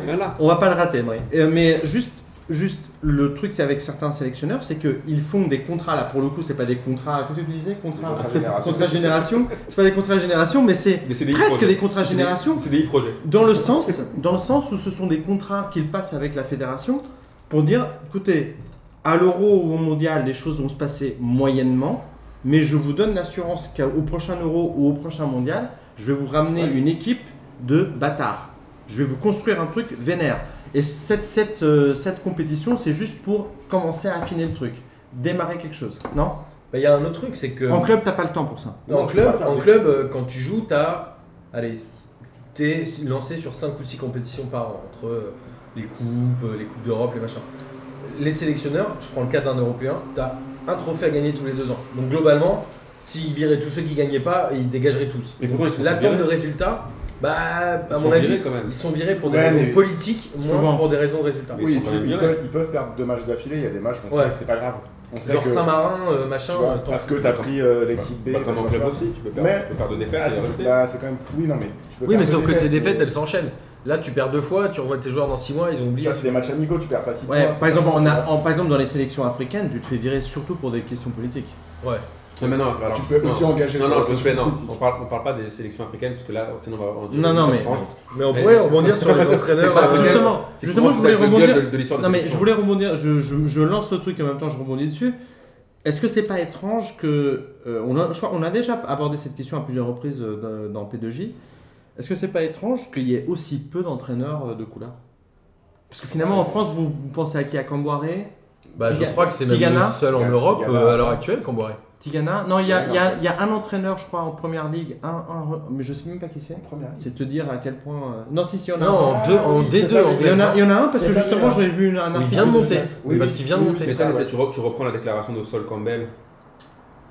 S4: Voilà.
S2: on va pas le rater, Emery. Euh, mais juste, juste, le truc, c'est avec certains sélectionneurs, c'est qu'ils font des contrats, là, pour le coup, c'est pas des contrats, qu'est-ce que tu disais Contrats
S3: Des contrats génération.
S2: Contrats génération. C'est pas des contrats génération, mais c'est
S4: Des CDI
S2: presque
S4: projet.
S2: des contrats génération.
S4: C'est des projets.
S2: Dans le sens, dans le sens où ce sont des contrats qu'ils passent avec la fédération pour dire, écoutez, à l'euro ou au mondial, les choses vont se passer moyennement, mais je vous donne l'assurance qu'au prochain euro ou au prochain mondial, je vais vous ramener une équipe de bâtards. Je vais vous construire un truc vénère. Et cette, cette, euh, cette compétition, c'est juste pour commencer à affiner le truc, démarrer quelque chose. Non
S1: Bah, Il y a un autre truc, c'est
S3: Euh,
S1: que.
S2: En club, t'as pas le temps pour ça.
S1: En
S3: Non, tu peux
S1: club,
S3: pas faire
S1: en
S3: des-
S1: club euh, quand tu joues, t'as. Allez, t'es lancé sur 5 ou 6 compétitions par an, entre euh, les coupes, euh, les coupes d'Europe, les machins. Les sélectionneurs, je prends le cas d'un Européen, t'as un trophée à gagner tous les deux ans. Donc globalement, s'ils viraient tous ceux qui gagnaient pas, ils dégageraient tous.
S4: Mais pourquoi ils sont
S1: L'attente
S4: virés
S1: de résultats, bah, à
S4: Ils
S1: mon
S4: sont
S1: avis,
S4: virés quand même.
S1: ils sont virés pour des
S3: Ouais, mais-
S1: raisons politiques, moins
S2: Souvent.
S1: pour des raisons de résultats.
S4: Mais
S3: Oui,
S4: ils sont
S3: et puis,
S4: quand même
S3: ils,
S4: virés.
S3: peuvent, ils peuvent perdre deux matchs d'affilée. Il y a des matchs où on
S1: Ouais.
S3: sait que c'est pas grave. On sait
S1: Genre
S3: que.
S1: Saint-Marin, euh, machin,
S3: tu vois,
S1: euh, t'en
S3: parce que
S1: fous,
S3: t'as
S1: t'en
S3: pris euh, l'équipe B.
S4: Bah,
S3: parce
S4: comme en
S3: que
S4: club
S3: machin.
S4: aussi, tu peux
S3: Mais-
S4: perdre, tu peux perdre des
S3: Ah,
S4: défaites. et
S3: c'est
S4: rester.
S3: bah, c'est quand même. Oui, non, mais tu peux
S1: Oui,
S3: faire
S1: mais
S3: deux
S1: sauf que tes défaites,
S3: mais-
S1: elles s'enchaînent. Là, tu perds deux fois, tu revois tes joueurs dans six mois, ils ont
S3: Tu
S1: oublié.
S3: vois, c'est des matchs amicaux, tu perds pas six
S2: Ouais,
S3: points,
S2: par
S3: c'est
S2: exemple,
S3: pas
S2: on a,
S3: chaud.
S2: en- par exemple, dans les sélections africaines, tu te fais virer surtout pour des questions politiques.
S1: Ouais.
S4: Non, mais non, alors,
S3: Tu peux
S4: non.
S3: aussi engager.
S4: Non,
S3: le-
S4: non, s'il te plaît, non. On parle, on parle pas des sélections africaines, parce que là, sinon on va en dire.
S2: Non, non,
S4: une
S2: mais-
S4: franche.
S1: Mais on
S4: Mais-
S1: pourrait rebondir sur les
S4: C'est
S1: entraîneurs.
S4: ça,
S1: euh,
S4: parce que-
S2: Ah, justement,
S4: C'est
S2: justement, je
S4: comment tu tapes
S2: voulais
S4: le gueule
S2: rebondir.
S4: de- de l'histoire des
S2: Non, mais je
S4: sélections.
S2: voulais rebondir. Je, je- je lance le truc et en même temps, je rebondis dessus. Est-ce que c'est pas étrange que euh, on a, je crois, on a déjà abordé cette question à plusieurs reprises euh, dans dans P2J. Est-ce que c'est pas étrange qu'il y ait aussi peu d'entraîneurs euh, de là Parce que finalement, en France, vous vous pensez à qui À Camboiré
S1: bah, je
S2: Tigana-
S1: crois que c'est même
S2: Tigana-
S1: le seul en
S3: Tigana-
S1: Europe
S3: Tigana-
S1: euh, à l'heure actuelle qu'on boirait.
S2: Tigana Non, il y, a- il y a- il y a un entraîneur, je crois, en première ligue, un, un re- mais je sais même pas qui c'est.
S3: En première.
S2: C'est te dire à quel point. euh, Non, si, si, il y en a
S1: Non,
S2: un.
S1: en, deux, en
S3: oui, c'est
S1: D2
S3: pas-
S2: Il y
S1: anglais.
S2: en a, il y en a un parce
S3: C'est
S2: que
S3: pas
S2: justement,
S3: bien.
S2: j'avais vu une, un
S1: Il
S2: article.
S1: vient de monter.
S3: Oui,
S1: parce
S3: oui.
S1: qu'il vient de
S3: Oui, oui,
S1: monter.
S3: C'est
S4: Mais ça,
S3: ça,
S4: en fait,
S3: ouais.
S4: tu, re- tu reprends la déclaration de Sol Campbell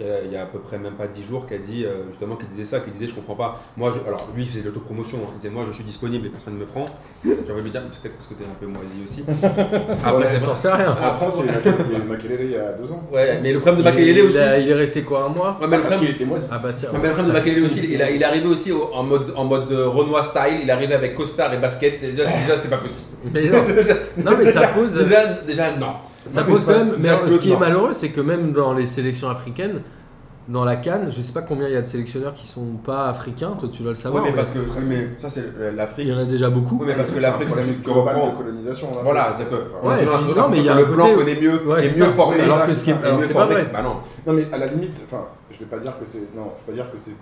S4: il y a, il y a à peu près même pas 10 jours qui a dit euh, justement qui disait ça, qui disait je comprends pas. Moi, je- alors lui il faisait de l'autopromotion, hein. il disait moi je suis disponible et personne ne me prend. J'ai envie de lui dire peut-être parce que t'es un peu moisi aussi.
S2: Ah,
S1: Après, Ah, bah, ça t'en sais rien.
S3: En France, il y a eu Mac- il y a eu Makelele il y a deux ans.
S4: Ouais, mais le problème de
S1: il,
S4: Makelele aussi.
S1: a- il est resté quoi, un mois
S4: Ouais, mais le
S3: Parce
S4: problème,
S3: qu'il était moisi.
S1: Ah bah tiens.
S4: ouais, mais le problème de Makelele aussi, il, a- il est arrivé aussi au- en mode en mode euh, Renoir style, il est arrivé avec costard et basket. Et déjà, c'est- déjà c'était pas possible.
S1: Mais non.
S4: déjà,
S1: Non, mais ça pose.
S4: déjà, déjà, non.
S1: Ça
S4: Non, mais
S1: pose
S4: c'est
S1: quand
S4: pas-
S1: même.
S4: c'est
S1: Mais
S4: un peu
S1: ce qui est
S4: autrement.
S1: malheureux, c'est que même dans les sélections africaines, dans la Cannes, je sais pas combien il y a de sélectionneurs qui sont pas africains. Toi, tu dois le
S4: Ouais,
S1: savoir.
S4: mais
S1: mais
S4: parce que mais ça c'est l'Afrique.
S1: Il y en a déjà beaucoup.
S4: Ouais, mais parce que
S3: C'est un
S4: l'Afrique, ça
S3: problème
S4: nous
S3: global
S4: reprend.
S3: de colonisation. hein. là.
S4: Voilà, c'est que
S1: Ouais, et puis- non, mais il y a
S4: le
S1: un
S4: blanc
S1: côté-
S4: connaît mieux,
S1: Ouais,
S4: est
S1: c'est
S4: mieux
S1: ça.
S4: formé.
S1: Alors que ce qui est-
S4: est
S1: alors
S4: mieux
S1: c'est pas
S4: formé.
S1: vrai. Hum.
S4: Bah non.
S3: Non mais à la limite, enfin, je vais pas dire que c'est, non, je vais pas dire que c'est,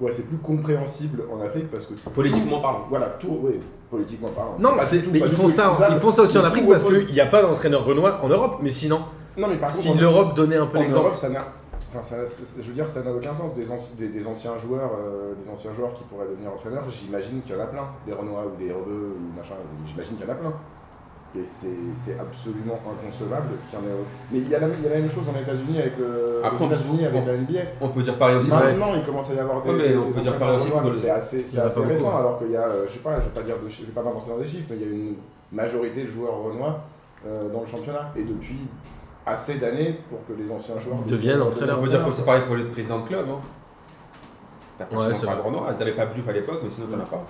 S3: ouais, c'est plus compréhensible en Afrique parce que
S4: Politiquement parlant.
S3: voilà, tout, oui, politiquement parlant.
S1: Non,
S3: pas
S1: c'est-
S3: du Ah, tout-
S1: mais
S3: pas
S1: ils
S3: du
S1: font
S3: tout
S1: ça,
S3: excusable.
S1: ils font ça aussi en
S3: Mais
S1: Afrique
S3: tout
S1: parce
S3: repose-
S1: qu'il n'y a pas d'entraîneur renois en Europe. Mais sinon,
S3: Non mais par
S1: si
S3: contre, en-
S1: l'Europe donnait un peu
S3: en
S1: l'exemple.
S3: Europe, ça n'a, enfin, ça, c'est- c'est- je veux dire, ça n'a aucun sens. Des, anci- des, des anciens joueurs, euh, des anciens joueurs qui pourraient devenir entraîneurs, j'imagine qu'il y en a plein, des Renois ou des Rebeux ou machin, j'imagine qu'il y en a plein. Et c'est c'est absolument inconcevable qu'il y en ait. Mais il y, a la, il y a la même chose en États-Unis avec le,
S4: Après,
S3: aux États-Unis
S4: on-
S3: avec
S4: on-
S3: la NBA.
S4: On peut dire pareil aussi.
S1: Ouais.
S3: Maintenant, il commence à y avoir des.
S4: Ouais, mais
S3: des
S4: on peut dire
S3: entraîneurs
S4: pareil aussi
S3: noirs,
S4: pour
S3: mais
S4: le-
S3: c'est assez, c'est
S1: y en a
S3: assez
S1: pas beaucoup,
S3: récent,
S1: hein.
S3: alors qu'il y a, euh, je sais pas, je vais pas dire de, chi- je vais pas m'avancer dans des chiffres, mais il y a une majorité de joueurs renois euh, dans le championnat. Et depuis assez d'années pour que les anciens joueurs
S1: Deviennent entraîneurs.
S4: On peut dire que c'est pareil pour les présidents de club. hein. T'as
S1: Ouais,
S4: forcément
S1: c'est
S4: pas
S1: vrai.
S4: Renaud, ah, t'avais pas Diouf à l'époque, mais sinon t'en as pas.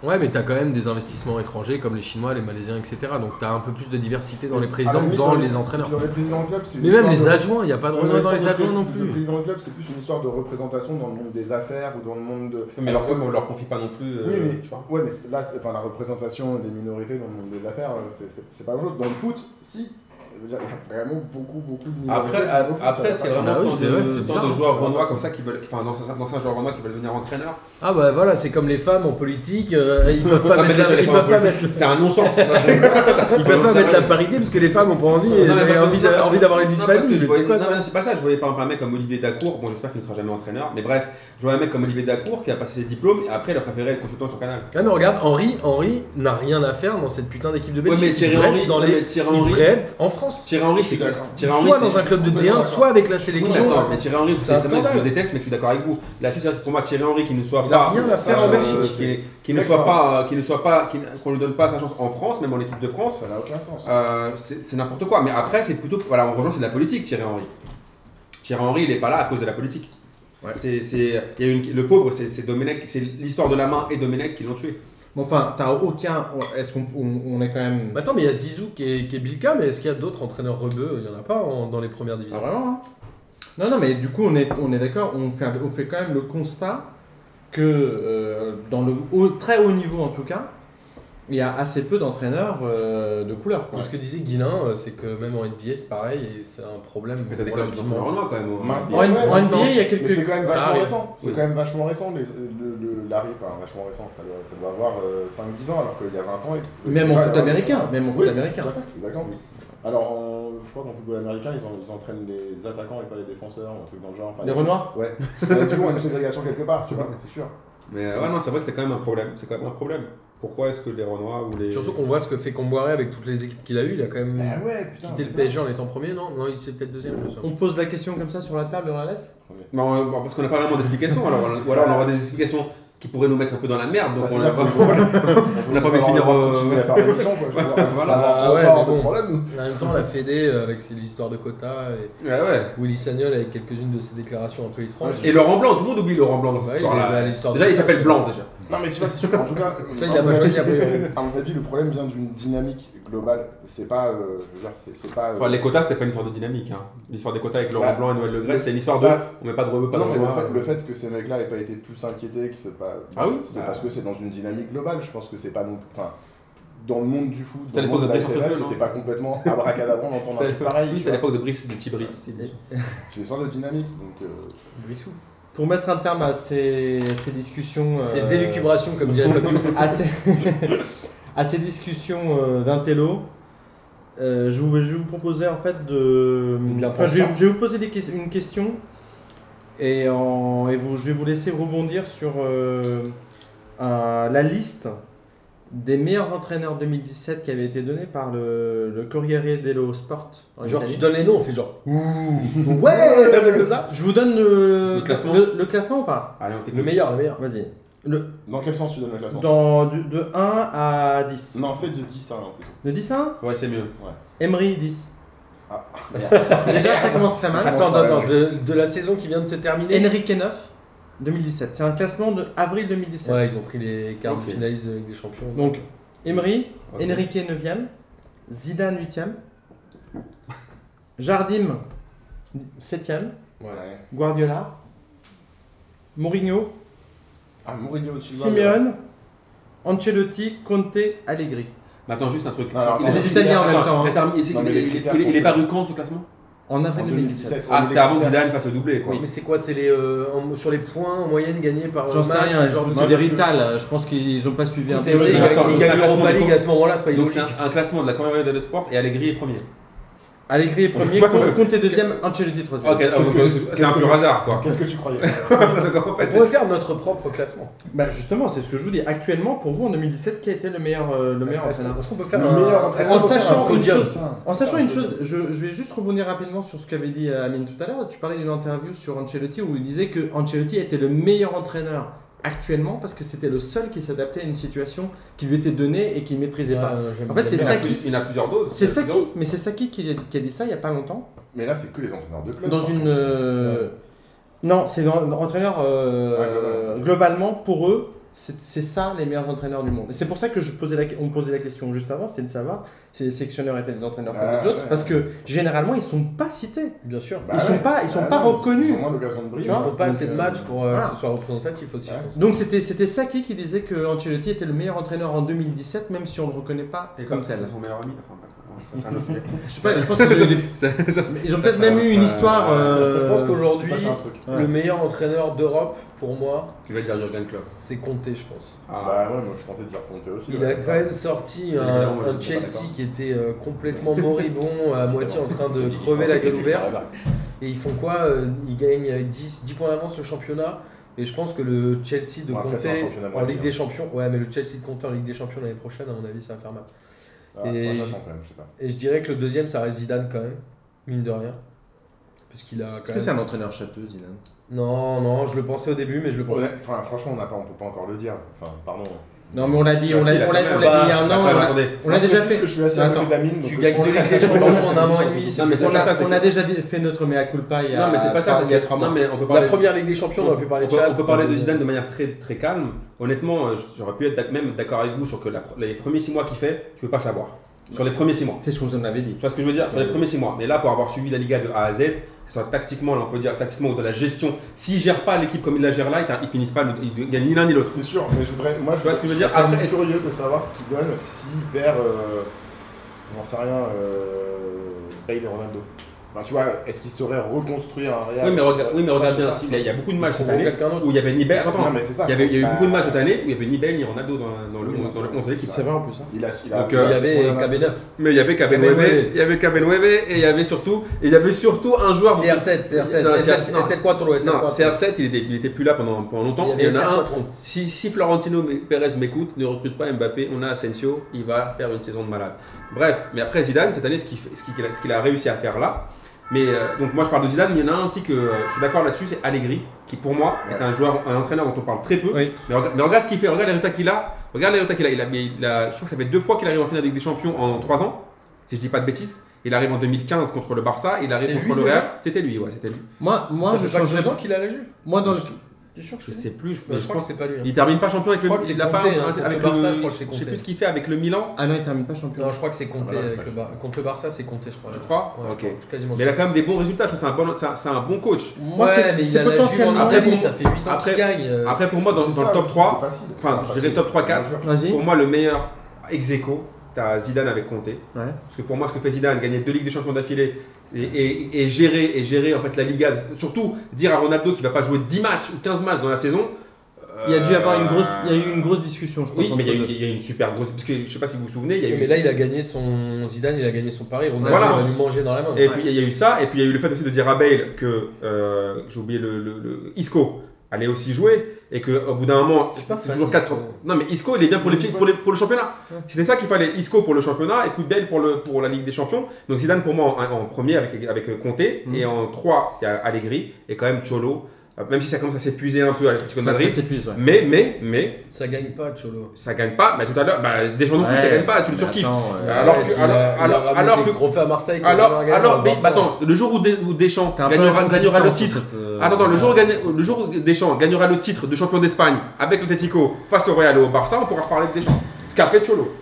S1: Ouais, mais t'as quand même des investissements étrangers comme les Chinois, les Malaisiens, etc. Donc t'as un peu plus de diversité dans les présidents,
S3: À la limite,
S1: dans
S4: euh,
S3: le-
S1: les entraîneurs.
S3: Ah, Dans les présidents de club, c'est une
S1: Mais même
S3: histoire
S1: les
S3: de-
S1: adjoints, il n'y a pas de
S3: dans les
S1: renois dans
S3: histoires
S1: les
S3: de-
S1: adjoints non
S3: de
S1: plus.
S3: présidents de club, c'est plus une histoire de représentation dans le monde des affaires ou dans le monde de.
S4: Mais alors qu'on leur confie pas non plus. euh,
S3: Oui, mais-
S4: tu vois.
S3: Ouais, mais c'est- là, c'est- enfin, la représentation des minorités dans le monde des affaires, euh, c'est- c'est c'est pas la même chose. Dans le foot, si. Je veux dire, Il y a vraiment beaucoup, beaucoup de minorités.
S4: Après, à-
S3: dans le foot, ça
S4: après
S3: va
S4: est-ce qu'il y
S3: pas.
S4: a
S1: Bah
S4: vraiment
S1: oui,
S4: tant
S1: c'est vrai,
S4: de-
S1: c'est
S4: tant de
S1: bizarre.
S4: joueurs Renois comme ça qui veulent. Enfin, d'anciens d'anciens joueurs Renois qui veulent devenir entraîneurs
S1: Ah bah voilà, c'est comme les femmes en politique, euh, ils peuvent pas
S4: Non, Ah, mais
S1: mettre
S4: déjà,
S1: la-
S4: les
S1: ils
S4: femmes en
S1: peuvent pas
S4: politique,
S1: mettre-
S4: C'est un non-sens.
S1: ils peuvent pas mettre la parité parce que les femmes ont pas envie et
S4: Non, mais
S1: elles
S4: parce
S1: ont
S4: que-
S1: envie
S4: non, parce
S1: d'a-
S4: que-
S1: envie d'avoir une vie de
S4: non, parce que
S1: famille,
S4: je
S1: mais
S4: voyais-
S1: c'est quoi
S4: non,
S1: ça
S4: mais C'est pas ça, je voyais par exemple un mec comme Olivier Dacour, bon j'espère qu'il ne sera jamais entraîneur, mais bref, je voyais un mec comme Olivier Dacour qui a passé ses diplômes et après il a préféré être consultant sur Canal.
S1: Ah mais regarde, Henri, Henri n'a rien à faire dans cette putain d'équipe de
S4: Ouais,
S1: Belgique.
S4: mais Thierry
S1: Il devrait
S4: Henry,
S1: être dans
S4: ouais, mais
S1: les...
S4: Thierry
S1: Il
S4: Henry,
S1: devrait être en France.
S4: Thierry Henry,
S3: Je suis
S4: c'est
S3: d'accord.
S4: Thierry Henry,
S1: Soit
S4: c'est-
S1: dans un club de
S3: complètement
S1: D1,
S3: d'accord.
S1: soit avec la
S4: Oui, mais
S1: sélection.
S4: attends, mais Thierry Henry,
S1: C'est un
S4: c'est un mec que je
S1: scandale.
S4: déteste, mais je suis d'accord avec vous. La chose, c'est que pour moi, Thierry Henry qui ne soit
S1: Il a
S4: pas.
S1: rien à faire en
S4: euh,
S1: Belgique.
S4: qui- Qui ne
S3: Mec,
S4: soit
S3: ça-
S4: pas. euh, Qui ne soit pas. qui- Qu'on ne lui donne pas sa chance en France, même en équipe de France,
S3: Ça n'a aucun sens.
S4: euh, c'est c'est n'importe quoi. Mais après, c'est plutôt. Voilà, en rejoint, c'est de la politique, Thierry Henry. Thierry Henry, il n'est pas là à cause de la politique. C'est, c'est- il y a une- le pauvre, c'est, c'est Domenech, c'est l'histoire de la main et Domenech qui l'ont tué.
S2: Bon, enfin, t'as aucun. Est-ce qu'on on, on est quand même.
S1: Bah attends, mais il y a Zizou qui est, qui est Bilka, mais est-ce qu'il y a d'autres entraîneurs rebeux Il n'y en a pas en- dans les premières
S2: Ah,
S1: divisions.
S2: vraiment hein Non, non, mais du coup, on est, on est d'accord, on fait, on fait quand même le constat que euh, dans le haut- très haut niveau, en tout cas, il y a assez peu d'entraîneurs euh, de couleur. quoi.
S1: Ce que disait Guilin, euh, c'est que même en NBA, c'est pareil, et c'est un problème.
S4: Mais t'as des clubs qui
S1: relativement-
S4: sont quand même. hein.
S3: Maintenant,
S2: En, N-
S3: ouais,
S2: en NBA, il y a
S3: Mais c'est
S2: quelques. Bah,
S3: quand même
S1: Ça
S3: vachement
S1: arrive.
S3: récent. C'est
S4: Oui.
S3: quand même vachement récent les- le, le- l'arrivée, enfin vachement récent, ça doit, ça doit avoir euh, 5-10 ans alors qu'il y a 20 ans. il pouvait
S2: Même en
S3: déjà
S2: foot
S3: avoir-
S2: américain, même en foot
S3: Oui,
S2: américain.
S3: tout à fait, Exactement. Alors en- je crois qu'en football américain ils, en- ils entraînent les attaquants et pas les défenseurs ou un truc dans le genre. Enfin, il
S2: Les
S3: y a-
S2: Renoirs
S3: Ouais. Il y a toujours une ségrégation quelque part, tu vois, c'est sûr.
S4: Mais euh, ouais, non, c'est vrai que c'est quand même un problème. C'est quand même un problème. Pourquoi est-ce que les Renois ou les.
S1: Surtout qu'on voit ce que fait Comboiré avec toutes les équipes qu'il a eues. Il a quand même
S3: Bah ouais, putain.
S1: quitté Mm. le
S3: putain.
S1: PSG en étant premier, non Non, il s'est peut-être deuxième, je sais.
S2: On pose la question comme ça sur la table, on la laisse
S4: Non, euh, parce qu'on n'a pas vraiment d'explication. alors, on- ou alors on aura des explications qui pourraient nous mettre un peu dans la merde. Donc
S3: Bah,
S4: on
S3: c'est
S4: n'a
S3: la
S4: pas.
S3: On
S4: n'a pas envie de finir, euh,
S3: continuer à faire l'émission, quoi. Je veux dire,
S4: Voilà.
S3: on
S1: Ah ouais,
S3: part
S1: mais
S3: de
S1: bon.
S3: problème, nous.
S1: En même temps, la Fédé, euh, avec ses- l'histoire de quota, et
S4: Ouais, ouais.
S1: Willy Sagnol avec quelques-unes de ses déclarations un peu étranges.
S3: Ouais,
S4: Et Laurent Blanc, tout le monde oublie Laurent Blanc dans
S1: Ouais, il est
S4: cette
S1: déjà à
S4: histoire-là.
S1: l'histoire de-
S4: Déjà, il s'appelle Blanc déjà.
S3: Non, mais tu vois, c'est sûr. En tout cas,
S1: Ça, il a pas choisi, a priori.
S3: À mon avis, le problème vient d'une dynamique globale. C'est pas. euh, je veux dire, c'est c'est pas. euh,
S4: Enfin, les quotas, c'était pas une histoire de dynamique. hein. L'histoire des quotas avec Laurent
S3: Bah,
S4: Blanc et Noël Le Gret, c'était une histoire de.
S3: bah,
S4: on met pas de rebeu, pas
S3: non,
S4: de
S3: mais le
S4: Renois.
S3: fait, le fait que ces mecs-là aient pas été plus inquiétés, que c'est pas.
S4: Ah oui
S3: C'est
S4: Bah.
S3: parce que c'est dans une dynamique globale. Je pense que c'est pas non plus. Enfin, dans le monde du foot,
S4: C'est à
S3: dans le
S4: l'époque
S3: monde de
S4: de
S3: la
S4: Brice
S3: TV,
S4: Hortefeux, non
S3: c'était pas complètement abracadabrant d'entendre un
S4: C'est-
S3: truc pareil.
S4: Oui,
S3: tu
S4: c'est à
S3: vois.
S4: l'époque de Brice, du petit Brice.
S3: C'est une sorte de dynamique. Donc, euh,
S1: Brissou.
S2: Pour mettre un terme à ces, ces discussions.
S1: Ses
S2: euh,
S1: élucubrations, comme dirait Papy.
S2: à ces, à ces discussions euh, d'intello, euh, je, vous, je vais vous proposer en fait de.
S1: De la
S2: enfin, je, vais,
S1: pensée.
S2: je vais vous poser des ques- une question et, en- et vous, je vais vous laisser rebondir sur euh, un- la liste des meilleurs entraîneurs 2017 qui avait été donnée par le, le Corriere dello Sport. en
S1: Genre,
S2: Italie.
S1: tu donnes les noms, on fait genre.
S2: Ouais comme ça. Je vous donne le,
S4: Le classement
S2: le- le classement ou pas
S4: Allez, on
S1: Le
S4: t'écoute.
S1: meilleur, le meilleur.
S2: Vas-y.
S3: dans quel sens tu donnes le classement
S2: Dans, du- de 1 à 10.
S3: Non, en fait, je dis ça. hein, plutôt.
S2: De 10 à 1
S4: Ouais, c'est mieux.
S2: Emery 10.
S3: Ah,
S2: Déjà, ça commence très mal.
S1: Attends, attends, de, de la saison qui vient de se terminer.
S2: Enrique 9, 2017. C'est un classement de avril 2017.
S1: Ouais, ils ont pris les quarts
S4: Ok.
S1: de finaliste de Ligue des Champions.
S2: Donc, Emery,
S4: Ok.
S2: Enrique 9e, Zidane 8e, Jardim 7e,
S1: Ouais.
S3: Ouais.
S2: Guardiola, Mourinho,
S3: Ah, Mourinho au-dessus de Valverde.
S2: Simeone, Ancelotti, Conte, Allegri.
S4: Mais attends, juste un truc.
S3: Alors,
S4: Il
S3: c'est
S4: a-
S3: des
S4: il a-
S2: Italiens en même
S4: attends,
S2: temps, hein.
S4: la terme- Il
S3: Non, mais les
S4: il-
S3: critères
S4: il-
S3: sont
S4: il est
S3: chers.
S4: paru quand ce classement
S2: En
S3: En
S2: avril 2017.
S3: 2017.
S4: Ah, c'était
S3: c'était
S4: avant que Zidane fasse le doublé, quoi.
S1: Oui, mais c'est quoi C'est les euh, en- sur les points en moyenne gagnés par.
S2: J'en sais
S1: match,
S2: rien,
S1: Genre,
S2: c'est
S3: Non,
S2: des
S3: parce que-
S2: Rital, je pense qu'ils ont pas suivi un
S1: Écoute,
S2: peu.
S1: Emery,
S2: le-
S1: il
S4: D'accord,
S1: gagne- il
S4: donc c'est un
S1: gagne
S4: classement
S1: l'Europa
S4: des
S1: League à ce moment-là, c'est pas
S4: Donc c'est
S1: illogique.
S4: un, un classement de la Corriere dello Sport et Allegri est premier.
S2: Allegri est premier, Con- Conte deuxième, Ancelotti troisième.
S4: Ok, alors,
S3: Qu'est-ce que-
S4: donc, euh,
S3: qu'est-ce
S4: c'est un
S3: que-
S4: pur hasard quoi.
S3: Qu'est-ce que tu croyais
S4: D'accord, en
S1: On
S4: fait, c'est-
S1: pourrait faire notre propre classement.
S2: Bah justement, c'est ce que je vous dis. Actuellement, pour vous, en 2017, qui a été le meilleur, euh, le meilleur
S1: Est-ce qu'on-
S2: entraîneur
S1: est-ce qu'on peut faire
S3: Le
S1: un-
S3: meilleur
S1: est-ce
S3: entraîneur.
S1: qu'on
S2: En
S1: peut faire
S2: sachant
S1: un
S2: une
S1: podium
S2: chose, En sachant une chose, je, je vais juste rebondir rapidement sur ce qu'avait dit euh, Amine tout à l'heure. Tu parlais d'une interview sur Ancelotti où il disait que Ancelotti était le meilleur entraîneur actuellement parce que c'était le seul qui s'adaptait à une situation qui lui était donnée et qu'il maîtrisait
S1: Ah,
S2: pas.
S1: euh, j'aime
S2: En fait,
S1: bien.
S2: c'est
S4: il y en a
S2: ça
S4: plus-
S2: qui-
S4: Il y en a plusieurs d'autres. il
S2: C'est
S4: y en a
S2: ça
S4: plusieurs
S2: qui, mais c'est ça qui qui a, qui a dit ça il y a pas longtemps
S3: Mais là, c'est que les entraîneurs de club.
S2: dans
S3: par
S2: une.
S3: contre.
S2: euh, Non, c'est dans- dans entraîneur euh,
S3: Ouais, globalement.
S2: globalement pour eux. C'est c'est ça les meilleurs entraîneurs du monde. Et c'est pour ça que je posais la, on posait la question juste avant, c'est de savoir si les sélectionneurs étaient des entraîneurs comme
S3: Ah,
S2: les autres,
S3: ouais.
S2: parce que généralement ils sont pas cités.
S1: Bien sûr.
S3: Bah
S2: ils sont
S3: ouais.
S2: pas, ils sont
S3: Ah
S2: pas
S3: non, Ils
S2: reconnus.
S3: ont moins l'occasion de briller.
S1: Ils ne font pas
S2: Donc,
S1: assez de
S2: euh,
S1: matchs pour euh,
S2: voilà.
S1: que ce soit représentatif aussi,
S3: Ouais.
S1: je pense.
S2: Donc c'était c'était Saki qui disait que Ancelotti était le meilleur entraîneur en 2017, même si on le reconnaît pas
S4: Et
S2: comme
S4: comme
S2: tel.
S4: c'est son meilleur ami, enfin, bref, c'est un autre sujet.
S2: Je sais pas, je pense qu'ils ont des-
S4: Ça- ça-
S2: ils ont peut-être même eu une
S4: ça-
S2: histoire. euh,
S1: Je pense
S3: C'est
S1: qu'aujourd'hui,
S3: pas ça un truc.
S2: ouais.
S1: le meilleur entraîneur d'Europe, pour moi,
S4: Tu vas dire Jurgen Klopp.
S1: c'est Conte, je pense.
S4: Ah,
S3: Bah ouais, moi je suis tenté de dire Ponté aussi.
S1: Il
S3: ouais.
S1: a quand même sorti
S4: a
S1: un,
S4: gagné, ouais,
S1: un
S4: je suis pas
S1: Chelsea
S3: d'accord.
S1: qui était euh, complètement moribond, à moitié en train de
S3: Il est
S1: crever la gueule
S3: fort,
S1: ouverte.
S3: voilà.
S1: Et ils font quoi euh, Ils gagnent avec 10, 10 points d'avance le championnat. Et je pense que le Chelsea de
S3: Bon, après,
S1: Conte
S3: c'est un championnat
S1: en Ligue
S3: moyen.
S1: des Champions, ouais, mais le Chelsea de Conte en Ligue des Champions l'année prochaine, à mon avis, ça va faire mal.
S3: Ah, moi,
S1: Et-
S3: j'attends quand même, je sais pas.
S1: Et je dirais que le deuxième, ça reste Zidane quand même, mine de rien, parce qu'il a.
S2: Est-ce
S1: quand
S2: que
S1: même-
S2: c'est un entraîneur châteux, Zidane
S1: Non, non, je le pensais au début, mais je le pense.
S3: Honnête- Enfin, franchement, on n'a pas, on peut pas encore le dire. Enfin, pardon.
S2: Non, mais on l'a dit, on
S4: Ah,
S2: l'a
S4: si, il a
S2: on l'a-
S4: quand
S2: on
S4: même-
S2: l'a dit il y a
S4: Bah,
S2: un an,
S4: attends,
S2: on l'a-
S4: attendez.
S2: on l'a
S3: Je
S2: déjà
S3: précise
S2: fait.
S3: que je suis assez à
S2: Attends,
S3: côté d'Amine. donc
S1: tu
S3: je
S1: gagnes
S3: suis
S1: des
S3: très
S1: ligues des champions
S3: content.
S1: en un an et demi.
S4: Non, mais c'est
S2: On
S4: pas
S2: a-
S4: ça, c'est
S2: on a déjà dit- fait notre mea culpa il y a
S4: Non, mais c'est pas ça.
S2: il y a trois mois.
S4: Non, mais on peut
S1: La
S4: parler.
S1: première Ligue des Champions, on aurait pu parler de
S4: peut-
S1: Chad.
S4: Bah, on peut parler de Zidane de manière très, très calme. Honnêtement, euh, j'aurais pu être d'ac- même d'accord avec vous sur que la- les premiers 6 mois qu'il fait, tu peux pas savoir. Sur les premiers 6 mois.
S2: C'est ce qu'on avait dit.
S4: Tu vois ce que je veux dire Sur les premiers 6 mois. Mais là, pour avoir suivi la Liga de A à Z, que ce soit tactiquement, là, on peut dire tactiquement ou de la gestion, s'il gère pas l'équipe comme il la gère là, ils- ils finissent pas, le- ils gagnent ni l'un ni l'autre.
S3: C'est sûr, mais je voudrais. Moi, je
S4: Tu vois ce que je veux dire
S3: serais quand même
S4: Après, est-ce-
S3: curieux de savoir ce qu'il donne s'il perd. euh, J'en sais rien. euh, Bale et Ronaldo. Enfin, tu vois, est-ce qu'il saurait reconstruire un Real
S4: Oui, mais
S3: Est-ce qu'il
S4: regarde,
S3: saurait-
S4: oui, mais
S3: ça, je
S4: regarde
S3: sais
S4: bien,
S3: pas.
S4: s'il y a- il y a beaucoup de matchs cette
S1: Ou
S4: année
S1: quelqu'un d'autre.
S4: où il y avait ni Bale. Attends,
S3: Non, mais c'est ça.
S4: il y avait- il y a eu
S3: Bah,
S4: beaucoup de matchs cette année où il y avait ni Bale ni Ronaldo dans, dans le,
S3: Oui,
S4: dans le 11 de l'équipe.
S2: C'est vrai en plus. hein.
S3: Il a. il a-
S4: Donc,
S1: Il y
S4: euh,
S1: avait
S3: Ronaldo.
S1: KB9.
S4: Mais il y avait Cabenueve, il y avait Cabenueve et il y avait surtout, et il y avait surtout un joueur.
S1: CR7,
S4: Non,
S1: CR7.
S4: CR7, non.
S1: SL4,
S4: Non,
S1: SL4.
S4: CR7, il était, il était plus là pendant, pendant longtemps.
S1: Il
S4: Et
S1: y
S4: il y en
S1: avait
S4: a un.
S1: SL4.
S4: Si, si Florentino M- Pérez m'écoute, ne recrute pas Mbappé, on a Asensio, il va faire une saison de malade. Bref, mais après Zidane, cette année, ce qu'il fait- ce qu'il ce qu'il a réussi à faire là, mais euh, donc moi je parle de Zidane, mais il y en a un aussi que euh, je suis d'accord là-dessus, c'est Allegri, qui pour moi est un joueur, un entraîneur dont on parle très peu.
S2: Oui.
S4: Mais, rega- mais regarde ce qu'il fait, regarde les résultats qu'il a, regarde les résultats qu'il a. Il a, mais il a- Je crois que ça fait deux fois qu'il arrive en finale avec des champions en trois ans, si je dis pas de bêtises. Il arrive en 2015 contre le Barça, il arrive
S1: C'était
S4: contre
S1: lui,
S4: le Real. C'était lui, ouais, c'était lui.
S2: Moi, moi je changerais
S1: pas qu'il a la Juve.
S2: Moi, dans le.
S1: T'es sûr que
S4: Je
S1: c'est
S4: sais plus, je,
S1: Mais
S4: mais
S1: je crois que c'était pas lui. hein.
S4: il termine pas champion avec le
S1: crois que c'est
S4: il l'a pas
S1: Conte, hein,
S4: avec
S1: contre le
S4: le-
S1: Barça, je crois que c'est
S4: Je sais
S1: Conte.
S4: plus ce qu'il fait avec le Milan,
S2: Ah non, il termine pas champion.
S1: Non, je crois que c'est compté
S3: Ah, voilà,
S1: avec le Bar- contre le Barça, c'est compté, je crois.
S4: je crois.
S1: Ouais,
S4: Ok.
S1: je crois, je suis quasiment
S4: Mais il a quand même des bons résultats, je trouve que c'est un bon- c'est un, c'est un bon coach.
S1: Moi,
S2: Moi, c'est-
S1: mais il
S2: c'est
S1: a la Juve en
S2: potentiellement-
S1: après,
S4: Après,
S1: ça fait 8 ans
S4: après-
S1: qu'il gagne. euh,
S4: Après pour moi dans,
S3: C'est
S4: dans
S3: ça
S4: le top
S3: aussi,
S4: 3,
S3: c'est facile.
S4: enfin, je dirais top 3, 4.
S2: Vas-y.
S4: pour moi le meilleur ex aequo, t'as Zidane avec Conte.
S2: Ouais.
S4: Parce que pour moi, ce que fait Zidane, gagner deux Ligues des Champions d'affilée et, et- et gérer, et gérer en fait la Liga, surtout dire à Ronaldo qu'il va pas jouer 10 matchs ou 15 matchs dans la saison.
S2: Il y a dû avoir une grosse, il y a eu une
S4: grosse.
S2: grosse discussion, je pense.
S4: Euh, Oui, mais
S2: entre
S4: il y, a eu-
S2: deux.
S4: il y a eu une super grosse. Parce que je sais pas si vous vous souvenez, il y a eu.
S1: Mais là, il a gagné son. Zidane, il a gagné son pari. Ronaldo
S4: Voilà.
S1: il va lui manger dans la main.
S4: Et puis il y a eu ça, et puis il y a eu le fait aussi de dire à Bale que euh, j'ai oublié le, le- le- Isco allait aussi jouer et que au bout d'un moment
S1: Je suis pas fan
S4: toujours
S1: d'Isco.
S4: 4 non mais Isco il est bien pour les pieds- pour, les- pour le championnat c'était ça qu'il fallait Isco pour le championnat et puis Bale pour le pour la Ligue des Champions donc Zidane pour moi en, en premier avec avec Conte et en 3 il y a Allegri et quand même Cholo Euh, même si ça commence à s'épuiser un peu à l'Atlético de
S2: Ça,
S4: Madrid
S2: ça s'épuise, ouais.
S4: mais mais mais
S1: Ça gagne pas, Cholo.
S4: ça gagne pas bah, tout à l'heure bah, des gens non plus
S2: Ouais,
S4: ça gagne pas tu le
S2: mais
S4: surkiffes
S2: attends, ouais.
S4: Alors que-
S1: Ouais, il a-
S4: alors-
S1: il a
S4: alors-
S1: ramené
S4: alors
S1: ses
S4: que-
S1: trophées à Marseille. quand
S4: alors
S1: on a gagné, on
S4: alors
S1: va
S4: mais,
S1: voir.
S4: attends le jour où, Des- où Deschamps
S2: T'as un peu
S4: gagnera,
S2: un peu
S4: gagnera le
S2: distance
S4: titre
S2: sur cette, euh,
S4: Attends, attends, le jour, où gagne- le jour où Deschamps gagnera le titre de champion d'Espagne avec l'Atlético face au Real et au Barça, on pourra reparler de Deschamps. Ce qu'a fait Cholo.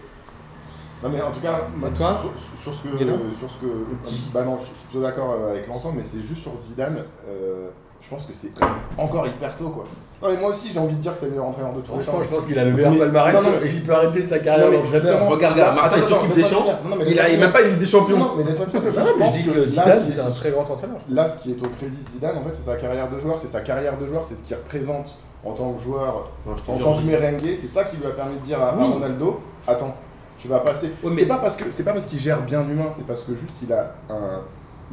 S3: Non mais en tout cas, moi,
S2: toi
S3: sur, sur- sur ce que,
S2: Guénon
S3: euh, sur ce que, bah non, je suis plutôt d'accord euh, avec l'ensemble, mais c'est juste sur Zidane, euh, je pense que c'est encore hyper tôt quoi. Non mais moi aussi j'ai envie de dire que c'est le meilleur entraîneur de tous les temps.
S1: Franchement, je pense qu'il a le meilleur
S3: Mais-
S1: palmarès
S3: non, non,
S1: et il peut arrêter sa
S3: Non,
S1: carrière
S3: mais
S1: d'entraîneur.
S3: justement,
S4: Regarde, regarde,
S3: là,
S4: Martin, il s'occupe des
S3: laisse-moi
S4: champs.
S3: finir. Non, non, mais
S4: Il a,
S3: laisse-moi
S4: il a même pas une Ligue des champions.
S3: finir. Non, mais laisse-moi finir.
S1: Ah,
S3: Je
S1: mais
S3: pense
S1: Je dis
S3: que
S1: que
S3: là,
S1: Zidane,
S3: ce qui-
S1: c'est un très grand entraîneur. je
S3: Là, ce qui est au crédit de Zidane, en fait, c'est sa carrière de joueur, c'est sa carrière de joueur, c'est ce qu'il représente en tant que joueur, en tant que merengue, c'est ça qui lui a permis de dire à, à
S2: Oui.
S3: Ronaldo, attends, tu vas passer.
S4: Ouais, mais-
S3: C'est pas parce que c'est pas parce qu'il gère bien l'humain, c'est parce que juste il a un,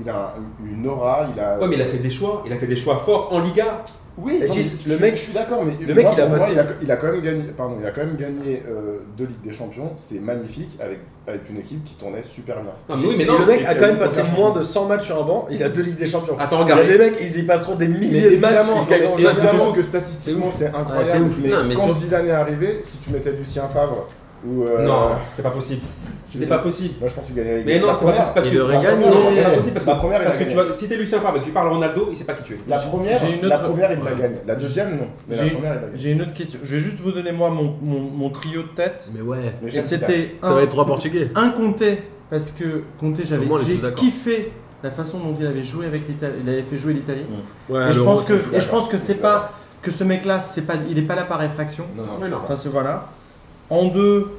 S3: il a un- une aura, il a.
S4: Ouais, mais il a fait des choix. Il a fait des choix forts en Liga.
S3: Oui, non, mais
S1: Gis,
S3: je-
S1: le
S3: je-
S1: mec-
S3: je suis d'accord, mais
S1: le mec,
S3: moi,
S1: il a
S3: pour moi,
S1: passé-
S3: il a, il a quand même gagné, pardon, il a quand même gagné euh, deux ligues des champions, c'est magnifique avec avec une équipe qui tournait super bien.
S4: Non, mais
S1: dis.
S4: oui, mais
S1: Et
S4: non.
S1: le mec
S3: il
S1: a
S3: a
S1: quand
S3: eu
S1: même
S3: une
S1: passé
S3: première
S1: moins
S3: champion.
S1: de 100 matchs sur un banc, il a deux Ligues des Champions.
S4: Attends,
S1: Il y a
S4: regarde.
S1: des mecs, ils y passeront des milliers
S3: Mais
S1: de matchs,
S3: évidemment,
S1: ils gagneront
S3: mais
S1: jamais.
S3: évidemment que statistiquement c'est
S1: Ouais, c'est
S3: incroyable,
S1: ouf.
S3: mais,
S4: Non, mais
S3: quand
S4: sur-
S3: Zidane est arrivé, si tu mettais Lucien Favre ou euh,
S4: Non, c'était pas possible. C'était pas possible.
S3: moi je pense qu'il gagnerait. la
S4: Mais non,
S3: la
S4: c'est pas
S3: première.
S4: possible. Parce
S1: Et
S4: que,
S1: de
S3: La
S1: Reagan,
S3: première,
S4: non,
S3: il
S4: c'est
S3: l'a
S4: pas
S3: gagné.
S4: possible. Parce que,
S3: La première, il
S4: parce
S3: l'a
S4: que tu
S3: gagné.
S4: vois, si t'es Lucien Favre et que tu parles Ronaldo, il sait pas qui tu es.
S3: La première,
S2: J'ai une
S3: la
S2: autre-
S3: première, il la
S2: Ouais.
S3: gagne. La deuxième, non. Mais la
S2: J'ai-
S3: première, il la gagne.
S2: J'ai une autre question. Je vais juste vous donner moi mon, mon, mon trio de tête.
S1: Mais ouais,
S3: Mais
S2: Et
S3: j'aime Zidane.
S2: c'était
S1: ça va
S2: un,
S1: être trois Portugais.
S2: un Comté parce que Comté j'avais
S1: Comment on est tous
S2: j'ai
S1: d'accord
S2: kiffé la façon dont il avait joué avec l'Italie. Il avait fait jouer l'Italie.
S1: Ouais,
S2: et je
S1: l'Euro,
S2: pense que
S3: je suis
S2: et je pense que
S3: d'accord.
S2: c'est pas que ce mec là c'est pas il est pas là par réfraction.
S3: Non, non,
S4: Mais non.
S2: Ça c'est voilà. En deux,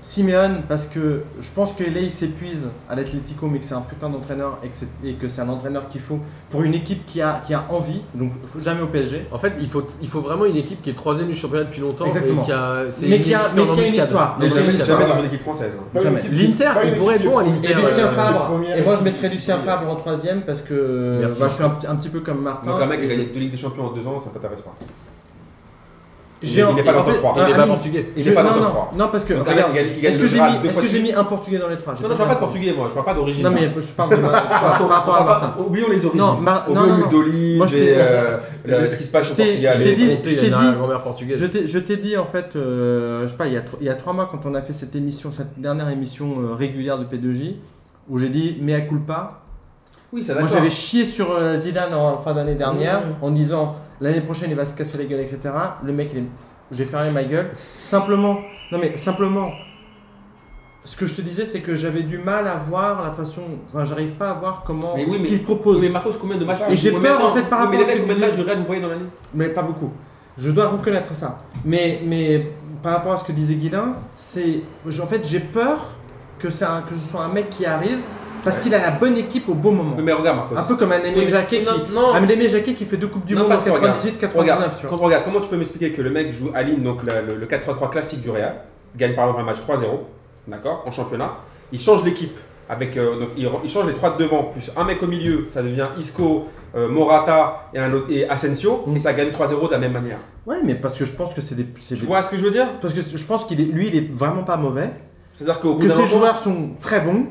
S2: Simeone, parce que je pense que là il s'épuise à l'Atlético, mais que c'est un putain d'entraîneur et que c'est- et que c'est un entraîneur qu'il faut pour une équipe qui a, qui a envie, donc faut jamais au PSG,
S1: En fait, il faut, il faut vraiment une équipe qui est troisième du championnat depuis longtemps.
S2: Exactement.
S1: Et qui a, c'est
S2: mais
S1: une
S2: qui a,
S1: équipe
S2: mais
S1: en
S2: qui a une
S1: embuscade.
S2: histoire.
S4: Mais
S2: Mais qui a une
S4: jamais,
S2: histoire.
S4: jamais dans une équipe française. hein.
S3: Pas une
S2: jamais.
S3: équipe qui-
S1: L'Inter,
S3: pas une
S1: il pourrait être
S3: équipe
S1: bon à
S3: qui-
S2: Et
S1: l'Inter.
S3: Ouais,
S2: Lucien
S3: ouais, c'est
S2: Fabre.
S3: première,
S2: Et moi je
S3: c'est
S2: mettrais
S3: qui-
S2: Lucien Fabre en troisième parce que
S1: Merci.
S2: bah, je suis un, un petit peu comme Martin.
S4: Donc un mec qui a gagné deux Ligues des Champions en deux ans, ça t'intéresse pas.
S2: J'ai
S4: il n'est pas
S2: en
S4: dans le
S2: fait,
S4: top 3.
S2: un
S1: Il est pas
S2: ami,
S1: portugais.
S4: Il
S2: je-
S4: n'est pas dans
S2: non,
S4: le top
S2: non,
S4: 3.
S2: non, parce que
S4: Donc,
S2: regarde,
S4: il gagne- il gagne
S2: est-ce
S4: le
S2: que j'ai
S4: Graal
S2: mis,
S4: deux
S2: est-ce
S4: fois
S2: que
S4: de
S2: j'ai
S4: suite.
S2: mis un portugais dans les trois J'ai
S4: Non, non, je parle pas de portugais, moi, je parle pas d'origine.
S2: Non, mais je parle de ma- par, par rapport à Martin.
S4: Oublions les origines.
S2: Non, Mar- non,
S4: Oublions
S2: non, non.
S4: l'Udoli,
S2: Moi, je
S4: les,
S2: t'ai-
S4: euh, le- ce qui se passe au
S2: je t'ai-
S4: Portugal.
S2: je
S4: les-
S2: t'ai dit-
S1: Comté,
S2: je
S1: il
S2: t'ai
S1: y a
S2: dit-
S1: une grand-mère portugaise.
S2: Je t'ai, je t'ai dit en fait, euh, je sais pas, il y, a, tro- il y a trois mois quand on a fait cette émission, cette dernière émission euh, régulière de P2J, où j'ai dit mea culpa.
S4: Oui, ça
S2: Moi
S4: d'accord.
S2: j'avais chié sur euh, Zidane en fin d'année dernière en disant l'année prochaine il va se casser la gueule, etc. Le mec, il est... j'ai fermé ma gueule. Simplement, non mais simplement, ce que je te disais c'est que j'avais du mal à voir la façon, enfin j'arrive pas à voir comment
S4: Mais oui,
S2: ce
S4: mais-
S2: qu'il propose.
S4: Mais Marcos, combien de matchs
S2: Et j'ai peur, en fait, par rapport à ce que
S4: combien de
S2: disait-
S4: matchs de Real vous voyez dans l'année
S2: mais pas beaucoup. Je dois reconnaître ça. Mais, mais par rapport à ce que disait Guilin, c'est. En fait, j'ai peur que, c'est un- que ce soit un mec qui arrive parce qu'il a la bonne équipe au bon moment.
S4: Mais regarde, Marcos.
S2: Un peu comme un Aimé
S4: Oui,
S2: Jacquet
S4: non,
S2: qui.
S4: non.
S2: un Aimé Jacquet qui fait deux Coupes du
S4: Non,
S2: Monde en
S4: parce que regarde,
S2: 98, 99,
S4: regarde,
S2: tu
S4: quand
S2: vois.
S4: on regarde, comment tu peux m'expliquer que le mec joue Aline, donc la- le, le 4-3-3 classique du Real, gagne par exemple un match 3-0, d'accord, en championnat, il change l'équipe. Avec, euh, donc, il, re- il change les trois de devant, plus un mec au milieu, ça devient Isco, euh, Morata et, un autre, et Asensio,
S2: Mm.
S4: et ça gagne 3-0 de la même manière.
S2: Ouais, mais parce que je pense que c'est des. c'est
S4: Tu
S2: des-
S4: vois ce que je veux dire
S2: Parce que je pense qu'il est, lui, il est vraiment pas mauvais.
S4: C'est-à-dire qu'au bout
S2: Que
S4: d'un
S2: ses
S4: moment,
S2: joueurs sont très bons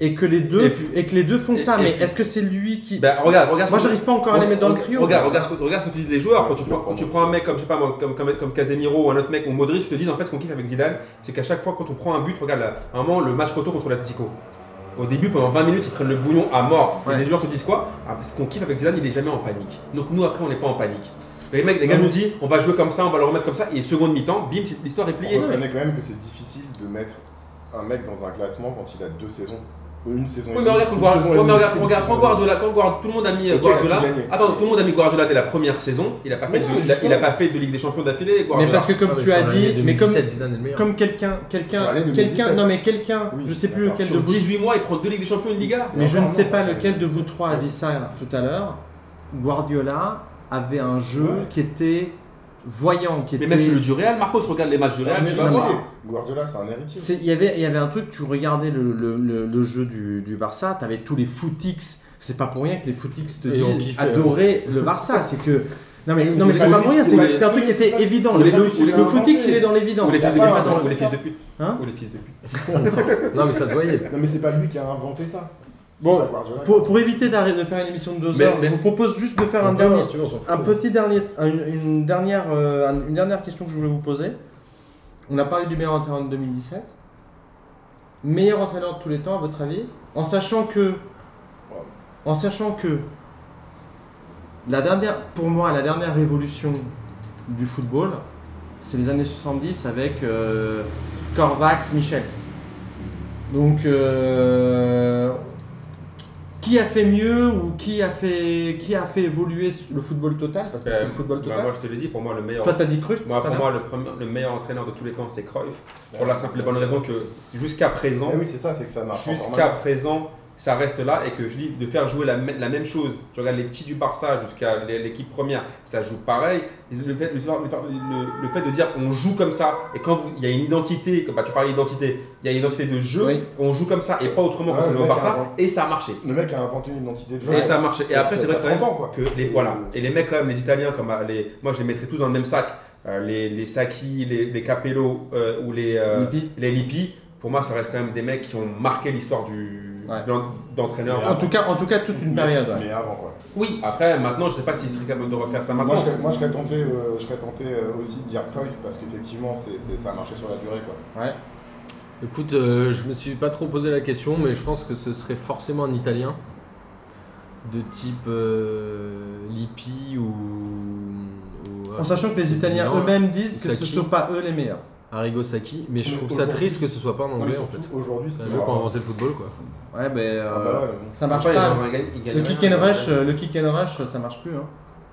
S2: et que les deux,
S4: Et
S2: et,
S4: puis-
S2: que les deux font
S4: et-
S2: ça.
S4: et
S2: mais
S4: puis-
S2: est-ce que c'est lui qui.
S4: Ben, regarde, regarde.
S2: Moi,
S4: ce que-
S2: j'arrive pas encore à les mettre dans le trio.
S4: Regarde, regarde, ce que, regarde ce que tu dis les joueurs.
S3: Ouais,
S4: quand,
S3: c'est
S4: tu prends,
S3: dur
S4: quand
S3: pour
S4: tu
S3: moi
S4: prends un mec comme, je sais pas, moi, comme, comme, comme Casemiro ou un autre mec ou Modric, qui te disent en fait ce qu'on kiffe avec Zidane, c'est qu'à chaque fois quand on prend un but, regarde là, à un moment le match retour contre l'Atletico. Au début, pendant 20 minutes, ils prennent le bouillon à mort. Et
S2: Ouais.
S4: les joueurs te disent quoi Ah, Ce qu'on kiffe avec Zidane, il est jamais en panique. Donc nous, après, on n'est pas en panique. Les mecs, les gars
S2: Non.
S4: nous disent on va jouer comme ça, on va le remettre comme ça, et seconde mi-temps, bim, c'est- l'histoire est pliée.
S3: Ouais.
S5: On reconnaît quand même que c'est difficile de mettre un mec dans un classement quand il a deux saisons. Ou Une saison.
S4: Oui, mais regarde, quand, Guard- ouais, mais regarde, regarde, quand Guardiola, quand Guard- tout le monde a mis euh,
S3: Et tu as tout
S4: Guardiola.
S3: gagné.
S4: Attends, tout le monde a mis Guardiola dès la première saison. Il a pas fait,
S5: Mais non,
S4: de,
S5: mais
S4: il a- il a
S5: justement.
S4: pas fait de Ligue des Champions d'affilée.
S2: Mais
S4: Guardiola.
S2: parce que comme
S1: Ah, mais
S2: tu
S1: sur
S2: as
S1: l'année
S2: dit, mais comme
S1: 2017, Zidane est le meilleur.
S2: comme quelqu'un, quelqu'un,
S5: Sur l'année
S2: quelqu'un,
S5: 2017.
S2: non mais quelqu'un,
S5: Oui,
S2: je sais plus
S5: d'accord.
S2: lequel de
S4: Sur
S2: vous,
S4: 18 mois, il prend deux Ligues des Champions, une Liga.
S2: mais je ne sais pas
S5: Non,
S2: lequel de vous trois a dit ça tout à l'heure. Guardiola avait un jeu
S5: Ouais.
S2: qui était voyant, qui
S4: Mais même
S2: était.
S4: celui du Real, Marcos, regarde les matchs du
S5: C'est un
S4: Real, tu vas
S5: héritier.
S4: voir.
S5: Guardiola, c'est un héritier.
S2: C'est- Il y avait, il y avait un truc. Tu regardais le, le- le- le jeu du, du Barça, t'avais tous les footix. C'est pas pour rien que les footix te
S1: Et on
S2: disent
S1: kiffait,
S2: adoraient le Barça. C'est que non mais non mais
S5: c'est
S2: c'est
S5: pas
S2: pas
S5: lui
S2: pour
S5: qui-
S2: rien.
S5: c'est
S2: C'est
S5: pas-
S2: c'est un truc qui
S5: oui, c'est
S2: était
S5: pas-
S2: évident.
S5: c'est
S2: Le,
S5: pas lui qui
S2: le-
S5: l'a
S2: le footix,
S5: inventé.
S2: il est dans l'évidence.
S4: Ou les
S2: C'est
S4: fils de
S5: pas
S2: pas
S4: pute,
S2: dans
S5: inventé.
S2: le-
S4: ou les fils de pute.
S2: Hein
S4: Ou les fils de pute.
S1: Non, mais ça se voyait.
S5: Non, mais c'est pas lui qui a inventé ça.
S2: Bon,
S5: C'est pas Guardiola.
S2: Pour, pour éviter d'arrêter de faire une émission de deux
S4: Mais-
S2: heures,
S4: mais-
S2: je vous propose juste de faire un
S1: Non,
S2: dernier,
S1: si tu veux, on s'en fout.
S2: un petit dernier, un- une, dernière, euh, un- une dernière question que je voulais vous poser. On a parlé du meilleur entraîneur de 2017. Meilleur entraîneur de tous les temps, à votre avis En sachant que, en sachant que, la dernière, pour moi, la dernière révolution du football, c'est les années 70 avec euh, Corvax, Michels. Donc, euh, qui a fait mieux ou qui a fait, qui a fait évoluer le football total Parce que c'est
S4: Euh,
S2: le football
S4: bah,
S2: total.
S4: Moi, je te l'ai dit, pour moi, le meilleur.
S2: Toi, t'as dit Cruyff tout
S4: Moi,
S2: à
S4: pour
S2: l'heure
S4: moi, le, premier- le meilleur entraîneur de tous les temps, c'est Cruyff. Pour la simple et bonne raison que jusqu'à présent,
S5: Eh oui, c'est ça, c'est que ça marche. encore
S4: jusqu'à
S5: maintenant.
S4: présent, ça reste là et que je dis de faire jouer la, mê- la même chose. Tu regardes les petits du Barça jusqu'à l'é- l'équipe première, ça joue pareil. Le fait, le, soir- le soir- le- le fait de dire on joue comme ça et quand vous- il y a une identité, comme bah, tu parlais d'identité, il y a une identité de jeu,
S2: Oui.
S4: on joue comme ça et pas autrement
S5: Ouais,
S4: quand
S5: le
S4: on est au
S5: mec a
S4: Barça
S5: inventé-
S4: et ça a marché.
S5: Le mec a inventé une identité de jeu.
S4: Et ça a marché. Et après, c'est vrai quand même
S5: 30 ans, quoi.
S4: que les voilà et les mecs quand même les Italiens comme euh, les moi je les mettrais tous dans le même sac Euh, les les Sacchi les, les Capello euh, ou les euh,
S2: Lippi.
S4: les Lippi pour moi ça reste quand même des mecs qui ont marqué l'histoire du
S2: Ouais.
S4: d'en- d'entraîneur
S2: En tout cas, en tout cas, toute une période. ouais.
S5: Mais avant, quoi.
S4: oui après maintenant je sais pas s'ils seraient capables de refaire ça
S5: Moi,
S4: maintenant
S5: je serais, moi, je serais tenté, euh, je serais tenté euh, aussi de dire Cruyff parce qu'effectivement, c'est, c'est- ça a marché sur la durée. Quoi.
S1: Écoute, euh, je me suis pas trop posé la question, mais je pense que ce serait forcément un Italien de type euh, Lippi ou, ou, euh,
S2: En sachant que les Italiens
S1: Non.
S2: eux-mêmes disent que ce
S1: Sacchi.
S2: ne sont pas eux les meilleurs.
S1: Arrigo Sacchi. Mais je
S5: Mais
S1: trouve ça
S5: aujourd'hui-
S1: triste que ce soit pas en
S5: Non, mais
S1: anglais en
S5: surtout,
S1: fait.
S5: aujourd'hui,
S1: C'est
S5: c'est
S1: un mec qui a inventé le football quoi.
S2: Ouais, ben
S5: Ah bah ouais, bon.
S2: ça marche
S4: Après, ils
S2: pas.
S4: auraient gagné- ils
S2: Le
S4: gagneraient,
S2: kick and
S4: euh,
S2: rush, euh, le kick and rush, ça marche plus. hein.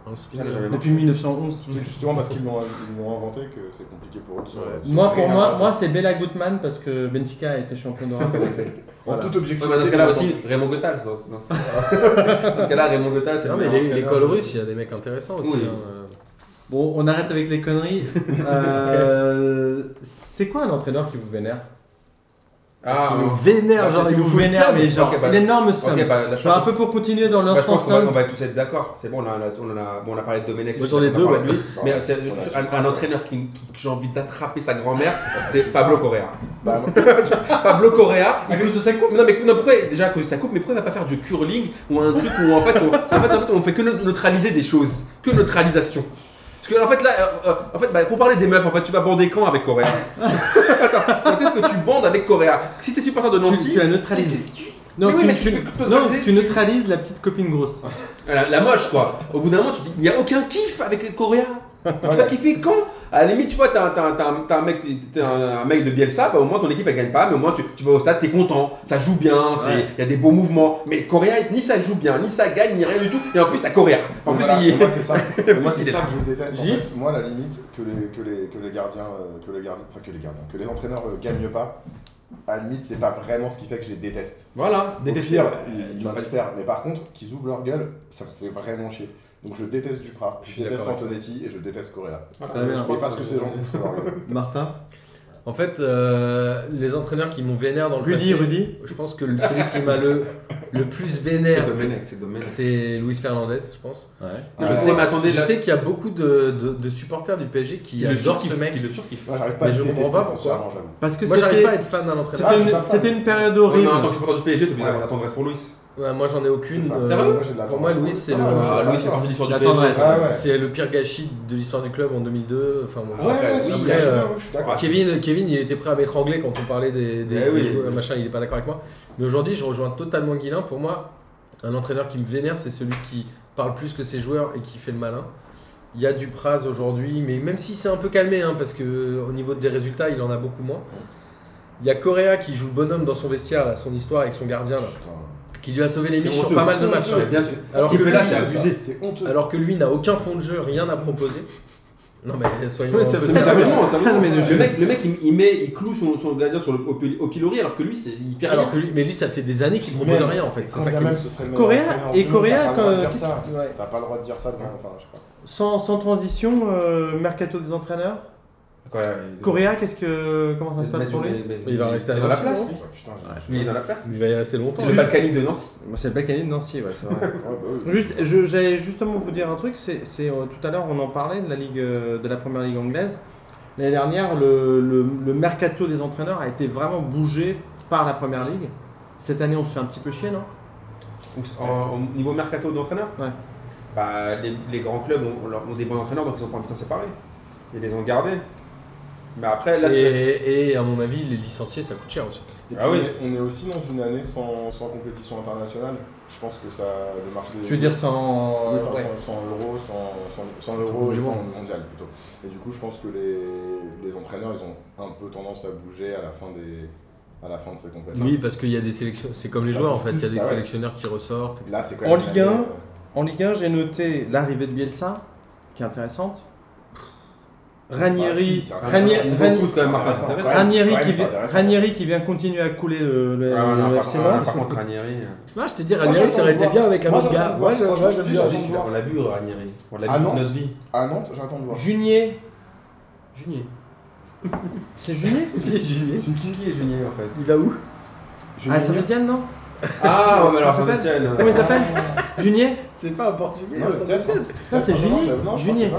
S1: Hein, c'est
S4: ça,
S1: fini.
S4: j'avais
S2: Depuis 1911.
S5: C'est justement parce qu'ils l'ont, ils l'ont inventé que c'est compliqué pour eux. de se-
S1: Ouais.
S5: se
S2: Moi, pour moi,
S5: réinventer.
S2: moi c'est Bella Gutmann parce que Benfica a été champion d'Europe.
S5: en
S2: voilà.
S5: toute
S4: Ouais,
S5: objectivité.
S4: mais dans ce cas-là aussi, Raymond Gothal. Dans dans ce cas-là. Dans ce cas-là, Raymond Gothal, c'est
S1: Non
S4: le
S1: mais
S4: meilleur
S1: les- l'école
S4: entraîneur.
S1: russe, il y a des mecs intéressants aussi.
S4: Oui.
S1: hein.
S2: bon, on arrête avec les conneries. Euh, c'est quoi un entraîneur qui vous vénère
S4: Ah,
S1: qui nous
S4: ok,
S1: vénère,
S4: Bah,
S1: genre,
S4: c'est
S1: ils
S4: vous
S1: nous fout une
S2: vénèrent,
S1: somme,
S2: mais genre,
S4: Ok, bah,
S2: une énorme somme.
S4: bah, je
S2: Genre, un peu pour continuer dans
S4: bah,
S2: leur
S4: je pense
S2: sens
S4: qu'on va, on
S2: simple.
S4: va tous être d'accord. C'est bon, on a, on, en a, bon, on a parlé de Domenech.
S1: Moi, j'en ai
S4: on a
S1: deux,
S4: parlé
S1: ouais.
S4: de lui. Mais c'est
S3: on a-
S4: un, un entraîneur qui, qui- que j'ai envie d'attraper sa grand-mère, c'est Pablo Correa.
S3: Bah,
S4: Pablo Correa, il cause de sa coupe. Non, mais non, pourquoi déjà à cause de sa coupe, mais pourquoi il va pas faire du curling ou un truc où en fait on, en fait, en fait, on fait que no- neutraliser des choses, que neutralisation. Parce que en fait là, euh, euh, en fait, bah, pour parler des meufs, en fait, tu vas bander quand avec Correa Attends, quand est-ce que tu bandes avec Correa Si t'es supporter de
S2: Tu,
S4: Nancy,
S2: tu la
S4: c'est-
S2: neutralises.
S4: c'est- tu-
S2: Non,
S4: Mais oui,
S2: tu,
S4: mais
S2: tu-
S4: tu fais que
S2: non,
S4: neutraliser,
S2: tu neutralises la petite copine grosse.
S4: la, la moche quoi. Au bout d'un moment, tu te dis, il n'y a aucun kiff avec Correa Tu vas kiffer quand à la limite, tu vois, t'as t'as- t'as un, t'as un mec, t'es un, un mec de Bielsa, bah, au moins ton équipe elle gagne pas, mais au moins tu, tu vas au stade, t'es content, ça joue bien, il
S2: Ouais.
S4: y a des beaux mouvements. Mais Correa, ni ça joue bien, ni ça gagne, ni rien du tout. Et en plus, t'as Correa. En plus,
S3: Voilà,
S4: il
S3: et moi c'est ça. Et moi c'est
S4: il est
S3: ça que je déteste. en
S2: Gis.
S3: fait. Moi la limite que les que les que les gardiens euh, que les gardiens enfin que les gardiens que les entraîneurs euh, gagnent pas. À la limite c'est pas vraiment ce qui fait que je les déteste.
S4: Voilà,
S3: Au
S4: détester.
S3: pire, ils ils doivent le faire. Mais par contre qu'ils ouvrent leur gueule, ça me fait vraiment chier. Donc je déteste Duprat, je,
S4: Je suis
S3: déteste
S4: d'accord avec Ah,
S3: Antonetti et je déteste Correa.
S2: Très bien.
S3: Ah, Je pense parce que ces gens ouvrent leur gueule.
S2: Martin.
S1: En fait, euh, les entraîneurs qui m'ont vénère dans le passé,
S2: Rudy, Rudy.
S1: je pense que le- celui qui m'a le, le plus
S4: C'est
S1: vénère,
S4: Domenech, c'est Domenech.
S1: c'est Luis Fernandez, je pense.
S4: Non,
S3: Ah,
S4: je sais,
S3: ouais.
S4: mais attendez,
S1: je
S4: là-
S1: sais qu'il y a beaucoup de, de- de supporters du PSG qui
S4: il le
S1: adorent ce
S4: surkiffe,
S1: mec.
S4: il le surkiffe.
S3: Moi j'arrive pas à
S1: Mais
S3: le
S1: je comprends
S3: détester
S1: pas pourquoi.
S3: foncièrement, j'avoue.
S2: Parce que
S1: Moi, j'arrive pas à
S2: c'était
S1: être fan d'un entraîneur.
S3: Ah,
S2: c'était
S3: je suis
S2: une,
S3: pas fan.
S2: c'était une période
S4: Ouais, mais
S2: horrible.
S4: en tant que supporter du PSG, t'oublies
S3: Ouais.
S4: la tendresse pour Louis.
S1: Ouais, moi, j'en ai aucune.
S3: C'est ça.
S1: euh,
S4: Sérieux
S3: Moi, j'ai de la
S1: Pour moi,
S3: tendresse.
S1: Louis, c'est
S3: Ah,
S1: le-
S3: je sais
S4: Ah,
S3: pas
S4: Louis, c'est
S3: ça.
S4: parti du sport du
S2: La
S4: PSG.
S2: tendresse.
S3: Ah ouais.
S1: C'est le pire gâchis de l'histoire du club en 2002. Enfin, bon.
S3: Ouais, ouais, c'est
S1: oui,
S3: un
S1: il y a,
S3: gâchis,
S1: euh,
S3: ouais, je suis d'accord.
S4: Ah,
S1: Kevin, Kevin, il était prêt à m'étrangler quand on parlait des, des-
S4: Eh
S1: des
S4: oui.
S1: joueurs, machin, il est pas d'accord avec moi. Mais aujourd'hui, je rejoins totalement Guilin. Pour moi, un entraîneur qui me vénère, c'est celui qui parle plus que ses joueurs et qui fait le malin. Il y a du Praz aujourd'hui, mais même si c'est un peu calmé, hein, parce que au niveau des résultats, il en a beaucoup moins. Il y a Correa qui joue le bonhomme dans son vestiaire, là, son histoire avec son gardien, là,
S3: Putain.
S1: qui lui a sauvé les
S4: C'est
S1: miches sur
S4: honteux.
S1: pas mal de matchs.
S3: Honteux.
S1: hein.
S4: Bien sûr.
S1: Alors
S4: Ce qu'il
S1: que
S4: fait là,
S3: lui,
S4: c'est
S3: ça,
S4: abusé.
S3: C'est honteux.
S1: Alors que lui n'a aucun fond de jeu, rien à proposer. Non mais soyons.
S2: Ouais, ça veut
S4: Mais
S1: soyons-
S2: dire-
S4: sérieusement, sérieusement,
S2: Ah, mais je-
S4: le mec, le mec il, il met, il cloue son, son gardien sur le, au, pil- au pilori alors que lui, c'est, il fait rien.
S1: Alors que lui, mais lui, ça fait des années qu'il propose
S3: Même.
S1: rien en fait. C'est
S3: Quand
S1: ça
S3: bien
S1: qui est-
S3: même, ce serait le meilleur
S2: Correa
S3: entraîneur du
S2: et
S3: monde,
S2: Correa,
S3: t'as pas le droit de
S2: euh,
S3: dire
S2: qu'est-ce
S3: ça.
S2: que- ouais.
S3: T'as pas le droit de dire ça devant, enfin je sais pas.
S2: sans, sans transition, euh, mercato des entraîneurs. Correa, qu'est-ce que comment ça se passe pour lui
S1: Il va rester à
S4: dans la
S1: Nancy,
S4: place.
S1: non
S3: Oh, putain, j'ai-
S4: Mais il est dans la place.
S1: Il va y rester longtemps.
S4: C'est le Balkany de Nancy.
S2: C'est le Balkany de Nancy, ouais, c'est vrai.
S3: Ouais, bah oui.
S2: Juste, je- j'allais justement vous dire un truc, c'est c'est, euh, tout à l'heure on en parlait de la ligue euh, de la première ligue anglaise. L'année dernière, le, le- le mercato des entraîneurs a été vraiment bougé par la première ligue. Cette année, on se fait un petit peu chier, non
S4: Donc, en- Au niveau mercato d'entraîneur
S2: Ouais.
S4: Bah, les, les grands clubs ont, ont leur- ont des bons entraîneurs donc ils ont pas envie de s'en séparer. Ils les ont gardés. Mais après, là, c'est-
S1: Et, et à mon avis, les licenciés, ça coûte cher aussi.
S3: Et
S4: Ah
S3: puis,
S4: oui.
S3: on est aussi dans une année sans, sans compétition internationale. Je pense que ça, le marché des.
S2: sans.
S3: Oui, enfin, sans, sans euros, sans, sans, sans euros
S1: Du
S3: et
S1: monde.
S3: sans mondial plutôt. Et du coup, je pense que les, les entraîneurs, ils ont un peu tendance à bouger à la fin, des, à la fin de ces compétitions.
S1: Oui, parce qu'il y a des sélections. C'est comme les
S3: Ça
S1: joueurs en
S3: coûte
S1: fait. Il y a
S3: plus,
S1: des
S3: bah ouais.
S1: sélectionneurs qui ressortent.
S3: Là, c'est quand
S2: En
S3: même
S2: Ligue
S3: une année,
S2: 1, En Ligue 1, j'ai noté l'arrivée de Bielsa, qui est intéressante. Ranieri,
S3: Bah, si, c'est
S2: Ranieri,
S3: intéressant.
S4: on
S2: Rani-
S4: s'en fout quand même, Martin.
S3: intéressant.
S4: c'est intéressant.
S3: Ouais.
S2: Ranieri
S3: quand même,
S2: qui,
S3: c'est
S2: vi-
S3: intéressant.
S2: Ranieri qui vient continuer à couler le, le-
S4: Ah, non,
S2: le
S4: par,
S2: FC
S4: ah,
S2: Nantes.
S4: par contre, Ranieri. euh,
S1: Moi, je t'ai dit,
S3: Moi,
S1: Ranieri, ça
S3: j'attends
S1: aurait
S3: de
S1: été
S3: voir.
S1: bien avec un
S3: Moi,
S1: autre
S3: j'attends
S1: gars.
S3: de
S1: Moi,
S3: voir.
S1: je-
S3: Moi, je
S1: moi,
S3: te
S1: j'aime
S3: dis,
S1: bien.
S3: j'attends.
S4: On l'a vu, Ranieri. On l'a vu,
S3: Ah non.
S4: Nosvi.
S3: À Nantes, j'attends de voir.
S2: Junier,
S4: Junier.
S2: c'est Junier
S4: C'est qui qui est Junier en fait
S1: Il va où
S3: Junier.
S2: Ah, Saint-Etienne, non
S4: Ah, ouais, mais alors, ça
S2: Ça s'appelle
S4: m'étonne.
S2: Comment il s'appelle Junier
S1: C'est pas un portugais.
S3: Non, peut-être.
S2: Putain, c'est Junier. Junier.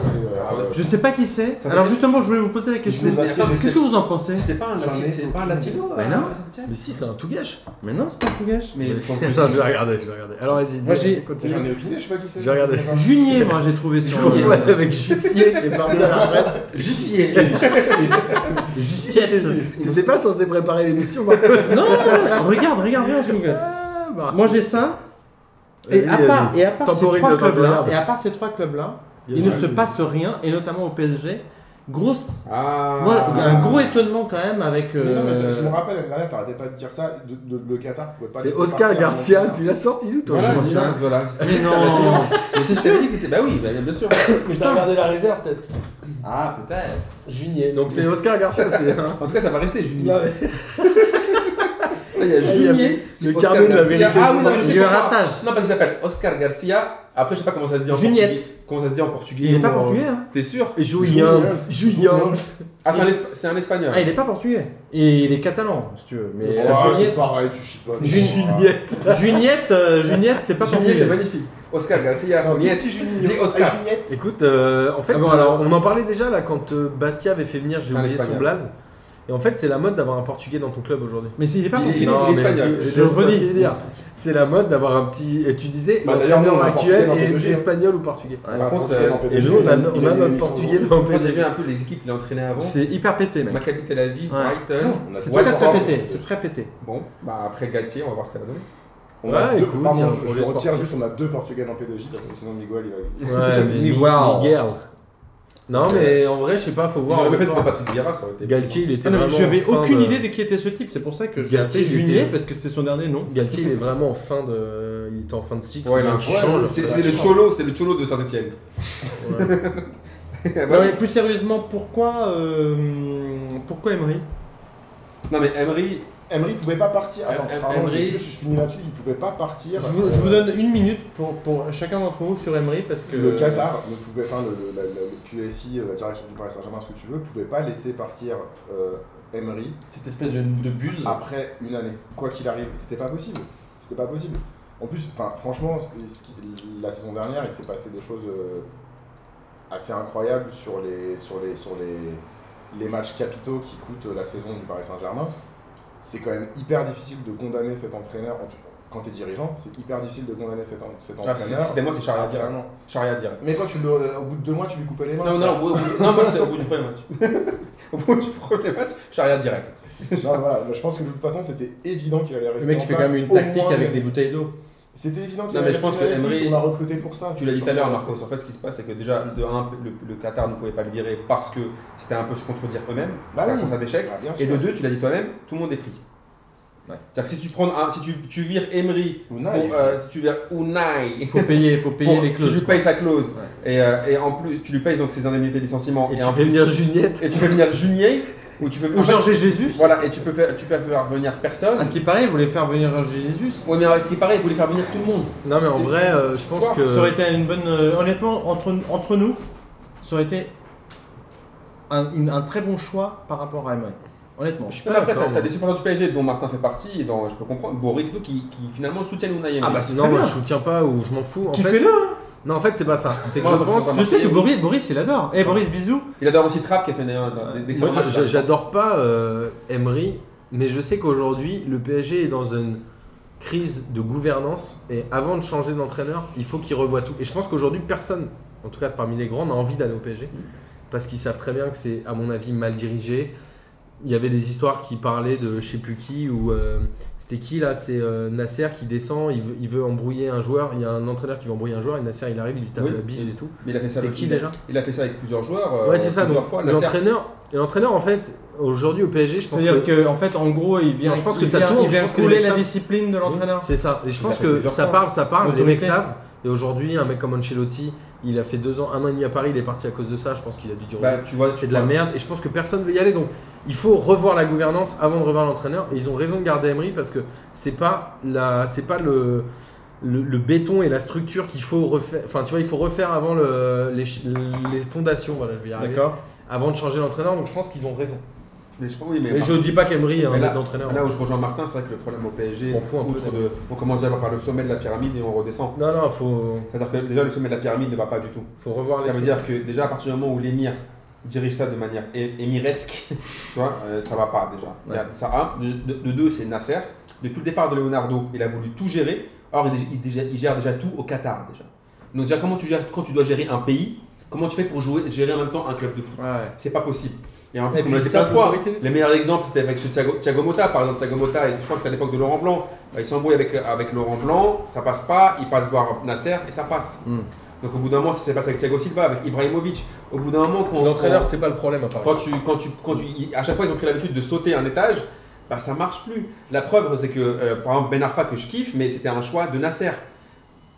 S2: Je sais pas qui c'est.
S4: Ça
S2: Alors
S4: fait-
S2: justement, je voulais vous poser la question.
S3: vous attire, je
S2: Qu'est-ce que vous en pensez
S4: C'était pas un
S3: J'en ai
S4: latino C'était pas un
S3: aucune
S4: latino
S2: Mais
S4: euh,
S2: non.
S4: Saint-Étienne
S1: Mais si, c'est un tout gâche.
S2: Mais non, c'est pas Fougache.
S4: Mais
S1: Attends,
S4: pour
S1: je
S4: plus,
S1: vais regarder, je vais regarder. Alors, vas-y,
S2: Moi,
S1: dis-
S2: j'ai-
S1: continue.
S3: J'en ai aucune idée, je sais pas qui c'est.
S1: Je vais regarder.
S2: Junier, moi j'ai trouvé
S1: Je
S2: sur.
S1: confonds avec Jussier et parti à la retraite.
S2: Jussier.
S1: Jussiette. T'étais pas censé préparer l'émission, Marcos
S2: Non, non, non, regarde, regarde bien sur Google.
S1: Ah, bah.
S2: Moi j'ai ça. Et
S1: Vas-y,
S2: à
S1: vas-y.
S2: part, et à part ces
S1: Temporise
S2: trois
S1: le temps de
S2: clubs-là,
S1: regarder.
S2: et à part ces trois clubs-là,
S1: Il y a
S2: il ne
S1: jamais
S2: se
S1: eu.
S2: passe rien, et notamment au PSG. Grosse.
S4: Ah.
S2: Moi, un gros étonnement quand même avec.
S3: Mais non, mais t'as-
S2: euh,
S3: je me rappelle, l'année dernière, t'arrêtais pas de dire ça. de- de- le Qatar pouvait pas.
S1: C'est
S3: laisser
S1: Oscar
S5: hein,
S3: partir un
S1: Garcia,
S3: entraîneur.
S1: tu l'as sorti d'où toi
S4: Voilà,
S1: aujourd'hui
S4: dis donc, voilà.
S2: Mais non.
S4: Mais si c'est dit que c'était. Bah oui, bah, bien sûr.
S1: Mais t'as regardé la réserve peut-être
S2: Ah, peut-être.
S1: Junier. Donc c'est hein. Oscar Garcia, c'est un.
S4: En tout cas, ça va rester, Junier.
S1: Non, mais-
S4: Là, il y a Juillet.
S2: Le
S4: Oscar
S2: carbone l'a
S4: Garcia.
S2: vérifié.
S4: Ah, oui, non, mais je sais
S2: Il y a un
S4: pourquoi.
S2: ratage.
S4: Non, parce qu'il s'appelle Oscar Garcia. Après, je sais pas comment ça se dit en
S2: Juliette.
S4: portugais. Comment ça se dit en portugais
S2: Il est pas
S4: ou en-
S2: portugais, hein
S4: T'es sûr
S1: Julien. Julien.
S4: Ah, c'est un, Espa- c'est un espagnol.
S2: Ah, il est pas portugais. Et il est catalan, si tu veux.
S3: Oh,
S2: Mais
S5: Ouais,
S2: euh,
S5: c'est
S2: Juniette,
S5: pareil, tu chies pas.
S1: Juliette.
S2: Juniette, euh, Juniette, c'est pas
S4: Juillet, c'est
S2: portugais.
S4: magnifique. Oscar
S5: C'est
S4: Garcia,
S5: un
S4: Juliette.
S5: petit
S4: Dis
S5: Juninho.
S4: Oscar.
S5: Ah, Juliette.
S1: Écoute, euh, en fait,
S4: Ah bon,
S1: euh,
S4: alors.
S1: on en parlait déjà là quand euh, Bastia avait fait venir, j'ai
S4: Un
S1: oublié son
S4: Espagnol.
S1: blaze. Et en fait, c'est la mode d'avoir un Portugais dans ton club aujourd'hui.
S2: Mais c'est- il est pas
S4: Il est-
S2: portugais.
S4: Non, mais espagnol.
S1: tu-
S2: Je
S1: je te laisse
S2: redis.
S1: pas finir. C'est la mode d'avoir un petit. Et tu disais,
S5: Bah, d'ailleurs,
S1: l'entraîneur
S5: nous, on a un
S1: actuel
S5: Portugais dans
S1: est
S5: PDG, hein.
S1: espagnol ou portugais.
S4: Par contre,
S5: Portugais
S4: euh,
S5: dans
S1: Et
S5: PDG,
S1: nous, on a,
S5: il
S1: on a
S5: une
S1: notre
S5: émission.
S1: portugais dans
S4: Quand j'ai vu
S1: PDG.
S4: un peu les équipes qu'il entraînait avant,
S2: C'est hyper pété, mec.
S4: Maccabi Tel Aviv,
S2: Ouais.
S4: Brighton.
S5: On a
S2: C'est
S5: deux
S2: très très
S5: Wolverhampton.
S2: pété. C'est très pété.
S4: Bon, bah après Gatier, on va voir ce qu'elle va donner.
S5: On a
S1: Ouais,
S5: deux,
S1: écoute, tiens,
S5: pardon, je, je
S1: projet
S5: retire
S1: sportif.
S5: juste, on a deux Portugais dans P2J parce que sinon Miguel il va.
S1: Ouais, mais
S2: Ni wow.
S1: Miguel. Non, mais en vrai, je sais pas, faut
S4: Vous
S1: voir. en
S4: auriez
S1: même
S4: fait
S1: temps.
S4: pour Patrick Vieira, ça aurait été.
S1: Galtier, il était
S2: Ah non, mais
S1: vraiment.
S2: J'avais
S1: en fin
S2: aucune
S1: de-
S2: idée de qui était ce type, c'est pour ça que j'ai
S1: Galtier,
S2: appelé
S1: il était-
S2: Junier parce que c'était son dernier nom.
S1: Galtier, il est vraiment en fin de. Il était en fin de cycle.
S4: Ouais,
S1: il vient
S4: là,
S1: de changer.
S4: c'est c'est le cholo, c'est le cholo de Saint-Etienne.
S1: Ouais.
S5: Bah
S2: Non, mais plus sérieusement, pourquoi, euh, pourquoi Emery
S4: Non mais Emery,
S5: Emery pouvait pas partir. Attends,
S4: Em-
S5: pardon,
S4: Emery-
S5: juste, je finis là-dessus, il pouvait pas partir.
S2: je vous, je vous donne une minute pour, pour chacun d'entre vous sur Emery parce que.
S5: Euh, Le
S3: ah.
S5: Qatar ne pouvait, enfin le, le- la- la- le QSI, euh, la direction du Paris Saint-Germain, ce que tu veux, pouvait pas laisser partir euh, Emery
S6: Cette espèce de, de buse.
S3: Ah,
S5: après une année, quoi qu'il arrive. C'était pas possible. C'était pas possible. En plus, enfin, franchement, c'est ce qui- la saison dernière, il s'est passé des choses euh, assez incroyables sur les, sur les, sur les, les matchs capitaux qui coûtent euh, la saison du Paris Saint-Germain. C'est quand même hyper difficile de condamner cet entraîneur en tout- quand t'es dirigeant. C'est hyper difficile de condamner cet, en- cet
S4: Ah, c'est-
S5: entraîneur.
S4: décidément, c'est Charles
S5: après
S4: Adrien.
S5: un an.
S4: Charia Diarra.
S5: Mais toi, tu le, euh, au bout de deux mois, tu lui coupais les mains.
S4: Non, non, au bout, au bout- non, moi j'étais au bout du premier match. au bout du premier match, Charia direct.
S5: Non, voilà, je pense que de toute façon, c'était évident qu'il allait
S2: Le
S5: rester.
S2: mec
S5: en
S2: fait
S5: place
S2: quand même une
S5: au
S2: tactique
S5: moins
S2: avec
S3: euh,
S5: une
S2: des
S5: année.
S2: bouteilles d'eau.
S5: C'était évident qu'il
S4: Non,
S5: allait
S4: mais je
S5: rester.
S4: pense que
S5: une année,
S4: Emery-
S5: On l'a recruté pour ça.
S4: Tu l'as dit tout à l'heure, Marcos, en fait, ce qui se passe, c'est que déjà, de un, le, le Qatar ne pouvait pas le virer parce que c'était un peu se contredire eux-mêmes,
S5: Bah
S4: c'est
S5: oui.
S4: un constat d'échec.
S5: Ah, bien
S4: Et
S5: sûr.
S4: de deux, tu l'as dit toi-même, tout le monde est pris. C'est-à-dire que si tu, prends un- si tu, tu vires Emery,
S5: Ou non,
S4: pour,
S5: il est-
S4: euh, si tu vires Unai,
S2: Faut payer, faut payer
S4: pour-
S2: les
S4: tu
S2: clauses.
S4: lui payes sa clause,
S2: Ouais.
S4: et, euh, et en plus, tu lui payes donc ses indemnités de licenciement,
S1: Et tu
S4: en
S1: fais
S4: plus-
S1: venir Juliette.
S4: et tu fais venir Junier, ou tu veux
S2: Ou Georges Jésus.
S4: Voilà, et tu peux faire, tu peux faire venir personne.
S2: À ce qui paraît, il voulait faire venir Georges Jésus.
S4: Ouais, mais avec ce qui paraît, il voulait faire venir tout le monde.
S1: Non, mais en
S4: C'est-
S1: vrai, euh, je pense
S4: vois,
S1: que.
S2: Ça aurait été une bonne. euh, honnêtement, entre, entre nous, ça aurait été un, une- un très bon choix par rapport à Emery. Honnêtement.
S1: Je suis
S4: Mais
S1: pas
S4: après,
S1: Ah, d'accord.
S4: t'as t'as des supporters du PSG dont Martin fait partie, et dont je peux comprendre, Boris et tout, qui, qui finalement soutiennent Unai Emery.
S2: Ah bah, c'est
S1: non,
S2: très
S1: moi
S2: bien.
S1: je soutiens pas ou je m'en fous. En
S2: Qui
S1: fait,
S2: fait là
S1: non, en fait, c'est pas ça. C'est que
S4: Moi,
S1: je
S4: donc,
S1: pense.
S4: c'est
S2: Je sais que Boris, Boris il adore. Eh Boris, bisous.
S4: Il adore aussi Trapp qui a fait d'ailleurs
S2: Ouais.
S4: des
S1: Moi,
S4: excellents
S1: je-
S4: matchs.
S1: j'adore pas euh, Emery, mais je sais qu'aujourd'hui, le PSG est dans une crise de gouvernance et avant de changer d'entraîneur, il faut qu'il revoie tout. Et je pense qu'aujourd'hui, personne, en tout cas parmi les grands, n'a envie d'aller au PSG parce qu'ils savent très bien que c'est, à mon avis, mal dirigé. Il y avait des histoires qui parlaient de je sais plus qui ou euh, c'était qui là C'est euh, Nasser qui descend, il veut, il veut embrouiller un joueur, il y a un entraîneur qui veut embrouiller un joueur et Nasser il arrive, il lui tape
S4: Oui.
S1: la bise et tout.
S4: Mais il a fait ça
S1: C'était
S4: avec
S1: qui
S4: il a-
S1: déjà
S4: Il a fait ça avec plusieurs joueurs. euh,
S1: Ouais, c'est ça.
S4: Plusieurs
S1: donc,
S4: fois. Nasser-
S1: L'entraîneur, et l'entraîneur, en fait, aujourd'hui au PSG, je pense que,
S2: C'est-à-dire qu'en fait, en gros, il vient,
S1: Non, je pense
S2: il
S1: que ça
S2: vient,
S1: tourne,
S2: il vient
S1: je pense que les
S2: couler
S1: mecs
S2: la
S1: savent.
S2: discipline de l'entraîneur.
S1: c'est ça. Et je
S4: Il
S1: pense
S4: a fait
S1: que
S4: plusieurs
S1: ça
S4: fois.
S1: parle, ça parle. Les mecs
S2: Autorité.
S1: savent. Et aujourd'hui, un mec comme Ancelotti, il a fait deux ans, un an et demi à Paris, il est parti à cause de ça. Je pense qu'il a dû dire
S4: Bah, tu vois,
S1: c'est de la merde. Et je pense que personne veut y aller. Donc, il faut revoir la gouvernance avant de revoir l'entraîneur. Et ils ont raison de garder Emery parce que c'est pas la, c'est pas le. Le, le béton et la structure qu'il faut refaire, enfin tu vois, il faut refaire avant le- les, ch- les fondations, voilà, je vais y arriver,
S2: D'accord.
S1: avant de changer l'entraîneur, donc je pense qu'ils ont raison.
S4: Mais je, oui, mais
S1: Mais je dis pas qu'Emery est un
S4: Mais là-
S1: maître d'entraîneur.
S4: Là où je rejoins Martin, c'est vrai que le problème au PSG,
S1: On fout un peu
S4: outre
S1: de-
S4: de- on commence déjà par le sommet de la pyramide et on redescend.
S1: Non, non, faut,
S4: C'est-à-dire que déjà le sommet de la pyramide ne va pas du tout.
S1: faut revoir les
S4: Ça veut
S1: trucs.
S4: dire que déjà à partir du moment où l'émir dirige ça de manière é- émiresque, tu vois, euh, ça va pas déjà. Il y a- Ça a. De, de- de deux, c'est Nasser. Depuis le départ de Leonardo, il a voulu tout gérer. Or, il, il- déjà- il gère déjà tout au Qatar déjà. Donc déjà, comment tu gères quand tu dois gérer un pays Comment tu fais pour jouer, gérer en même temps un club de foot C'est pas possible. Et en plus,
S1: Et
S4: comme on l'a
S1: puis
S4: dit plein de
S1: ça,
S4: fois,
S1: l'autorité.
S4: les meilleurs exemples c'était avec ce Thiago, Thiago Motta, par exemple. Thiago Motta, et je crois que c'était à l'époque de Laurent Blanc. Euh, Il s'embrouille avec, avec Laurent Blanc, ça passe pas, il passe voir Nasser et ça passe.
S2: Mm.
S4: Donc au bout d'un moment, ça s'est passé avec Thiago Silva, avec Ibrahimovic. Au bout d'un moment, quand,
S1: L'entraîneur, c'est pas le problème à
S4: quand-
S1: Paris.
S4: quand tu, quand tu, quand tu, ils- à chaque fois ils ont pris l'habitude de sauter un étage, bah ça marche plus. La preuve, c'est que euh, par exemple Ben Arfa que je kiffe, mais c'était un choix de Nasser.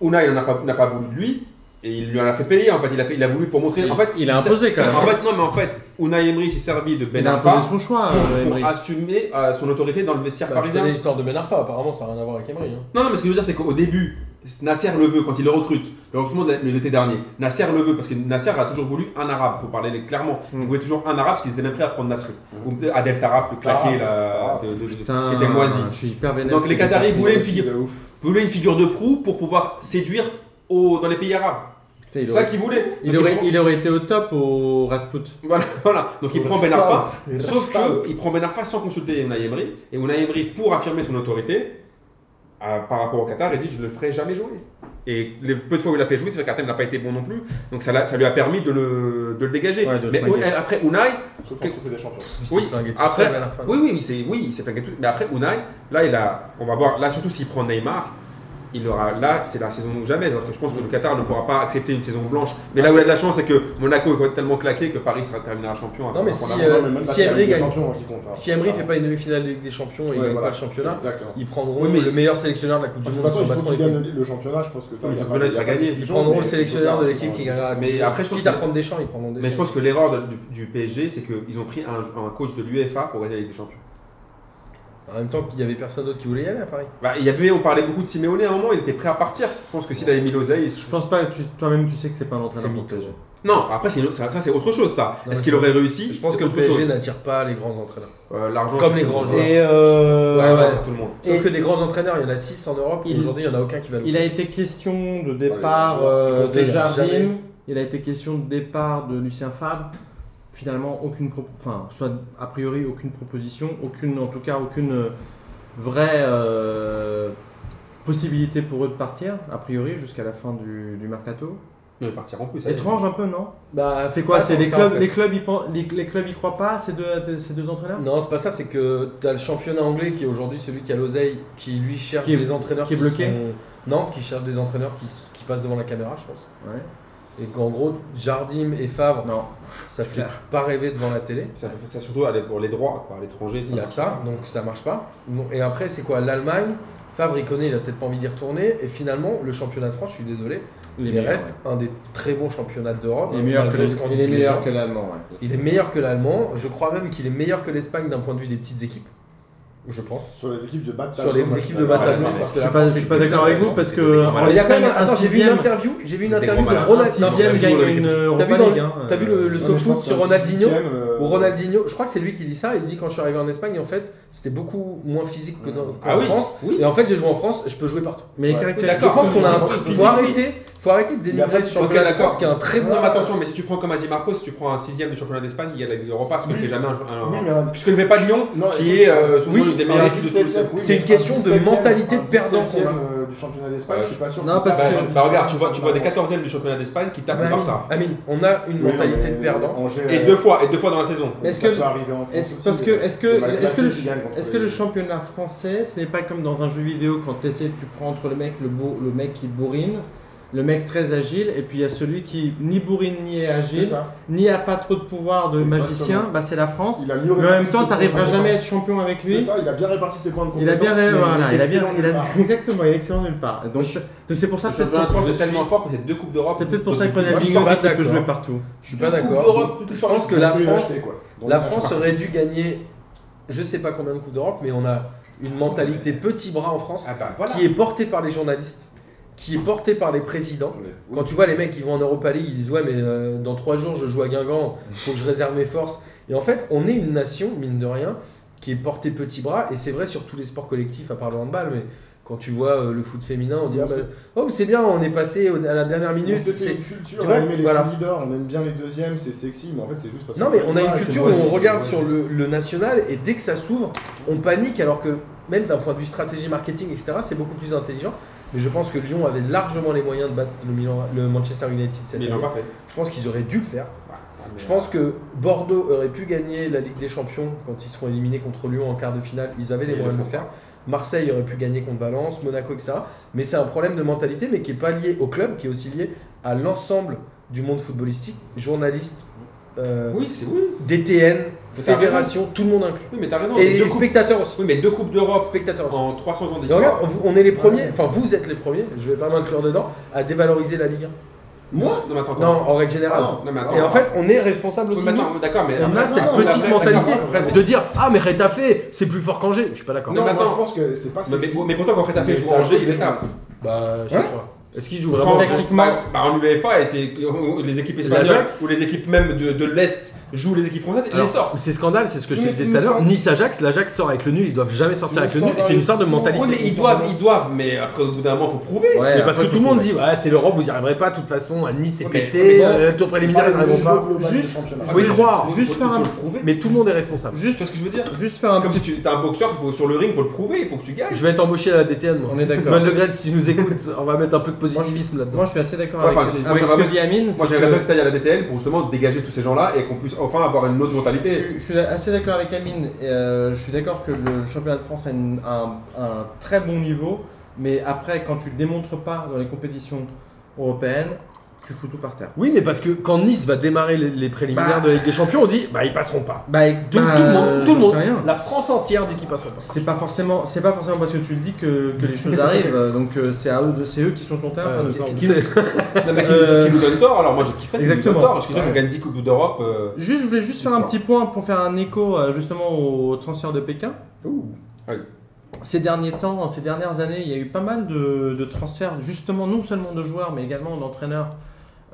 S4: Ouna, il n'en a pas, n'a pas voulu de lui. Et il lui en a fait payer en fait. Il a, fait, il a voulu pour montrer. En fait,
S2: il a
S4: s'est-
S2: imposé quand même.
S4: En fait, non, mais en fait, Unai Emery s'est servi de Ben
S2: il a imposé
S4: Arfa
S2: son choix,
S4: pour,
S2: euh,
S4: pour
S2: Emery.
S4: assumer euh, son autorité dans le vestiaire
S1: Bah,
S4: parisien.
S1: c'est l'histoire de Ben Arfa, apparemment, ça n'a rien à voir avec Emery. hein.
S4: Non, non, mais ce que je veux dire, c'est qu'au début, Nasser le veut quand il le recrute. Le recrutement de la- de l'été dernier. Nasser le veut parce que Nasser a toujours voulu un arabe. Faut parler clairement. Il
S2: Mm.
S4: voulait toujours un arabe parce qu'ils étaient même prêts à prendre Nasri.
S3: Mm.
S4: Ou peut- Adel Tarap, le
S3: Tarap,
S4: claqué, là,
S3: Tarap.
S4: de- de- de-
S2: Putain,
S4: qui était moisi.
S2: Je suis hyper vénère.
S4: Donc les Qataris voulaient une,
S3: Moisi
S4: figure,
S3: de ouf.
S4: voulaient une figure de proue pour pouvoir séduire au- dans les pays arabes.
S2: Putain, il
S4: C'est ça
S2: aurait,
S4: qu'ils voulaient. Donc,
S2: il, aurait,
S4: prend-
S2: il aurait été au top au Rasput.
S4: Voilà, voilà. Donc il
S3: Au
S4: prend Ben Arfa. Sauf
S3: Rasput.
S4: que il prend Ben Arfa sans consulter Unai Emery. Et Unai Emery, pour affirmer son autorité euh, par rapport au Qatar, il dit je ne le ferai jamais jouer. Et les peu de fois où il l'a fait jouer, c'est vrai qu'Athènes n'a pas été bon non plus. Donc ça, l'a- ça lui a permis de le, de le dégager.
S2: Ouais, de le
S4: Mais
S2: flinguer.
S4: euh, après Unai,
S3: Sauf qu'on trophée des champions.
S1: Il s'est flingué tout
S4: après-
S1: seul, Ben Arfa.
S4: oui, oui, oui, c'est oui, c'est flingué tout. Mais après Unai, là il a, on va voir, là surtout s'il prend Neymar. Il aura, là, c'est la saison ou jamais. Alors que je pense que le Qatar ne pourra pas accepter une saison blanche. Mais là où il a de la chance, c'est que Monaco est tellement claqué que Paris sera terminera champion. après
S1: Non, mais
S4: un point
S1: si,
S4: d'avance.
S1: euh,
S3: Non, mais même pas
S1: si
S3: c'est la
S1: Emery
S3: Ligue des
S1: gagne-
S3: champions qui compte. hein.
S1: Si Emery fait pas une demi-finale de Ligue des Champions et
S3: Ouais,
S1: il gagne
S3: voilà.
S1: pas le championnat,
S3: Exactement.
S1: ils prendront
S4: Oui, mais-
S1: le meilleur sélectionneur de la Coupe
S3: De
S1: du
S3: toute
S1: Monde.
S3: façon,
S1: ils
S3: il
S1: s'en
S3: faut
S1: battront
S3: qu'il
S1: les couilles.
S3: gagne le championnat, je pense que ça. il y
S4: Oui,
S3: a
S4: le
S3: pas- il y
S4: championnat,
S3: a
S4: il sera
S3: pas de
S4: gagné.
S1: Ils
S3: discussion,
S1: prendront
S3: mais
S1: le sélectionneur de
S3: championnat,
S1: l'équipe
S3: ils
S1: qui
S3: prendront-
S1: gagnera.
S4: Mais après, je pense
S1: quitte à
S4: que-
S1: prendre des champs, ils prendront des
S4: Mais je
S1: champs.
S4: pense que l'erreur de- du, du PSG, c'est qu'ils ont pris un, un coach de l'UEFA pour gagner la Ligue des Champions.
S1: En même temps qu'il y avait personne d'autre qui voulait y aller à Paris.
S4: Bah, il y avait, on parlait beaucoup de Simeone à un moment, il était prêt à partir. Je pense que s'il avait mis l'oseille. il-
S2: Je pense pas, que tu- toi-même tu sais que c'est pas un entraîneur
S1: C'est
S2: pour
S1: mytho.
S2: PSG.
S4: Non, après, c'est une- ça, ça, c'est autre chose, ça.
S1: Non,
S4: Est-ce
S1: mais
S4: qu'il
S1: je-
S4: aurait réussi
S1: Je pense
S4: c'est
S1: que le
S4: autre chose.
S1: PSG n'attire pas les grands entraîneurs.
S4: Euh, l'argent.
S1: comme
S4: c'est
S1: les
S4: tout le
S1: grands
S4: monde.
S1: joueurs.
S2: Et euh,
S4: Ouais, ouais,
S1: ouais.
S4: c'est tout le monde.
S1: Sauf
S2: Et-
S1: que des grands entraîneurs, il y en a 6 en Europe, et
S2: Il-
S1: aujourd'hui, il n'y en a aucun qui va le
S2: Il a été question de départ
S3: Dans
S1: joueurs,
S3: les
S1: c'est
S2: euh,
S1: compté,
S2: de
S1: il a jamais-
S2: Jardim, il a été question de départ de Lucien Fabre. Finalement, aucune pro- enfin, soit a priori aucune proposition, aucune, en tout cas aucune euh, vraie euh, possibilité pour eux de partir, a priori jusqu'à la fin du, du mercato.
S4: Il va partir en plus. hein. ça y est.
S2: Étrange un peu, non
S1: Bah,
S2: C'est quoi C'est les clubs,
S1: les
S2: les clubs, ils pen- les, les clubs, ils croient pas à ces deux, à ces deux entraîneurs
S1: Non, c'est pas ça, c'est que t'as le championnat anglais qui est aujourd'hui celui qui a l'oseille, qui lui cherche
S2: Qui est-
S1: des entraîneurs
S2: qui est bloqué
S1: sont- Non, qui cherche des entraîneurs qui, s- qui passent devant la caméra, je pense.
S2: Ouais.
S1: Et qu'en gros, Jardim et Favre,
S2: Non.
S1: ça
S2: c'est
S1: fait
S2: clair.
S1: pas rêver devant la télé.
S4: Ça, fait- ça surtout allez, pour les droits, quoi, à l'étranger.
S1: Il y a ça, donc ça marche pas. Non, Et après, c'est quoi L'Allemagne Favre, il connaît, il a peut-être pas envie d'y retourner. Et finalement, le championnat de France, je suis désolé,
S2: Les
S1: il reste un des très bons championnats d'Europe.
S2: Il est meilleur que
S1: malgré ce
S2: les-
S1: qu'en
S2: il
S1: disent
S2: est
S1: les
S2: meilleur
S1: gens.
S2: que l'allemand. ouais.
S1: Il est meilleur que l'allemand. Je crois même qu'il est meilleur que l'Espagne d'un point de vue des petites équipes. Je pense.
S3: Sur les équipes de bas de
S1: Sur
S3: tableau,
S1: les
S3: moi,
S1: équipes
S3: suis
S1: de
S3: d'accord.
S1: bas de tableau,
S3: Ouais,
S1: je
S3: non,
S1: pense que
S2: Je
S1: la
S2: suis pas,
S1: France
S2: je suis
S1: est
S2: pas
S1: plus
S2: d'accord avec vous
S1: intéressante.
S2: parce que en
S1: Alors, il y a quand
S2: Espagne,
S1: même.
S2: un
S1: Attends, j'ai vu une
S2: sixième,
S1: interview. J'ai vu une
S4: C'était
S1: interview
S4: gros
S1: de
S4: malin.
S2: un
S1: Ronald. non,
S2: sixième gagne une Europa
S1: vu dans-
S2: League. hein.
S1: T'as vu le, le
S3: mais
S1: saut
S3: je pense
S1: foot
S3: que
S1: sur
S3: un
S1: Ronaldinho
S3: 18e, euh,
S1: Ou Ronaldinho, je crois que c'est lui qui dit ça. Il dit quand je suis arrivé en Espagne, en fait, c'était beaucoup moins physique que dans- qu'en
S4: Ah oui,
S1: France.
S4: oui.
S1: Et en fait, j'ai joué en France, je peux jouer partout.
S2: Mais les
S3: Ouais.
S1: Je
S2: caractéristiques.
S3: D'accord,
S1: pense
S3: parce que
S1: qu'on a un
S3: c'est
S1: truc.
S3: physique.
S1: Faut arrêter, faut arrêter de
S3: Il y a
S1: dénigrer
S3: pas-
S1: ce championnat
S4: ok,
S1: de
S4: d'accord.
S1: France qui est un très bon.
S4: Non, mais attention, mais si tu prends, comme a dit Marco, si tu prends un sixième du championnat d'Espagne, il y a la Ligue Europa, ce que ne fait jamais un. un-
S3: Oui, mais un-
S4: Ce que ne fait pas Lyon,
S3: Non,
S4: qui
S3: écoute,
S4: est euh, souvent
S1: oui,
S4: une des
S3: un
S4: meilleures équipes de tout le
S3: 17e,
S4: temps.
S3: oui,
S1: C'est
S3: mais
S1: une question
S3: un
S1: de
S3: 17e,
S1: mentalité de
S3: un
S1: perdant
S3: 17e,
S1: qu'on
S3: euh, du championnat d'Espagne,
S4: Ouais.
S3: je suis pas sûr.
S2: Non, parce
S4: Bah,
S2: que-
S4: tu- bah, regarde, tu vois, tu vois des 14e du championnat d'Espagne qui tapent le Ah, bah, Barça.
S1: Amine, Amine, on a une mentalité de perdant.
S4: Et deux fois, et deux fois dans la saison.
S2: Est-ce que- Est-ce parce que est-ce que est-ce que le ch- est-ce que le championnat français, ce n'est pas comme dans un jeu vidéo quand tu essaies, tu prends entre le mec le beau, le mec qui bourrine, le mec très agile, et puis il y a celui qui ni bourrine ni est
S3: C'est
S2: agile,
S3: ça.
S2: ni a pas trop de pouvoir de
S3: Exactement.
S2: magicien, bah c'est la France.
S3: Il a mieux
S2: Mais en
S3: réparti
S2: même temps,
S3: ses
S2: tu n'arriveras
S3: points de
S2: jamais à être
S3: compétence.
S2: champion avec
S3: C'est
S2: lui.
S3: ça, il a bien réparti ses points de
S2: Il a
S3: compétence.
S2: bien,
S3: mais
S2: voilà,
S3: est
S2: il a bien,
S3: excellent
S2: il
S3: nulle
S2: a,
S3: part.
S2: exactement, il est excellent nulle part. Donc c'est- donc c'est pour ça
S4: Le
S2: peut-être qu'on
S4: championnat
S2: se
S4: français est
S2: retrouve-
S4: tellement fort que c'est deux Coupes d'Europe.
S2: c'est peut-être pour ça que
S4: Deux- deux-
S1: Ronaldinho-
S2: Ronaldinho
S1: pas
S2: dit qu'il peut
S1: d'accord.
S2: jouer partout.
S1: Je suis pas
S4: Coupe
S1: d'accord.
S4: d'Europe, toutes les
S1: Je
S4: fois.
S1: pense que la
S3: Donc, il a
S1: France,
S3: acheté, quoi. Donc,
S1: La
S3: il a
S1: France
S3: acheté.
S1: aurait dû gagner je sais pas combien de coups d'Europe, mais on a une mentalité petit bras en France
S4: Ah bah voilà.
S1: qui est portée par les journalistes, qui est portée par les présidents. Quand tu vois les mecs qui vont en Europa League, ils disent ouais mais euh, dans trois jours je joue à Guingamp, faut que je réserve mes forces. Et en fait on est une nation, mine de rien, qui est portée petit bras, et c'est vrai sur tous les sports collectifs à part le handball, mais quand tu vois euh, le foot féminin, on dit
S3: On
S1: ah bah,
S3: s'est-
S1: oh c'est bien, on est passé au- à la dernière
S3: On
S1: minute.
S3: s'est fait
S1: c'est-
S3: une culture,
S1: tu
S3: on
S1: vois,
S3: aimait les
S1: voilà.
S3: plus leaders, on aime bien les deuxièmes, c'est sexy, mais en fait c'est juste parce
S1: Non,
S3: que-
S1: mais on a une
S3: Ouais,
S1: culture où
S3: c'est
S1: on
S3: moisi,
S1: regarde
S3: c'est
S1: sur
S3: moisi.
S1: le, le national et dès que ça s'ouvre, on panique alors que même d'un point de vue stratégie marketing, etc., c'est beaucoup plus intelligent. Mais je pense que Lyon avait largement les moyens de battre le, Milan- le Manchester United cette
S4: Mais ils
S1: année.
S4: l'ont pas fait.
S1: Je pense qu'ils auraient dû le faire. Je
S4: euh,
S1: pense que Bordeaux aurait pu gagner la Ligue des Champions quand ils seront éliminés contre Lyon en quart de finale. Ils avaient les
S4: Ils le
S1: moyens de le
S4: font
S1: faire. Marseille aurait pu gagner contre Valence, Monaco, etc. Mais c'est un problème de mentalité, mais qui n'est pas lié au club, qui est aussi lié à l'ensemble du monde footballistique, journalistes, euh,
S4: Oui, c'est oui.
S1: DTN,
S4: Mais t'as
S1: fédération, tout le monde inclus.
S4: Oui, mais t'as raison.
S1: Et
S4: deux
S1: les
S4: coupes...
S1: spectateurs aussi.
S4: Oui, mais deux coupes d'Europe
S1: Spectateurs aussi.
S4: en Ah 300 ans
S1: Mais regarde,
S4: d'histoire.
S1: on- on est les premiers, enfin vous êtes les premiers, je vais pas m'inclure dedans, à dévaloriser la Ligue 1.
S5: Moi
S4: Non, mais attends,
S1: Non,
S4: attends.
S1: en règle générale.
S5: Ah
S4: Non, mais attends.
S1: Et en fait, on est responsable
S4: Oui,
S1: aussi.
S4: mais
S1: nous.
S4: attends, d'accord, mais.
S1: On
S4: après-
S1: a
S5: non,
S1: cette
S5: non,
S1: petite
S4: mais après-
S1: mentalité
S4: d'accord, après-
S1: de dire Ah, mais Rétafé, c'est plus fort qu'Angers. Je suis pas d'accord.
S5: Non,
S4: mais
S5: moi,
S4: attends.
S5: je pense que c'est pas
S4: Mais,
S5: sexy.
S4: mais pourtant, quand Retafe
S5: Mais
S4: joue
S5: ça,
S4: Angers, il
S5: je
S4: est là.
S1: Bah, je
S5: Hein
S1: sais pas. Est-ce qu'il joue
S4: Quand-
S1: vraiment
S4: bah, bah, en UEFA, et c'est euh, les équipes espagnoles
S1: L'Ajax.
S4: ou les équipes même de, de l'Est jouent les équipes françaises et
S1: Alors,
S4: les sortent.
S1: C'est scandale, c'est ce que je
S5: Oui, mais
S1: disais
S5: c'est
S1: tout à
S5: une
S1: l'heure.
S5: sorte-
S1: Nice-Ajax, l'Ajax sort avec le nul, ils doivent jamais sortir avec le nul. et C'est une histoire de
S5: Oui, mais
S1: mentalité.
S4: Oui, mais ils doivent, ils doivent, mais après, au bout d'un moment, il faut prouver.
S1: mais parce que
S4: après,
S1: tout le
S4: faut
S1: monde
S4: prouver.
S1: dit ouais, c'est l'Europe, vous n'y arriverez pas, de toute façon, à Nice c'est
S4: Ouais, mais-
S1: pété,
S5: mais bon,
S1: euh, tour préliminaire, ils n'y arriveront pas.
S2: Juste-
S1: Faut y croire,
S2: juste
S4: Faut-
S2: faire
S4: faut
S2: un-
S4: le prouver.
S1: Mais tout le monde est responsable.
S4: Juste, tu vois ce que je veux dire
S2: Juste faire
S4: C'est
S2: un
S4: comme
S2: petit.
S4: si tu t'es un boxeur, il faut- sur le ring, il faut le prouver, il faut que tu gagnes.
S1: Je vais être embauché à la DTN, moi.
S2: On est d'accord.
S1: Bonne Le Gret, si tu nous écoutes, on va mettre un peu de positivisme là-dedans.
S2: Moi, je suis assez d'accord
S4: Ouais,
S2: avec,
S4: enfin, c'est-
S2: avec
S4: moi,
S2: ce que
S4: j'aimerais-
S2: dit Amine.
S4: Moi,
S2: c'est
S4: j'aimerais
S2: que-
S4: bien que tu ailles à la DTN pour justement dégager tous ces gens-là et qu'on puisse enfin avoir une autre mentalité.
S2: Je, je suis assez d'accord avec Amine. et, euh, je suis d'accord que le championnat de France a une- un, un très bon niveau, mais après, quand tu le démontres pas dans les compétitions européennes, tu fous tout par terre.
S1: Oui, mais parce que quand Nice va démarrer les, les préliminaires
S2: Bah.
S1: de la Ligue des Champions, on dit bah ils passeront pas.
S2: Bah,
S1: Tout, tout le monde, tout le monde.
S2: rien.
S1: la France entière dit qu'ils passeront pas.
S2: C'est pas forcément, c'est pas forcément parce que tu le dis que, que les choses arrivent. euh, Donc euh, c'est à eux, de- c'est eux qui sont sur terre.
S1: Euh,
S2: pas nous.
S1: c'est-
S2: Qui-
S4: Non, mais qui,
S2: Euh,
S4: qui nous donne tort, alors moi, je kifferais.
S2: exactement.
S4: Tort. Je kifferais qu'on gagne 10 Coupes d'Europe. euh,
S2: Juste, je voulais juste faire un
S4: Histoire.
S2: petit point pour faire un écho euh, justement au transfert de Pékin.
S4: Ah oui.
S2: Ces derniers temps, ces dernières années, il y a eu pas mal de, de transferts, justement non seulement de joueurs, mais également d'entraîneurs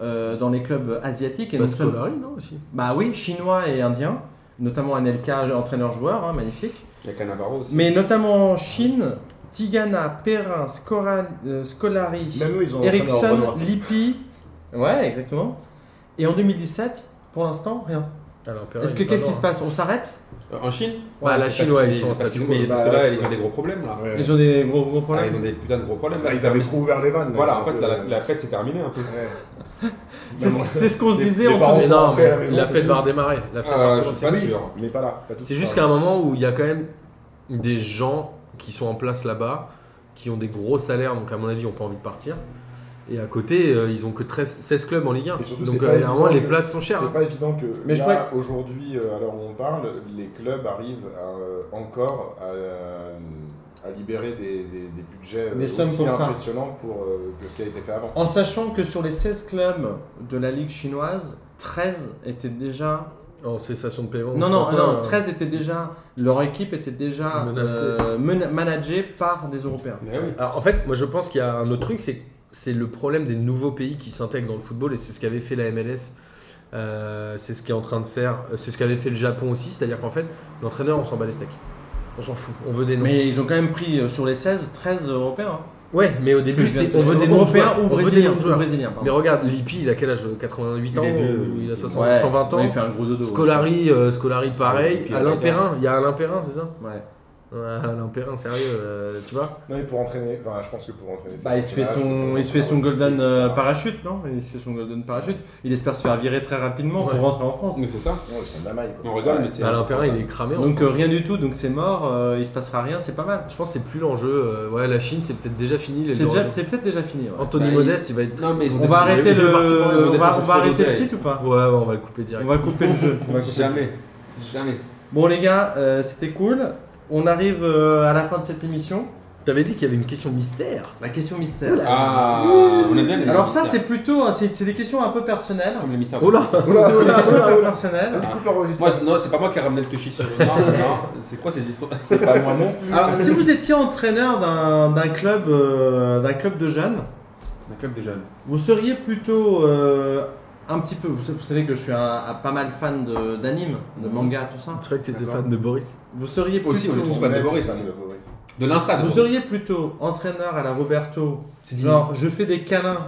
S2: euh, dans les clubs asiatiques et non seulement-
S1: Scolari, non aussi.
S2: bah oui, chinois et indiens, notamment Anelka, entraîneur-joueur, hein, magnifique.
S4: Il y a Cannavaro aussi.
S2: Mais notamment en Chine, Tigana, Perrin, Scora- euh, Scolari,
S5: Même eux, ils ont
S2: Ericsson, Lippi. Ouais, exactement. Et en 2017, pour l'instant, rien.
S1: Alors, Perrin,
S2: Est-ce
S1: il
S2: que
S1: est
S2: qu'est-ce
S1: pas
S2: qui se
S1: mort,
S2: passe On s'arrête
S4: Euh, En Chine
S1: hein. Bah, la
S4: Parce
S1: Chine, ouais,
S4: qu'ils-
S1: ils sont en
S4: parce
S1: statut.
S4: qu'ils ont- mais
S5: Bah,
S4: parce que là,
S5: je-
S4: ils ont des gros problèmes là.
S5: Ouais.
S2: Ils ont des gros gros
S4: Ah,
S2: problèmes.
S4: ils ont des putains de gros problèmes.
S3: Bah,
S5: Là,
S4: là.
S5: ils avaient trop ouvert les vannes. là,
S4: Voilà, en
S5: ils ont
S4: fait, la,
S5: fait-
S4: la fête s'est terminée un peu.
S5: Ouais.
S2: C'est
S5: Même-
S2: c'est ce qu'on se
S5: Les-
S2: disait
S5: les
S2: en
S5: parents
S1: Mais
S5: sont
S1: non,
S5: rentrés à
S1: mais
S5: la maison,
S1: la
S5: c'est
S1: fête
S5: tout.
S1: va redémarrer. La fête va
S4: Euh, je suis
S1: recommencer.
S4: pas
S5: Oui.
S4: sûr.
S5: Mais pas là. pas tout
S1: C'est
S5: de
S1: juste
S5: suite.
S1: qu'à un moment où il y a quand même des gens qui sont en place là-bas, qui ont des gros salaires, donc à mon avis, ont pas envie de partir. Et à côté, euh, ils ont que 13, 16 clubs en Ligue 1.
S5: Et surtout,
S1: donc
S5: c'est
S1: euh,
S5: pas
S1: à un moment,
S5: évident
S1: les
S5: que-
S1: places sont chères. hein.
S5: C'est pas évident que
S2: hein. Mais je
S5: là, aujourd'hui, euh, à l'heure où on parle, les clubs arrivent à, euh, encore à, à libérer des, des- des budgets euh,
S2: Des sommes
S5: aussi
S2: pour ça.
S5: impressionnants pour, euh, que ce qui a été fait avant.
S2: En sachant que sur les 16 clubs de la Ligue chinoise, 13 étaient déjà
S1: En cessation Oh, de paiement.
S2: Non,
S1: je
S2: non,
S1: crois pas,
S2: non,
S1: euh,
S2: 13 étaient déjà. Leur équipe était déjà
S1: Menacée.
S2: euh, mena- managée par des Européens.
S4: Mais oui.
S1: Alors, en fait, moi je pense qu'il y a un autre truc, c'est c'est le problème des nouveaux pays qui s'intègrent dans le football et c'est ce qu'avait fait la MLS. Euh, c'est ce qui est en train de faire, euh, c'est ce qu'avait fait le Japon aussi, c'est-à-dire qu'en fait, l'entraîneur, on s'en bat les steaks. On s'en fout, on veut des noms.
S2: Mais ils ont quand même pris euh, sur les 16, 13 Européens. hein.
S1: Ouais, mais au début,
S2: Parce que
S1: c'est on veut des noms de
S2: Européens
S1: joueurs. On
S2: ou
S1: veut des
S2: Brésiliens.
S1: noms de
S2: ou
S1: joueurs.
S2: Brésiliens, pardon.
S1: Mais regarde, Lippi, il a quel âge 88 ans
S4: Il est vieux,
S1: ou
S4: oui.
S1: Il a 60,
S2: Ouais,
S1: 120
S2: ouais,
S1: ans
S2: Il fait un gros dodo.
S1: Scolari, euh, Scolari pareil.
S4: Lippi,
S1: Alain
S4: regarde.
S1: Perrin, il y a Alain Perrin, c'est ça
S2: je pense. Ouais.
S1: Ouais, Alain Perrin, sérieux, euh, tu vois
S5: Non, mais pour entraîner, enfin, je pense que pour entraîner.
S2: Bah, il se fait son, il se fait son golden euh, parachute, non Il se fait son golden parachute. Il espère se faire virer très rapidement
S1: Ouais.
S2: pour rentrer en France.
S4: Mais c'est ça.
S5: Non, ils sont de la maille, quoi.
S4: On rigole,
S5: Ouais.
S4: mais c'est.
S1: Alain Perrin, Bah, il est cramé. en
S2: Donc
S1: France.
S2: euh, rien du tout, donc c'est mort, euh, il se passera rien, c'est pas mal.
S1: Je pense que c'est plus l'enjeu. euh, ouais, la Chine, c'est peut-être déjà fini. Les
S2: C'est déjà-
S1: Lorrains.
S2: c'est peut-être déjà fini. ouais.
S1: Anthony
S4: Bah,
S1: Modeste, il va être.
S4: Non, mais ils ont
S2: On va
S4: des-
S2: arrêter
S4: les deux parties, ils ont
S2: le,
S4: des
S2: on va,
S4: parties
S2: on va arrêter le
S4: sur les
S2: site ou pas
S1: Ouais, ouais, on va le couper direct.
S2: On va couper le jeu. on va couper le jeu.
S4: Jamais. Jamais.
S2: Bon les gars, euh, c'était cool. On arrive euh, à la fin de cette émission.
S1: T'avais dit qu'il y avait une question mystère.
S2: La question mystère.
S4: Ah, on aime bien les
S2: Alors ça
S4: mystères.
S2: c'est plutôt, euh, c'est c'est des questions un peu personnelles.
S4: Comme les mystères.
S1: Oh là
S2: Plutôt des questions un peu personnelles.
S5: Vas-y, coupe l'enregistrement.
S4: Moi, je- non, c'est pas moi qui ai ramené le touchy sur Non, non, c'est quoi ces histoires C'est pas moi non plus.
S2: Alors si vous étiez entraîneur d'un d'un club, euh, d'un club de jeunes,
S4: Un club des jeunes.
S2: vous seriez plutôt euh, un petit peu, vous, vous savez que je suis un, un pas mal fan de- d'anime, de, manga, tout ça.
S1: Je croyais que t'étais
S4: D'accord.
S1: fan de Boris.
S2: Vous seriez plutôt,
S4: Mhm. Aussi, on est tous
S5: On
S4: fans
S5: est
S4: de Boris.
S5: tous fans
S4: aussi.
S5: de Boris.
S4: De l'Insta.
S2: vous seriez plutôt entraîneur à la Roberto, genre je fais des câlins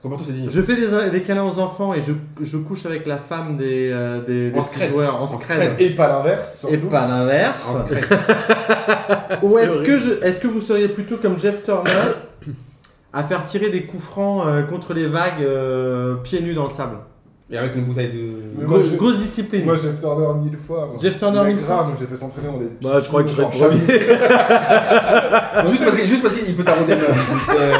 S4: Roberto, c'est digne.
S2: Je fais des, des câlins aux enfants et je, je couche avec la femme des, euh, des,
S4: En
S2: des
S4: secret.
S2: joueurs en,
S4: secret.
S2: secret.
S5: Et pas l'inverse,
S2: Et
S5: surtout.
S2: pas l'inverse.
S4: En secret.
S2: Ou est-ce que, je, est-ce que vous seriez plutôt comme Jeff Turner à faire tirer des coups francs euh, contre les vagues euh, pieds nus dans le sable
S4: Et avec une bouteille de.
S5: Mais moi,
S2: Gros-
S5: je-
S2: Grosse discipline.
S5: Moi, Jeff Turner mille fois. moi.
S2: Jeff Turner
S5: Mais
S2: mille
S5: grave, moi, j'ai fait s'entraîner dans des
S1: Bah, je crois que je serais
S5: piscines, genre,
S1: le
S5: chaque-
S1: premier.
S4: Ah, Juste parce que- juste parce qu'il peut t'arrondir. Euh,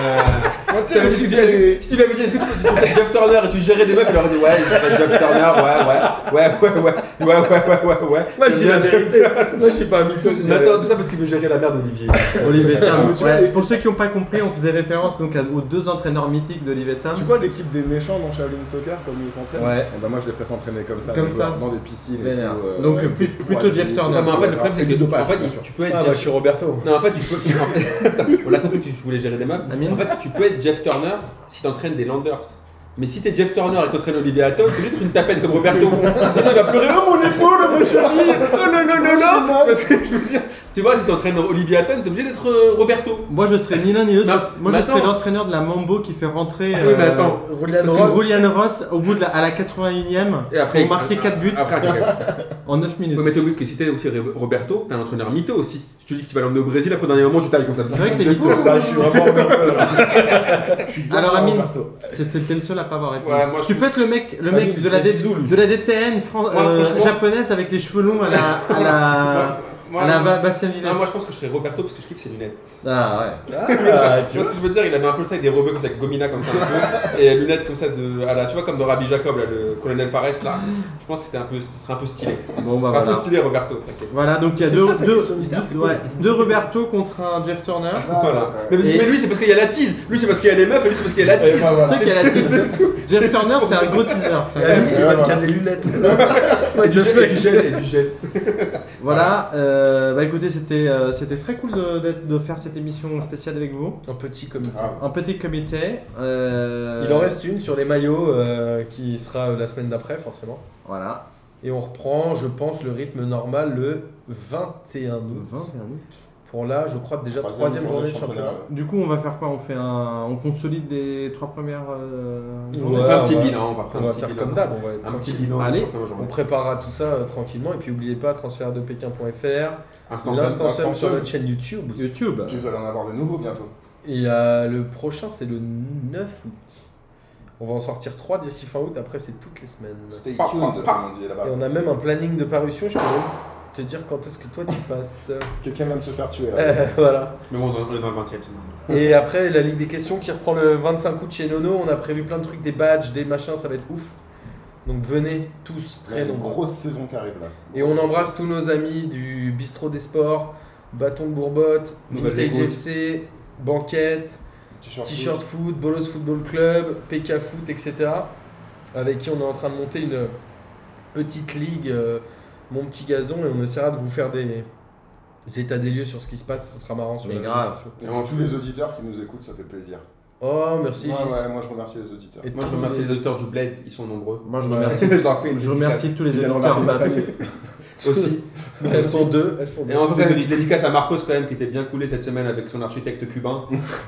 S5: Moi, Moi, tu sais,
S4: T'avais
S5: le
S4: dit
S5: type
S4: que tu-
S5: des-
S4: Si tu lui avais dit, est-ce que tu- tu tu fais Jeff Turner et tu gérais des meufs, il aurait dit, ouais, je fais Jeff Turner, ouais, ouais, ouais, ouais, ouais, ouais, ouais, ouais, ouais, ouais.
S1: Moi, je dis la
S4: J'aime bien
S1: vérité. Moi, je suis pas un mytho. je dis la
S4: Nathan, tout ça parce qu'il veut gérer la merde d'Olivier.
S2: Olivier
S5: Ah,
S2: Tam.
S5: mais tu vois,
S2: ouais.
S5: les-
S2: Pour ceux qui n'ont pas compris, on faisait référence donc à- aux deux entraîneurs mythiques d'Olivier Tam.
S5: Tu vois l'équipe des méchants dans Shaolin Soccer, comme ils s'entraînent
S2: Ouais.
S5: Eh ben, moi, je les ferais s'entraîner comme ça,
S2: Comme
S5: les joueurs,
S2: ça.
S5: dans des piscines et
S2: Vénère.
S5: tout. euh,
S2: Donc,
S5: ouais,
S2: plus-
S5: pour
S2: plutôt
S5: aller-
S2: Jeff Turner.
S4: Non, mais Ah, bah, en fait, le problème, c'est
S5: Et
S4: que
S5: du dopage,
S4: en fait,
S5: bien
S4: il-
S5: sûr.
S4: tu peux
S1: vérité.
S4: être
S1: Ah, bah, je
S4: Jeff.
S1: suis Roberto.
S4: Non, en fait, tu peux. tu- en fait- Attends, on l'a compris que tu voulais gérer des meufs.
S2: Amine
S4: En fait, tu peux être Jeff Turner si t'entraînes des Landers. Mais si t'es Jeff Turner et qu'entraînes Olivier Hatton, c'est juste une tapette comme Roberto. Sinon, il va pleurer Oh mon épaule, mon chéri Oh non, non, non, non Parce que je veux dire, tu vois, si t'entraînes Olivier Hatton, t'es obligé d'être euh, Roberto.
S2: Moi je serais ni l'un ni l'autre.
S4: Non,
S2: je- Moi je
S4: mais
S2: serais
S4: attends. Ah
S2: l'entraîneur de la Mambo qui fait rentrer.
S4: Oui, mais
S2: euh,
S4: attends.
S1: Julian
S2: Parce que
S1: Ross.
S2: Julian Ross, au bout de la, à la 81ème,
S4: Et après,
S2: pour marquer 4 buts
S4: Après, après, après.
S2: en 9 minutes.
S4: Ouais, mais t'es obligé que si t'es aussi Roberto, t'es un entraîneur mytho aussi. Si tu dis que tu vas l'emmener au Brésil, après, au dernier moment, tu tailles comme ça.
S2: C'est vrai que t'es mytho.
S5: Bah, je suis vraiment Roberto, là. Je suis bien
S2: Alors, Amine,
S5: Roberto.
S2: C'était t'es le seul à pas avoir répondu.
S4: Ouais, moi, je Ah
S2: tu
S4: suis-
S2: peux être le mec, le mec
S1: oui,
S2: de, la
S1: c'est
S2: D-
S1: Zizou, lui.
S2: de la DTN fran-
S4: Ouais,
S2: euh,
S4: franchement.
S2: japonaise avec les cheveux longs à la, à la,
S4: Moi,
S2: à la
S4: moi,
S2: Ba- Bastien Vives.
S4: non, Ah, moi, je pense que je serais Roberto parce que je kiffe ses lunettes.
S2: Ah ouais.
S5: Ah,
S4: Tu vois ce que je veux dire Il avait un peu ça avec des rebeux comme ça, avec Gomina comme ça, un peu, et lunettes comme ça, de, à la, tu vois, comme dans Rabbi Jacob, là, le colonel Fares, là. Je pense que c'était un peu, ce serait un peu stylé.
S2: Bon
S4: Ce
S2: bah
S4: serait un peu
S2: voilà.
S4: stylé, Roberto. t'inquiète.
S2: Voilà, donc il y a
S1: C'est
S2: deux,
S1: ça, ta
S2: deux,
S1: question mystère, c'est
S2: deux- ouais, deux Roberto contre un Jeff Turner.
S4: Voilà. Mais,
S2: Et-
S4: mais lui, c'est parce qu'il y a la tease. Lui, c'est parce qu'il y a les meufs, et lui, c'est parce qu'il y a la
S5: Et
S4: tease.
S5: bah, voilà.
S2: Tu sais qu'il y a la tease. Jeff Turner, c'est un gros teaser. c'est un
S1: Ah,
S2: gros-
S1: lui, C'est parce qu'il y a des lunettes.
S4: Et du gel, et du gel, et du gel.
S2: Voilà, euh, bah écoutez, c'était euh, c'était très cool de, d'être- de faire cette émission spéciale avec vous.
S1: Un petit comme.
S5: Ah,
S2: Un petit comité. euh,
S1: Il en reste une sur les maillots euh, qui sera euh, la semaine d'après, forcément.
S2: Voilà.
S1: Et on reprend, je pense, le rythme normal le 21 août.
S2: 21 août.
S1: Pour là, je crois déjà troisième journée de championnat.
S2: Du coup, on va faire quoi On fait un, on consolide les trois premières euh,
S4: On
S2: journées.
S1: Ouais,
S4: va faire un petit
S1: on va-
S4: bilan, on va
S1: On
S4: prendre un
S1: va
S4: petit
S1: faire
S4: bilan.
S1: comme d'hab, on va être
S4: Un petit
S1: tranquille.
S4: bilan.
S2: Allez.
S1: On préparera tout ça euh, tranquillement. Et puis, n'oubliez pas transfert de Pékin.fr,
S4: Instant
S1: l'instant
S5: Instant
S1: seul sur
S5: Seul.
S1: notre chaîne YouTube.
S2: YouTube.
S5: Tu vas en avoir de nouveaux bientôt.
S1: Et euh, le prochain, c'est le 9 août. On va en sortir 3 d'ici fin août, après c'est toutes les semaines.
S5: Stay
S4: Pa,
S5: tuned,
S4: pa,
S5: comme
S4: pa.
S5: on dit là-bas.
S1: Et on a même un planning de parution, je peux même te dire quand est-ce que toi tu passes.
S5: Quelqu'un vient de se faire tuer là.
S1: Euh, voilà.
S4: Mais bon, on est dans le 20 e c'est normal.
S1: Et après, la Ligue des questions qui reprend le 25 août chez Nono. On a prévu plein de trucs, des badges, des machins, ça va être ouf. Donc venez tous,
S5: Il y a
S1: très
S5: une
S1: nombreux.
S5: grosse saison qui arrive là.
S1: Et on embrasse tous nos amis du Bistrot des Sports, Bâton de Bourbotte,
S4: Nouvelle
S1: Vintage
S4: Écoute.
S1: FC, Banquette,
S5: T-shirt.
S1: T-shirt Foot, Bolos Football Club, PK Foot, etc. Avec qui on est en train de monter une petite ligue, euh, mon petit gazon, et on essaiera de vous faire des, des états des lieux sur ce qui se passe, ce sera marrant sur
S2: Mais
S1: les réseaux
S2: grave.
S1: sociaux.
S5: Et puis, tous les auditeurs qui nous écoutent, ça fait plaisir.
S1: Oh, merci
S5: Ouais,
S1: Gis.
S5: ouais, moi je remercie les auditeurs.
S1: Et
S4: Moi, je
S1: tous
S4: remercie
S1: les-
S4: les auditeurs du Bled, ils sont nombreux.
S2: Moi, je
S1: Ouais.
S2: remercie.
S4: Je leur fais une
S2: Je remercie tous les
S5: Il a
S2: auditeurs. Bah,
S5: remercié
S2: ça-
S5: sa famille.
S4: aussi.
S1: Elles sont deux, elles sont deux.
S4: Et on
S1: Elles
S4: fait
S1: sont
S4: une
S1: deux.
S4: dédicace à Marcos quand même qui était bien coulé cette semaine avec son architecte cubain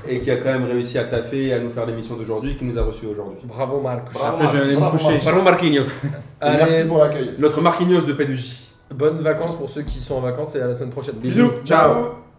S4: et qui a quand même réussi à taffer et à nous faire l'émission d'aujourd'hui et qui nous a reçus aujourd'hui.
S1: Bravo Marc.
S4: Bravo.
S2: Après, je vais aller me
S5: Bravo,
S2: coucher.
S4: Parlons Marquinhos,
S5: Et
S1: Allez,
S5: Merci pour l'accueil.
S4: notre Marquinhos de P2J.
S1: bonnes vacances pour ceux qui sont en vacances et à la semaine prochaine.
S2: Bisous. Ciao.
S5: Bravo.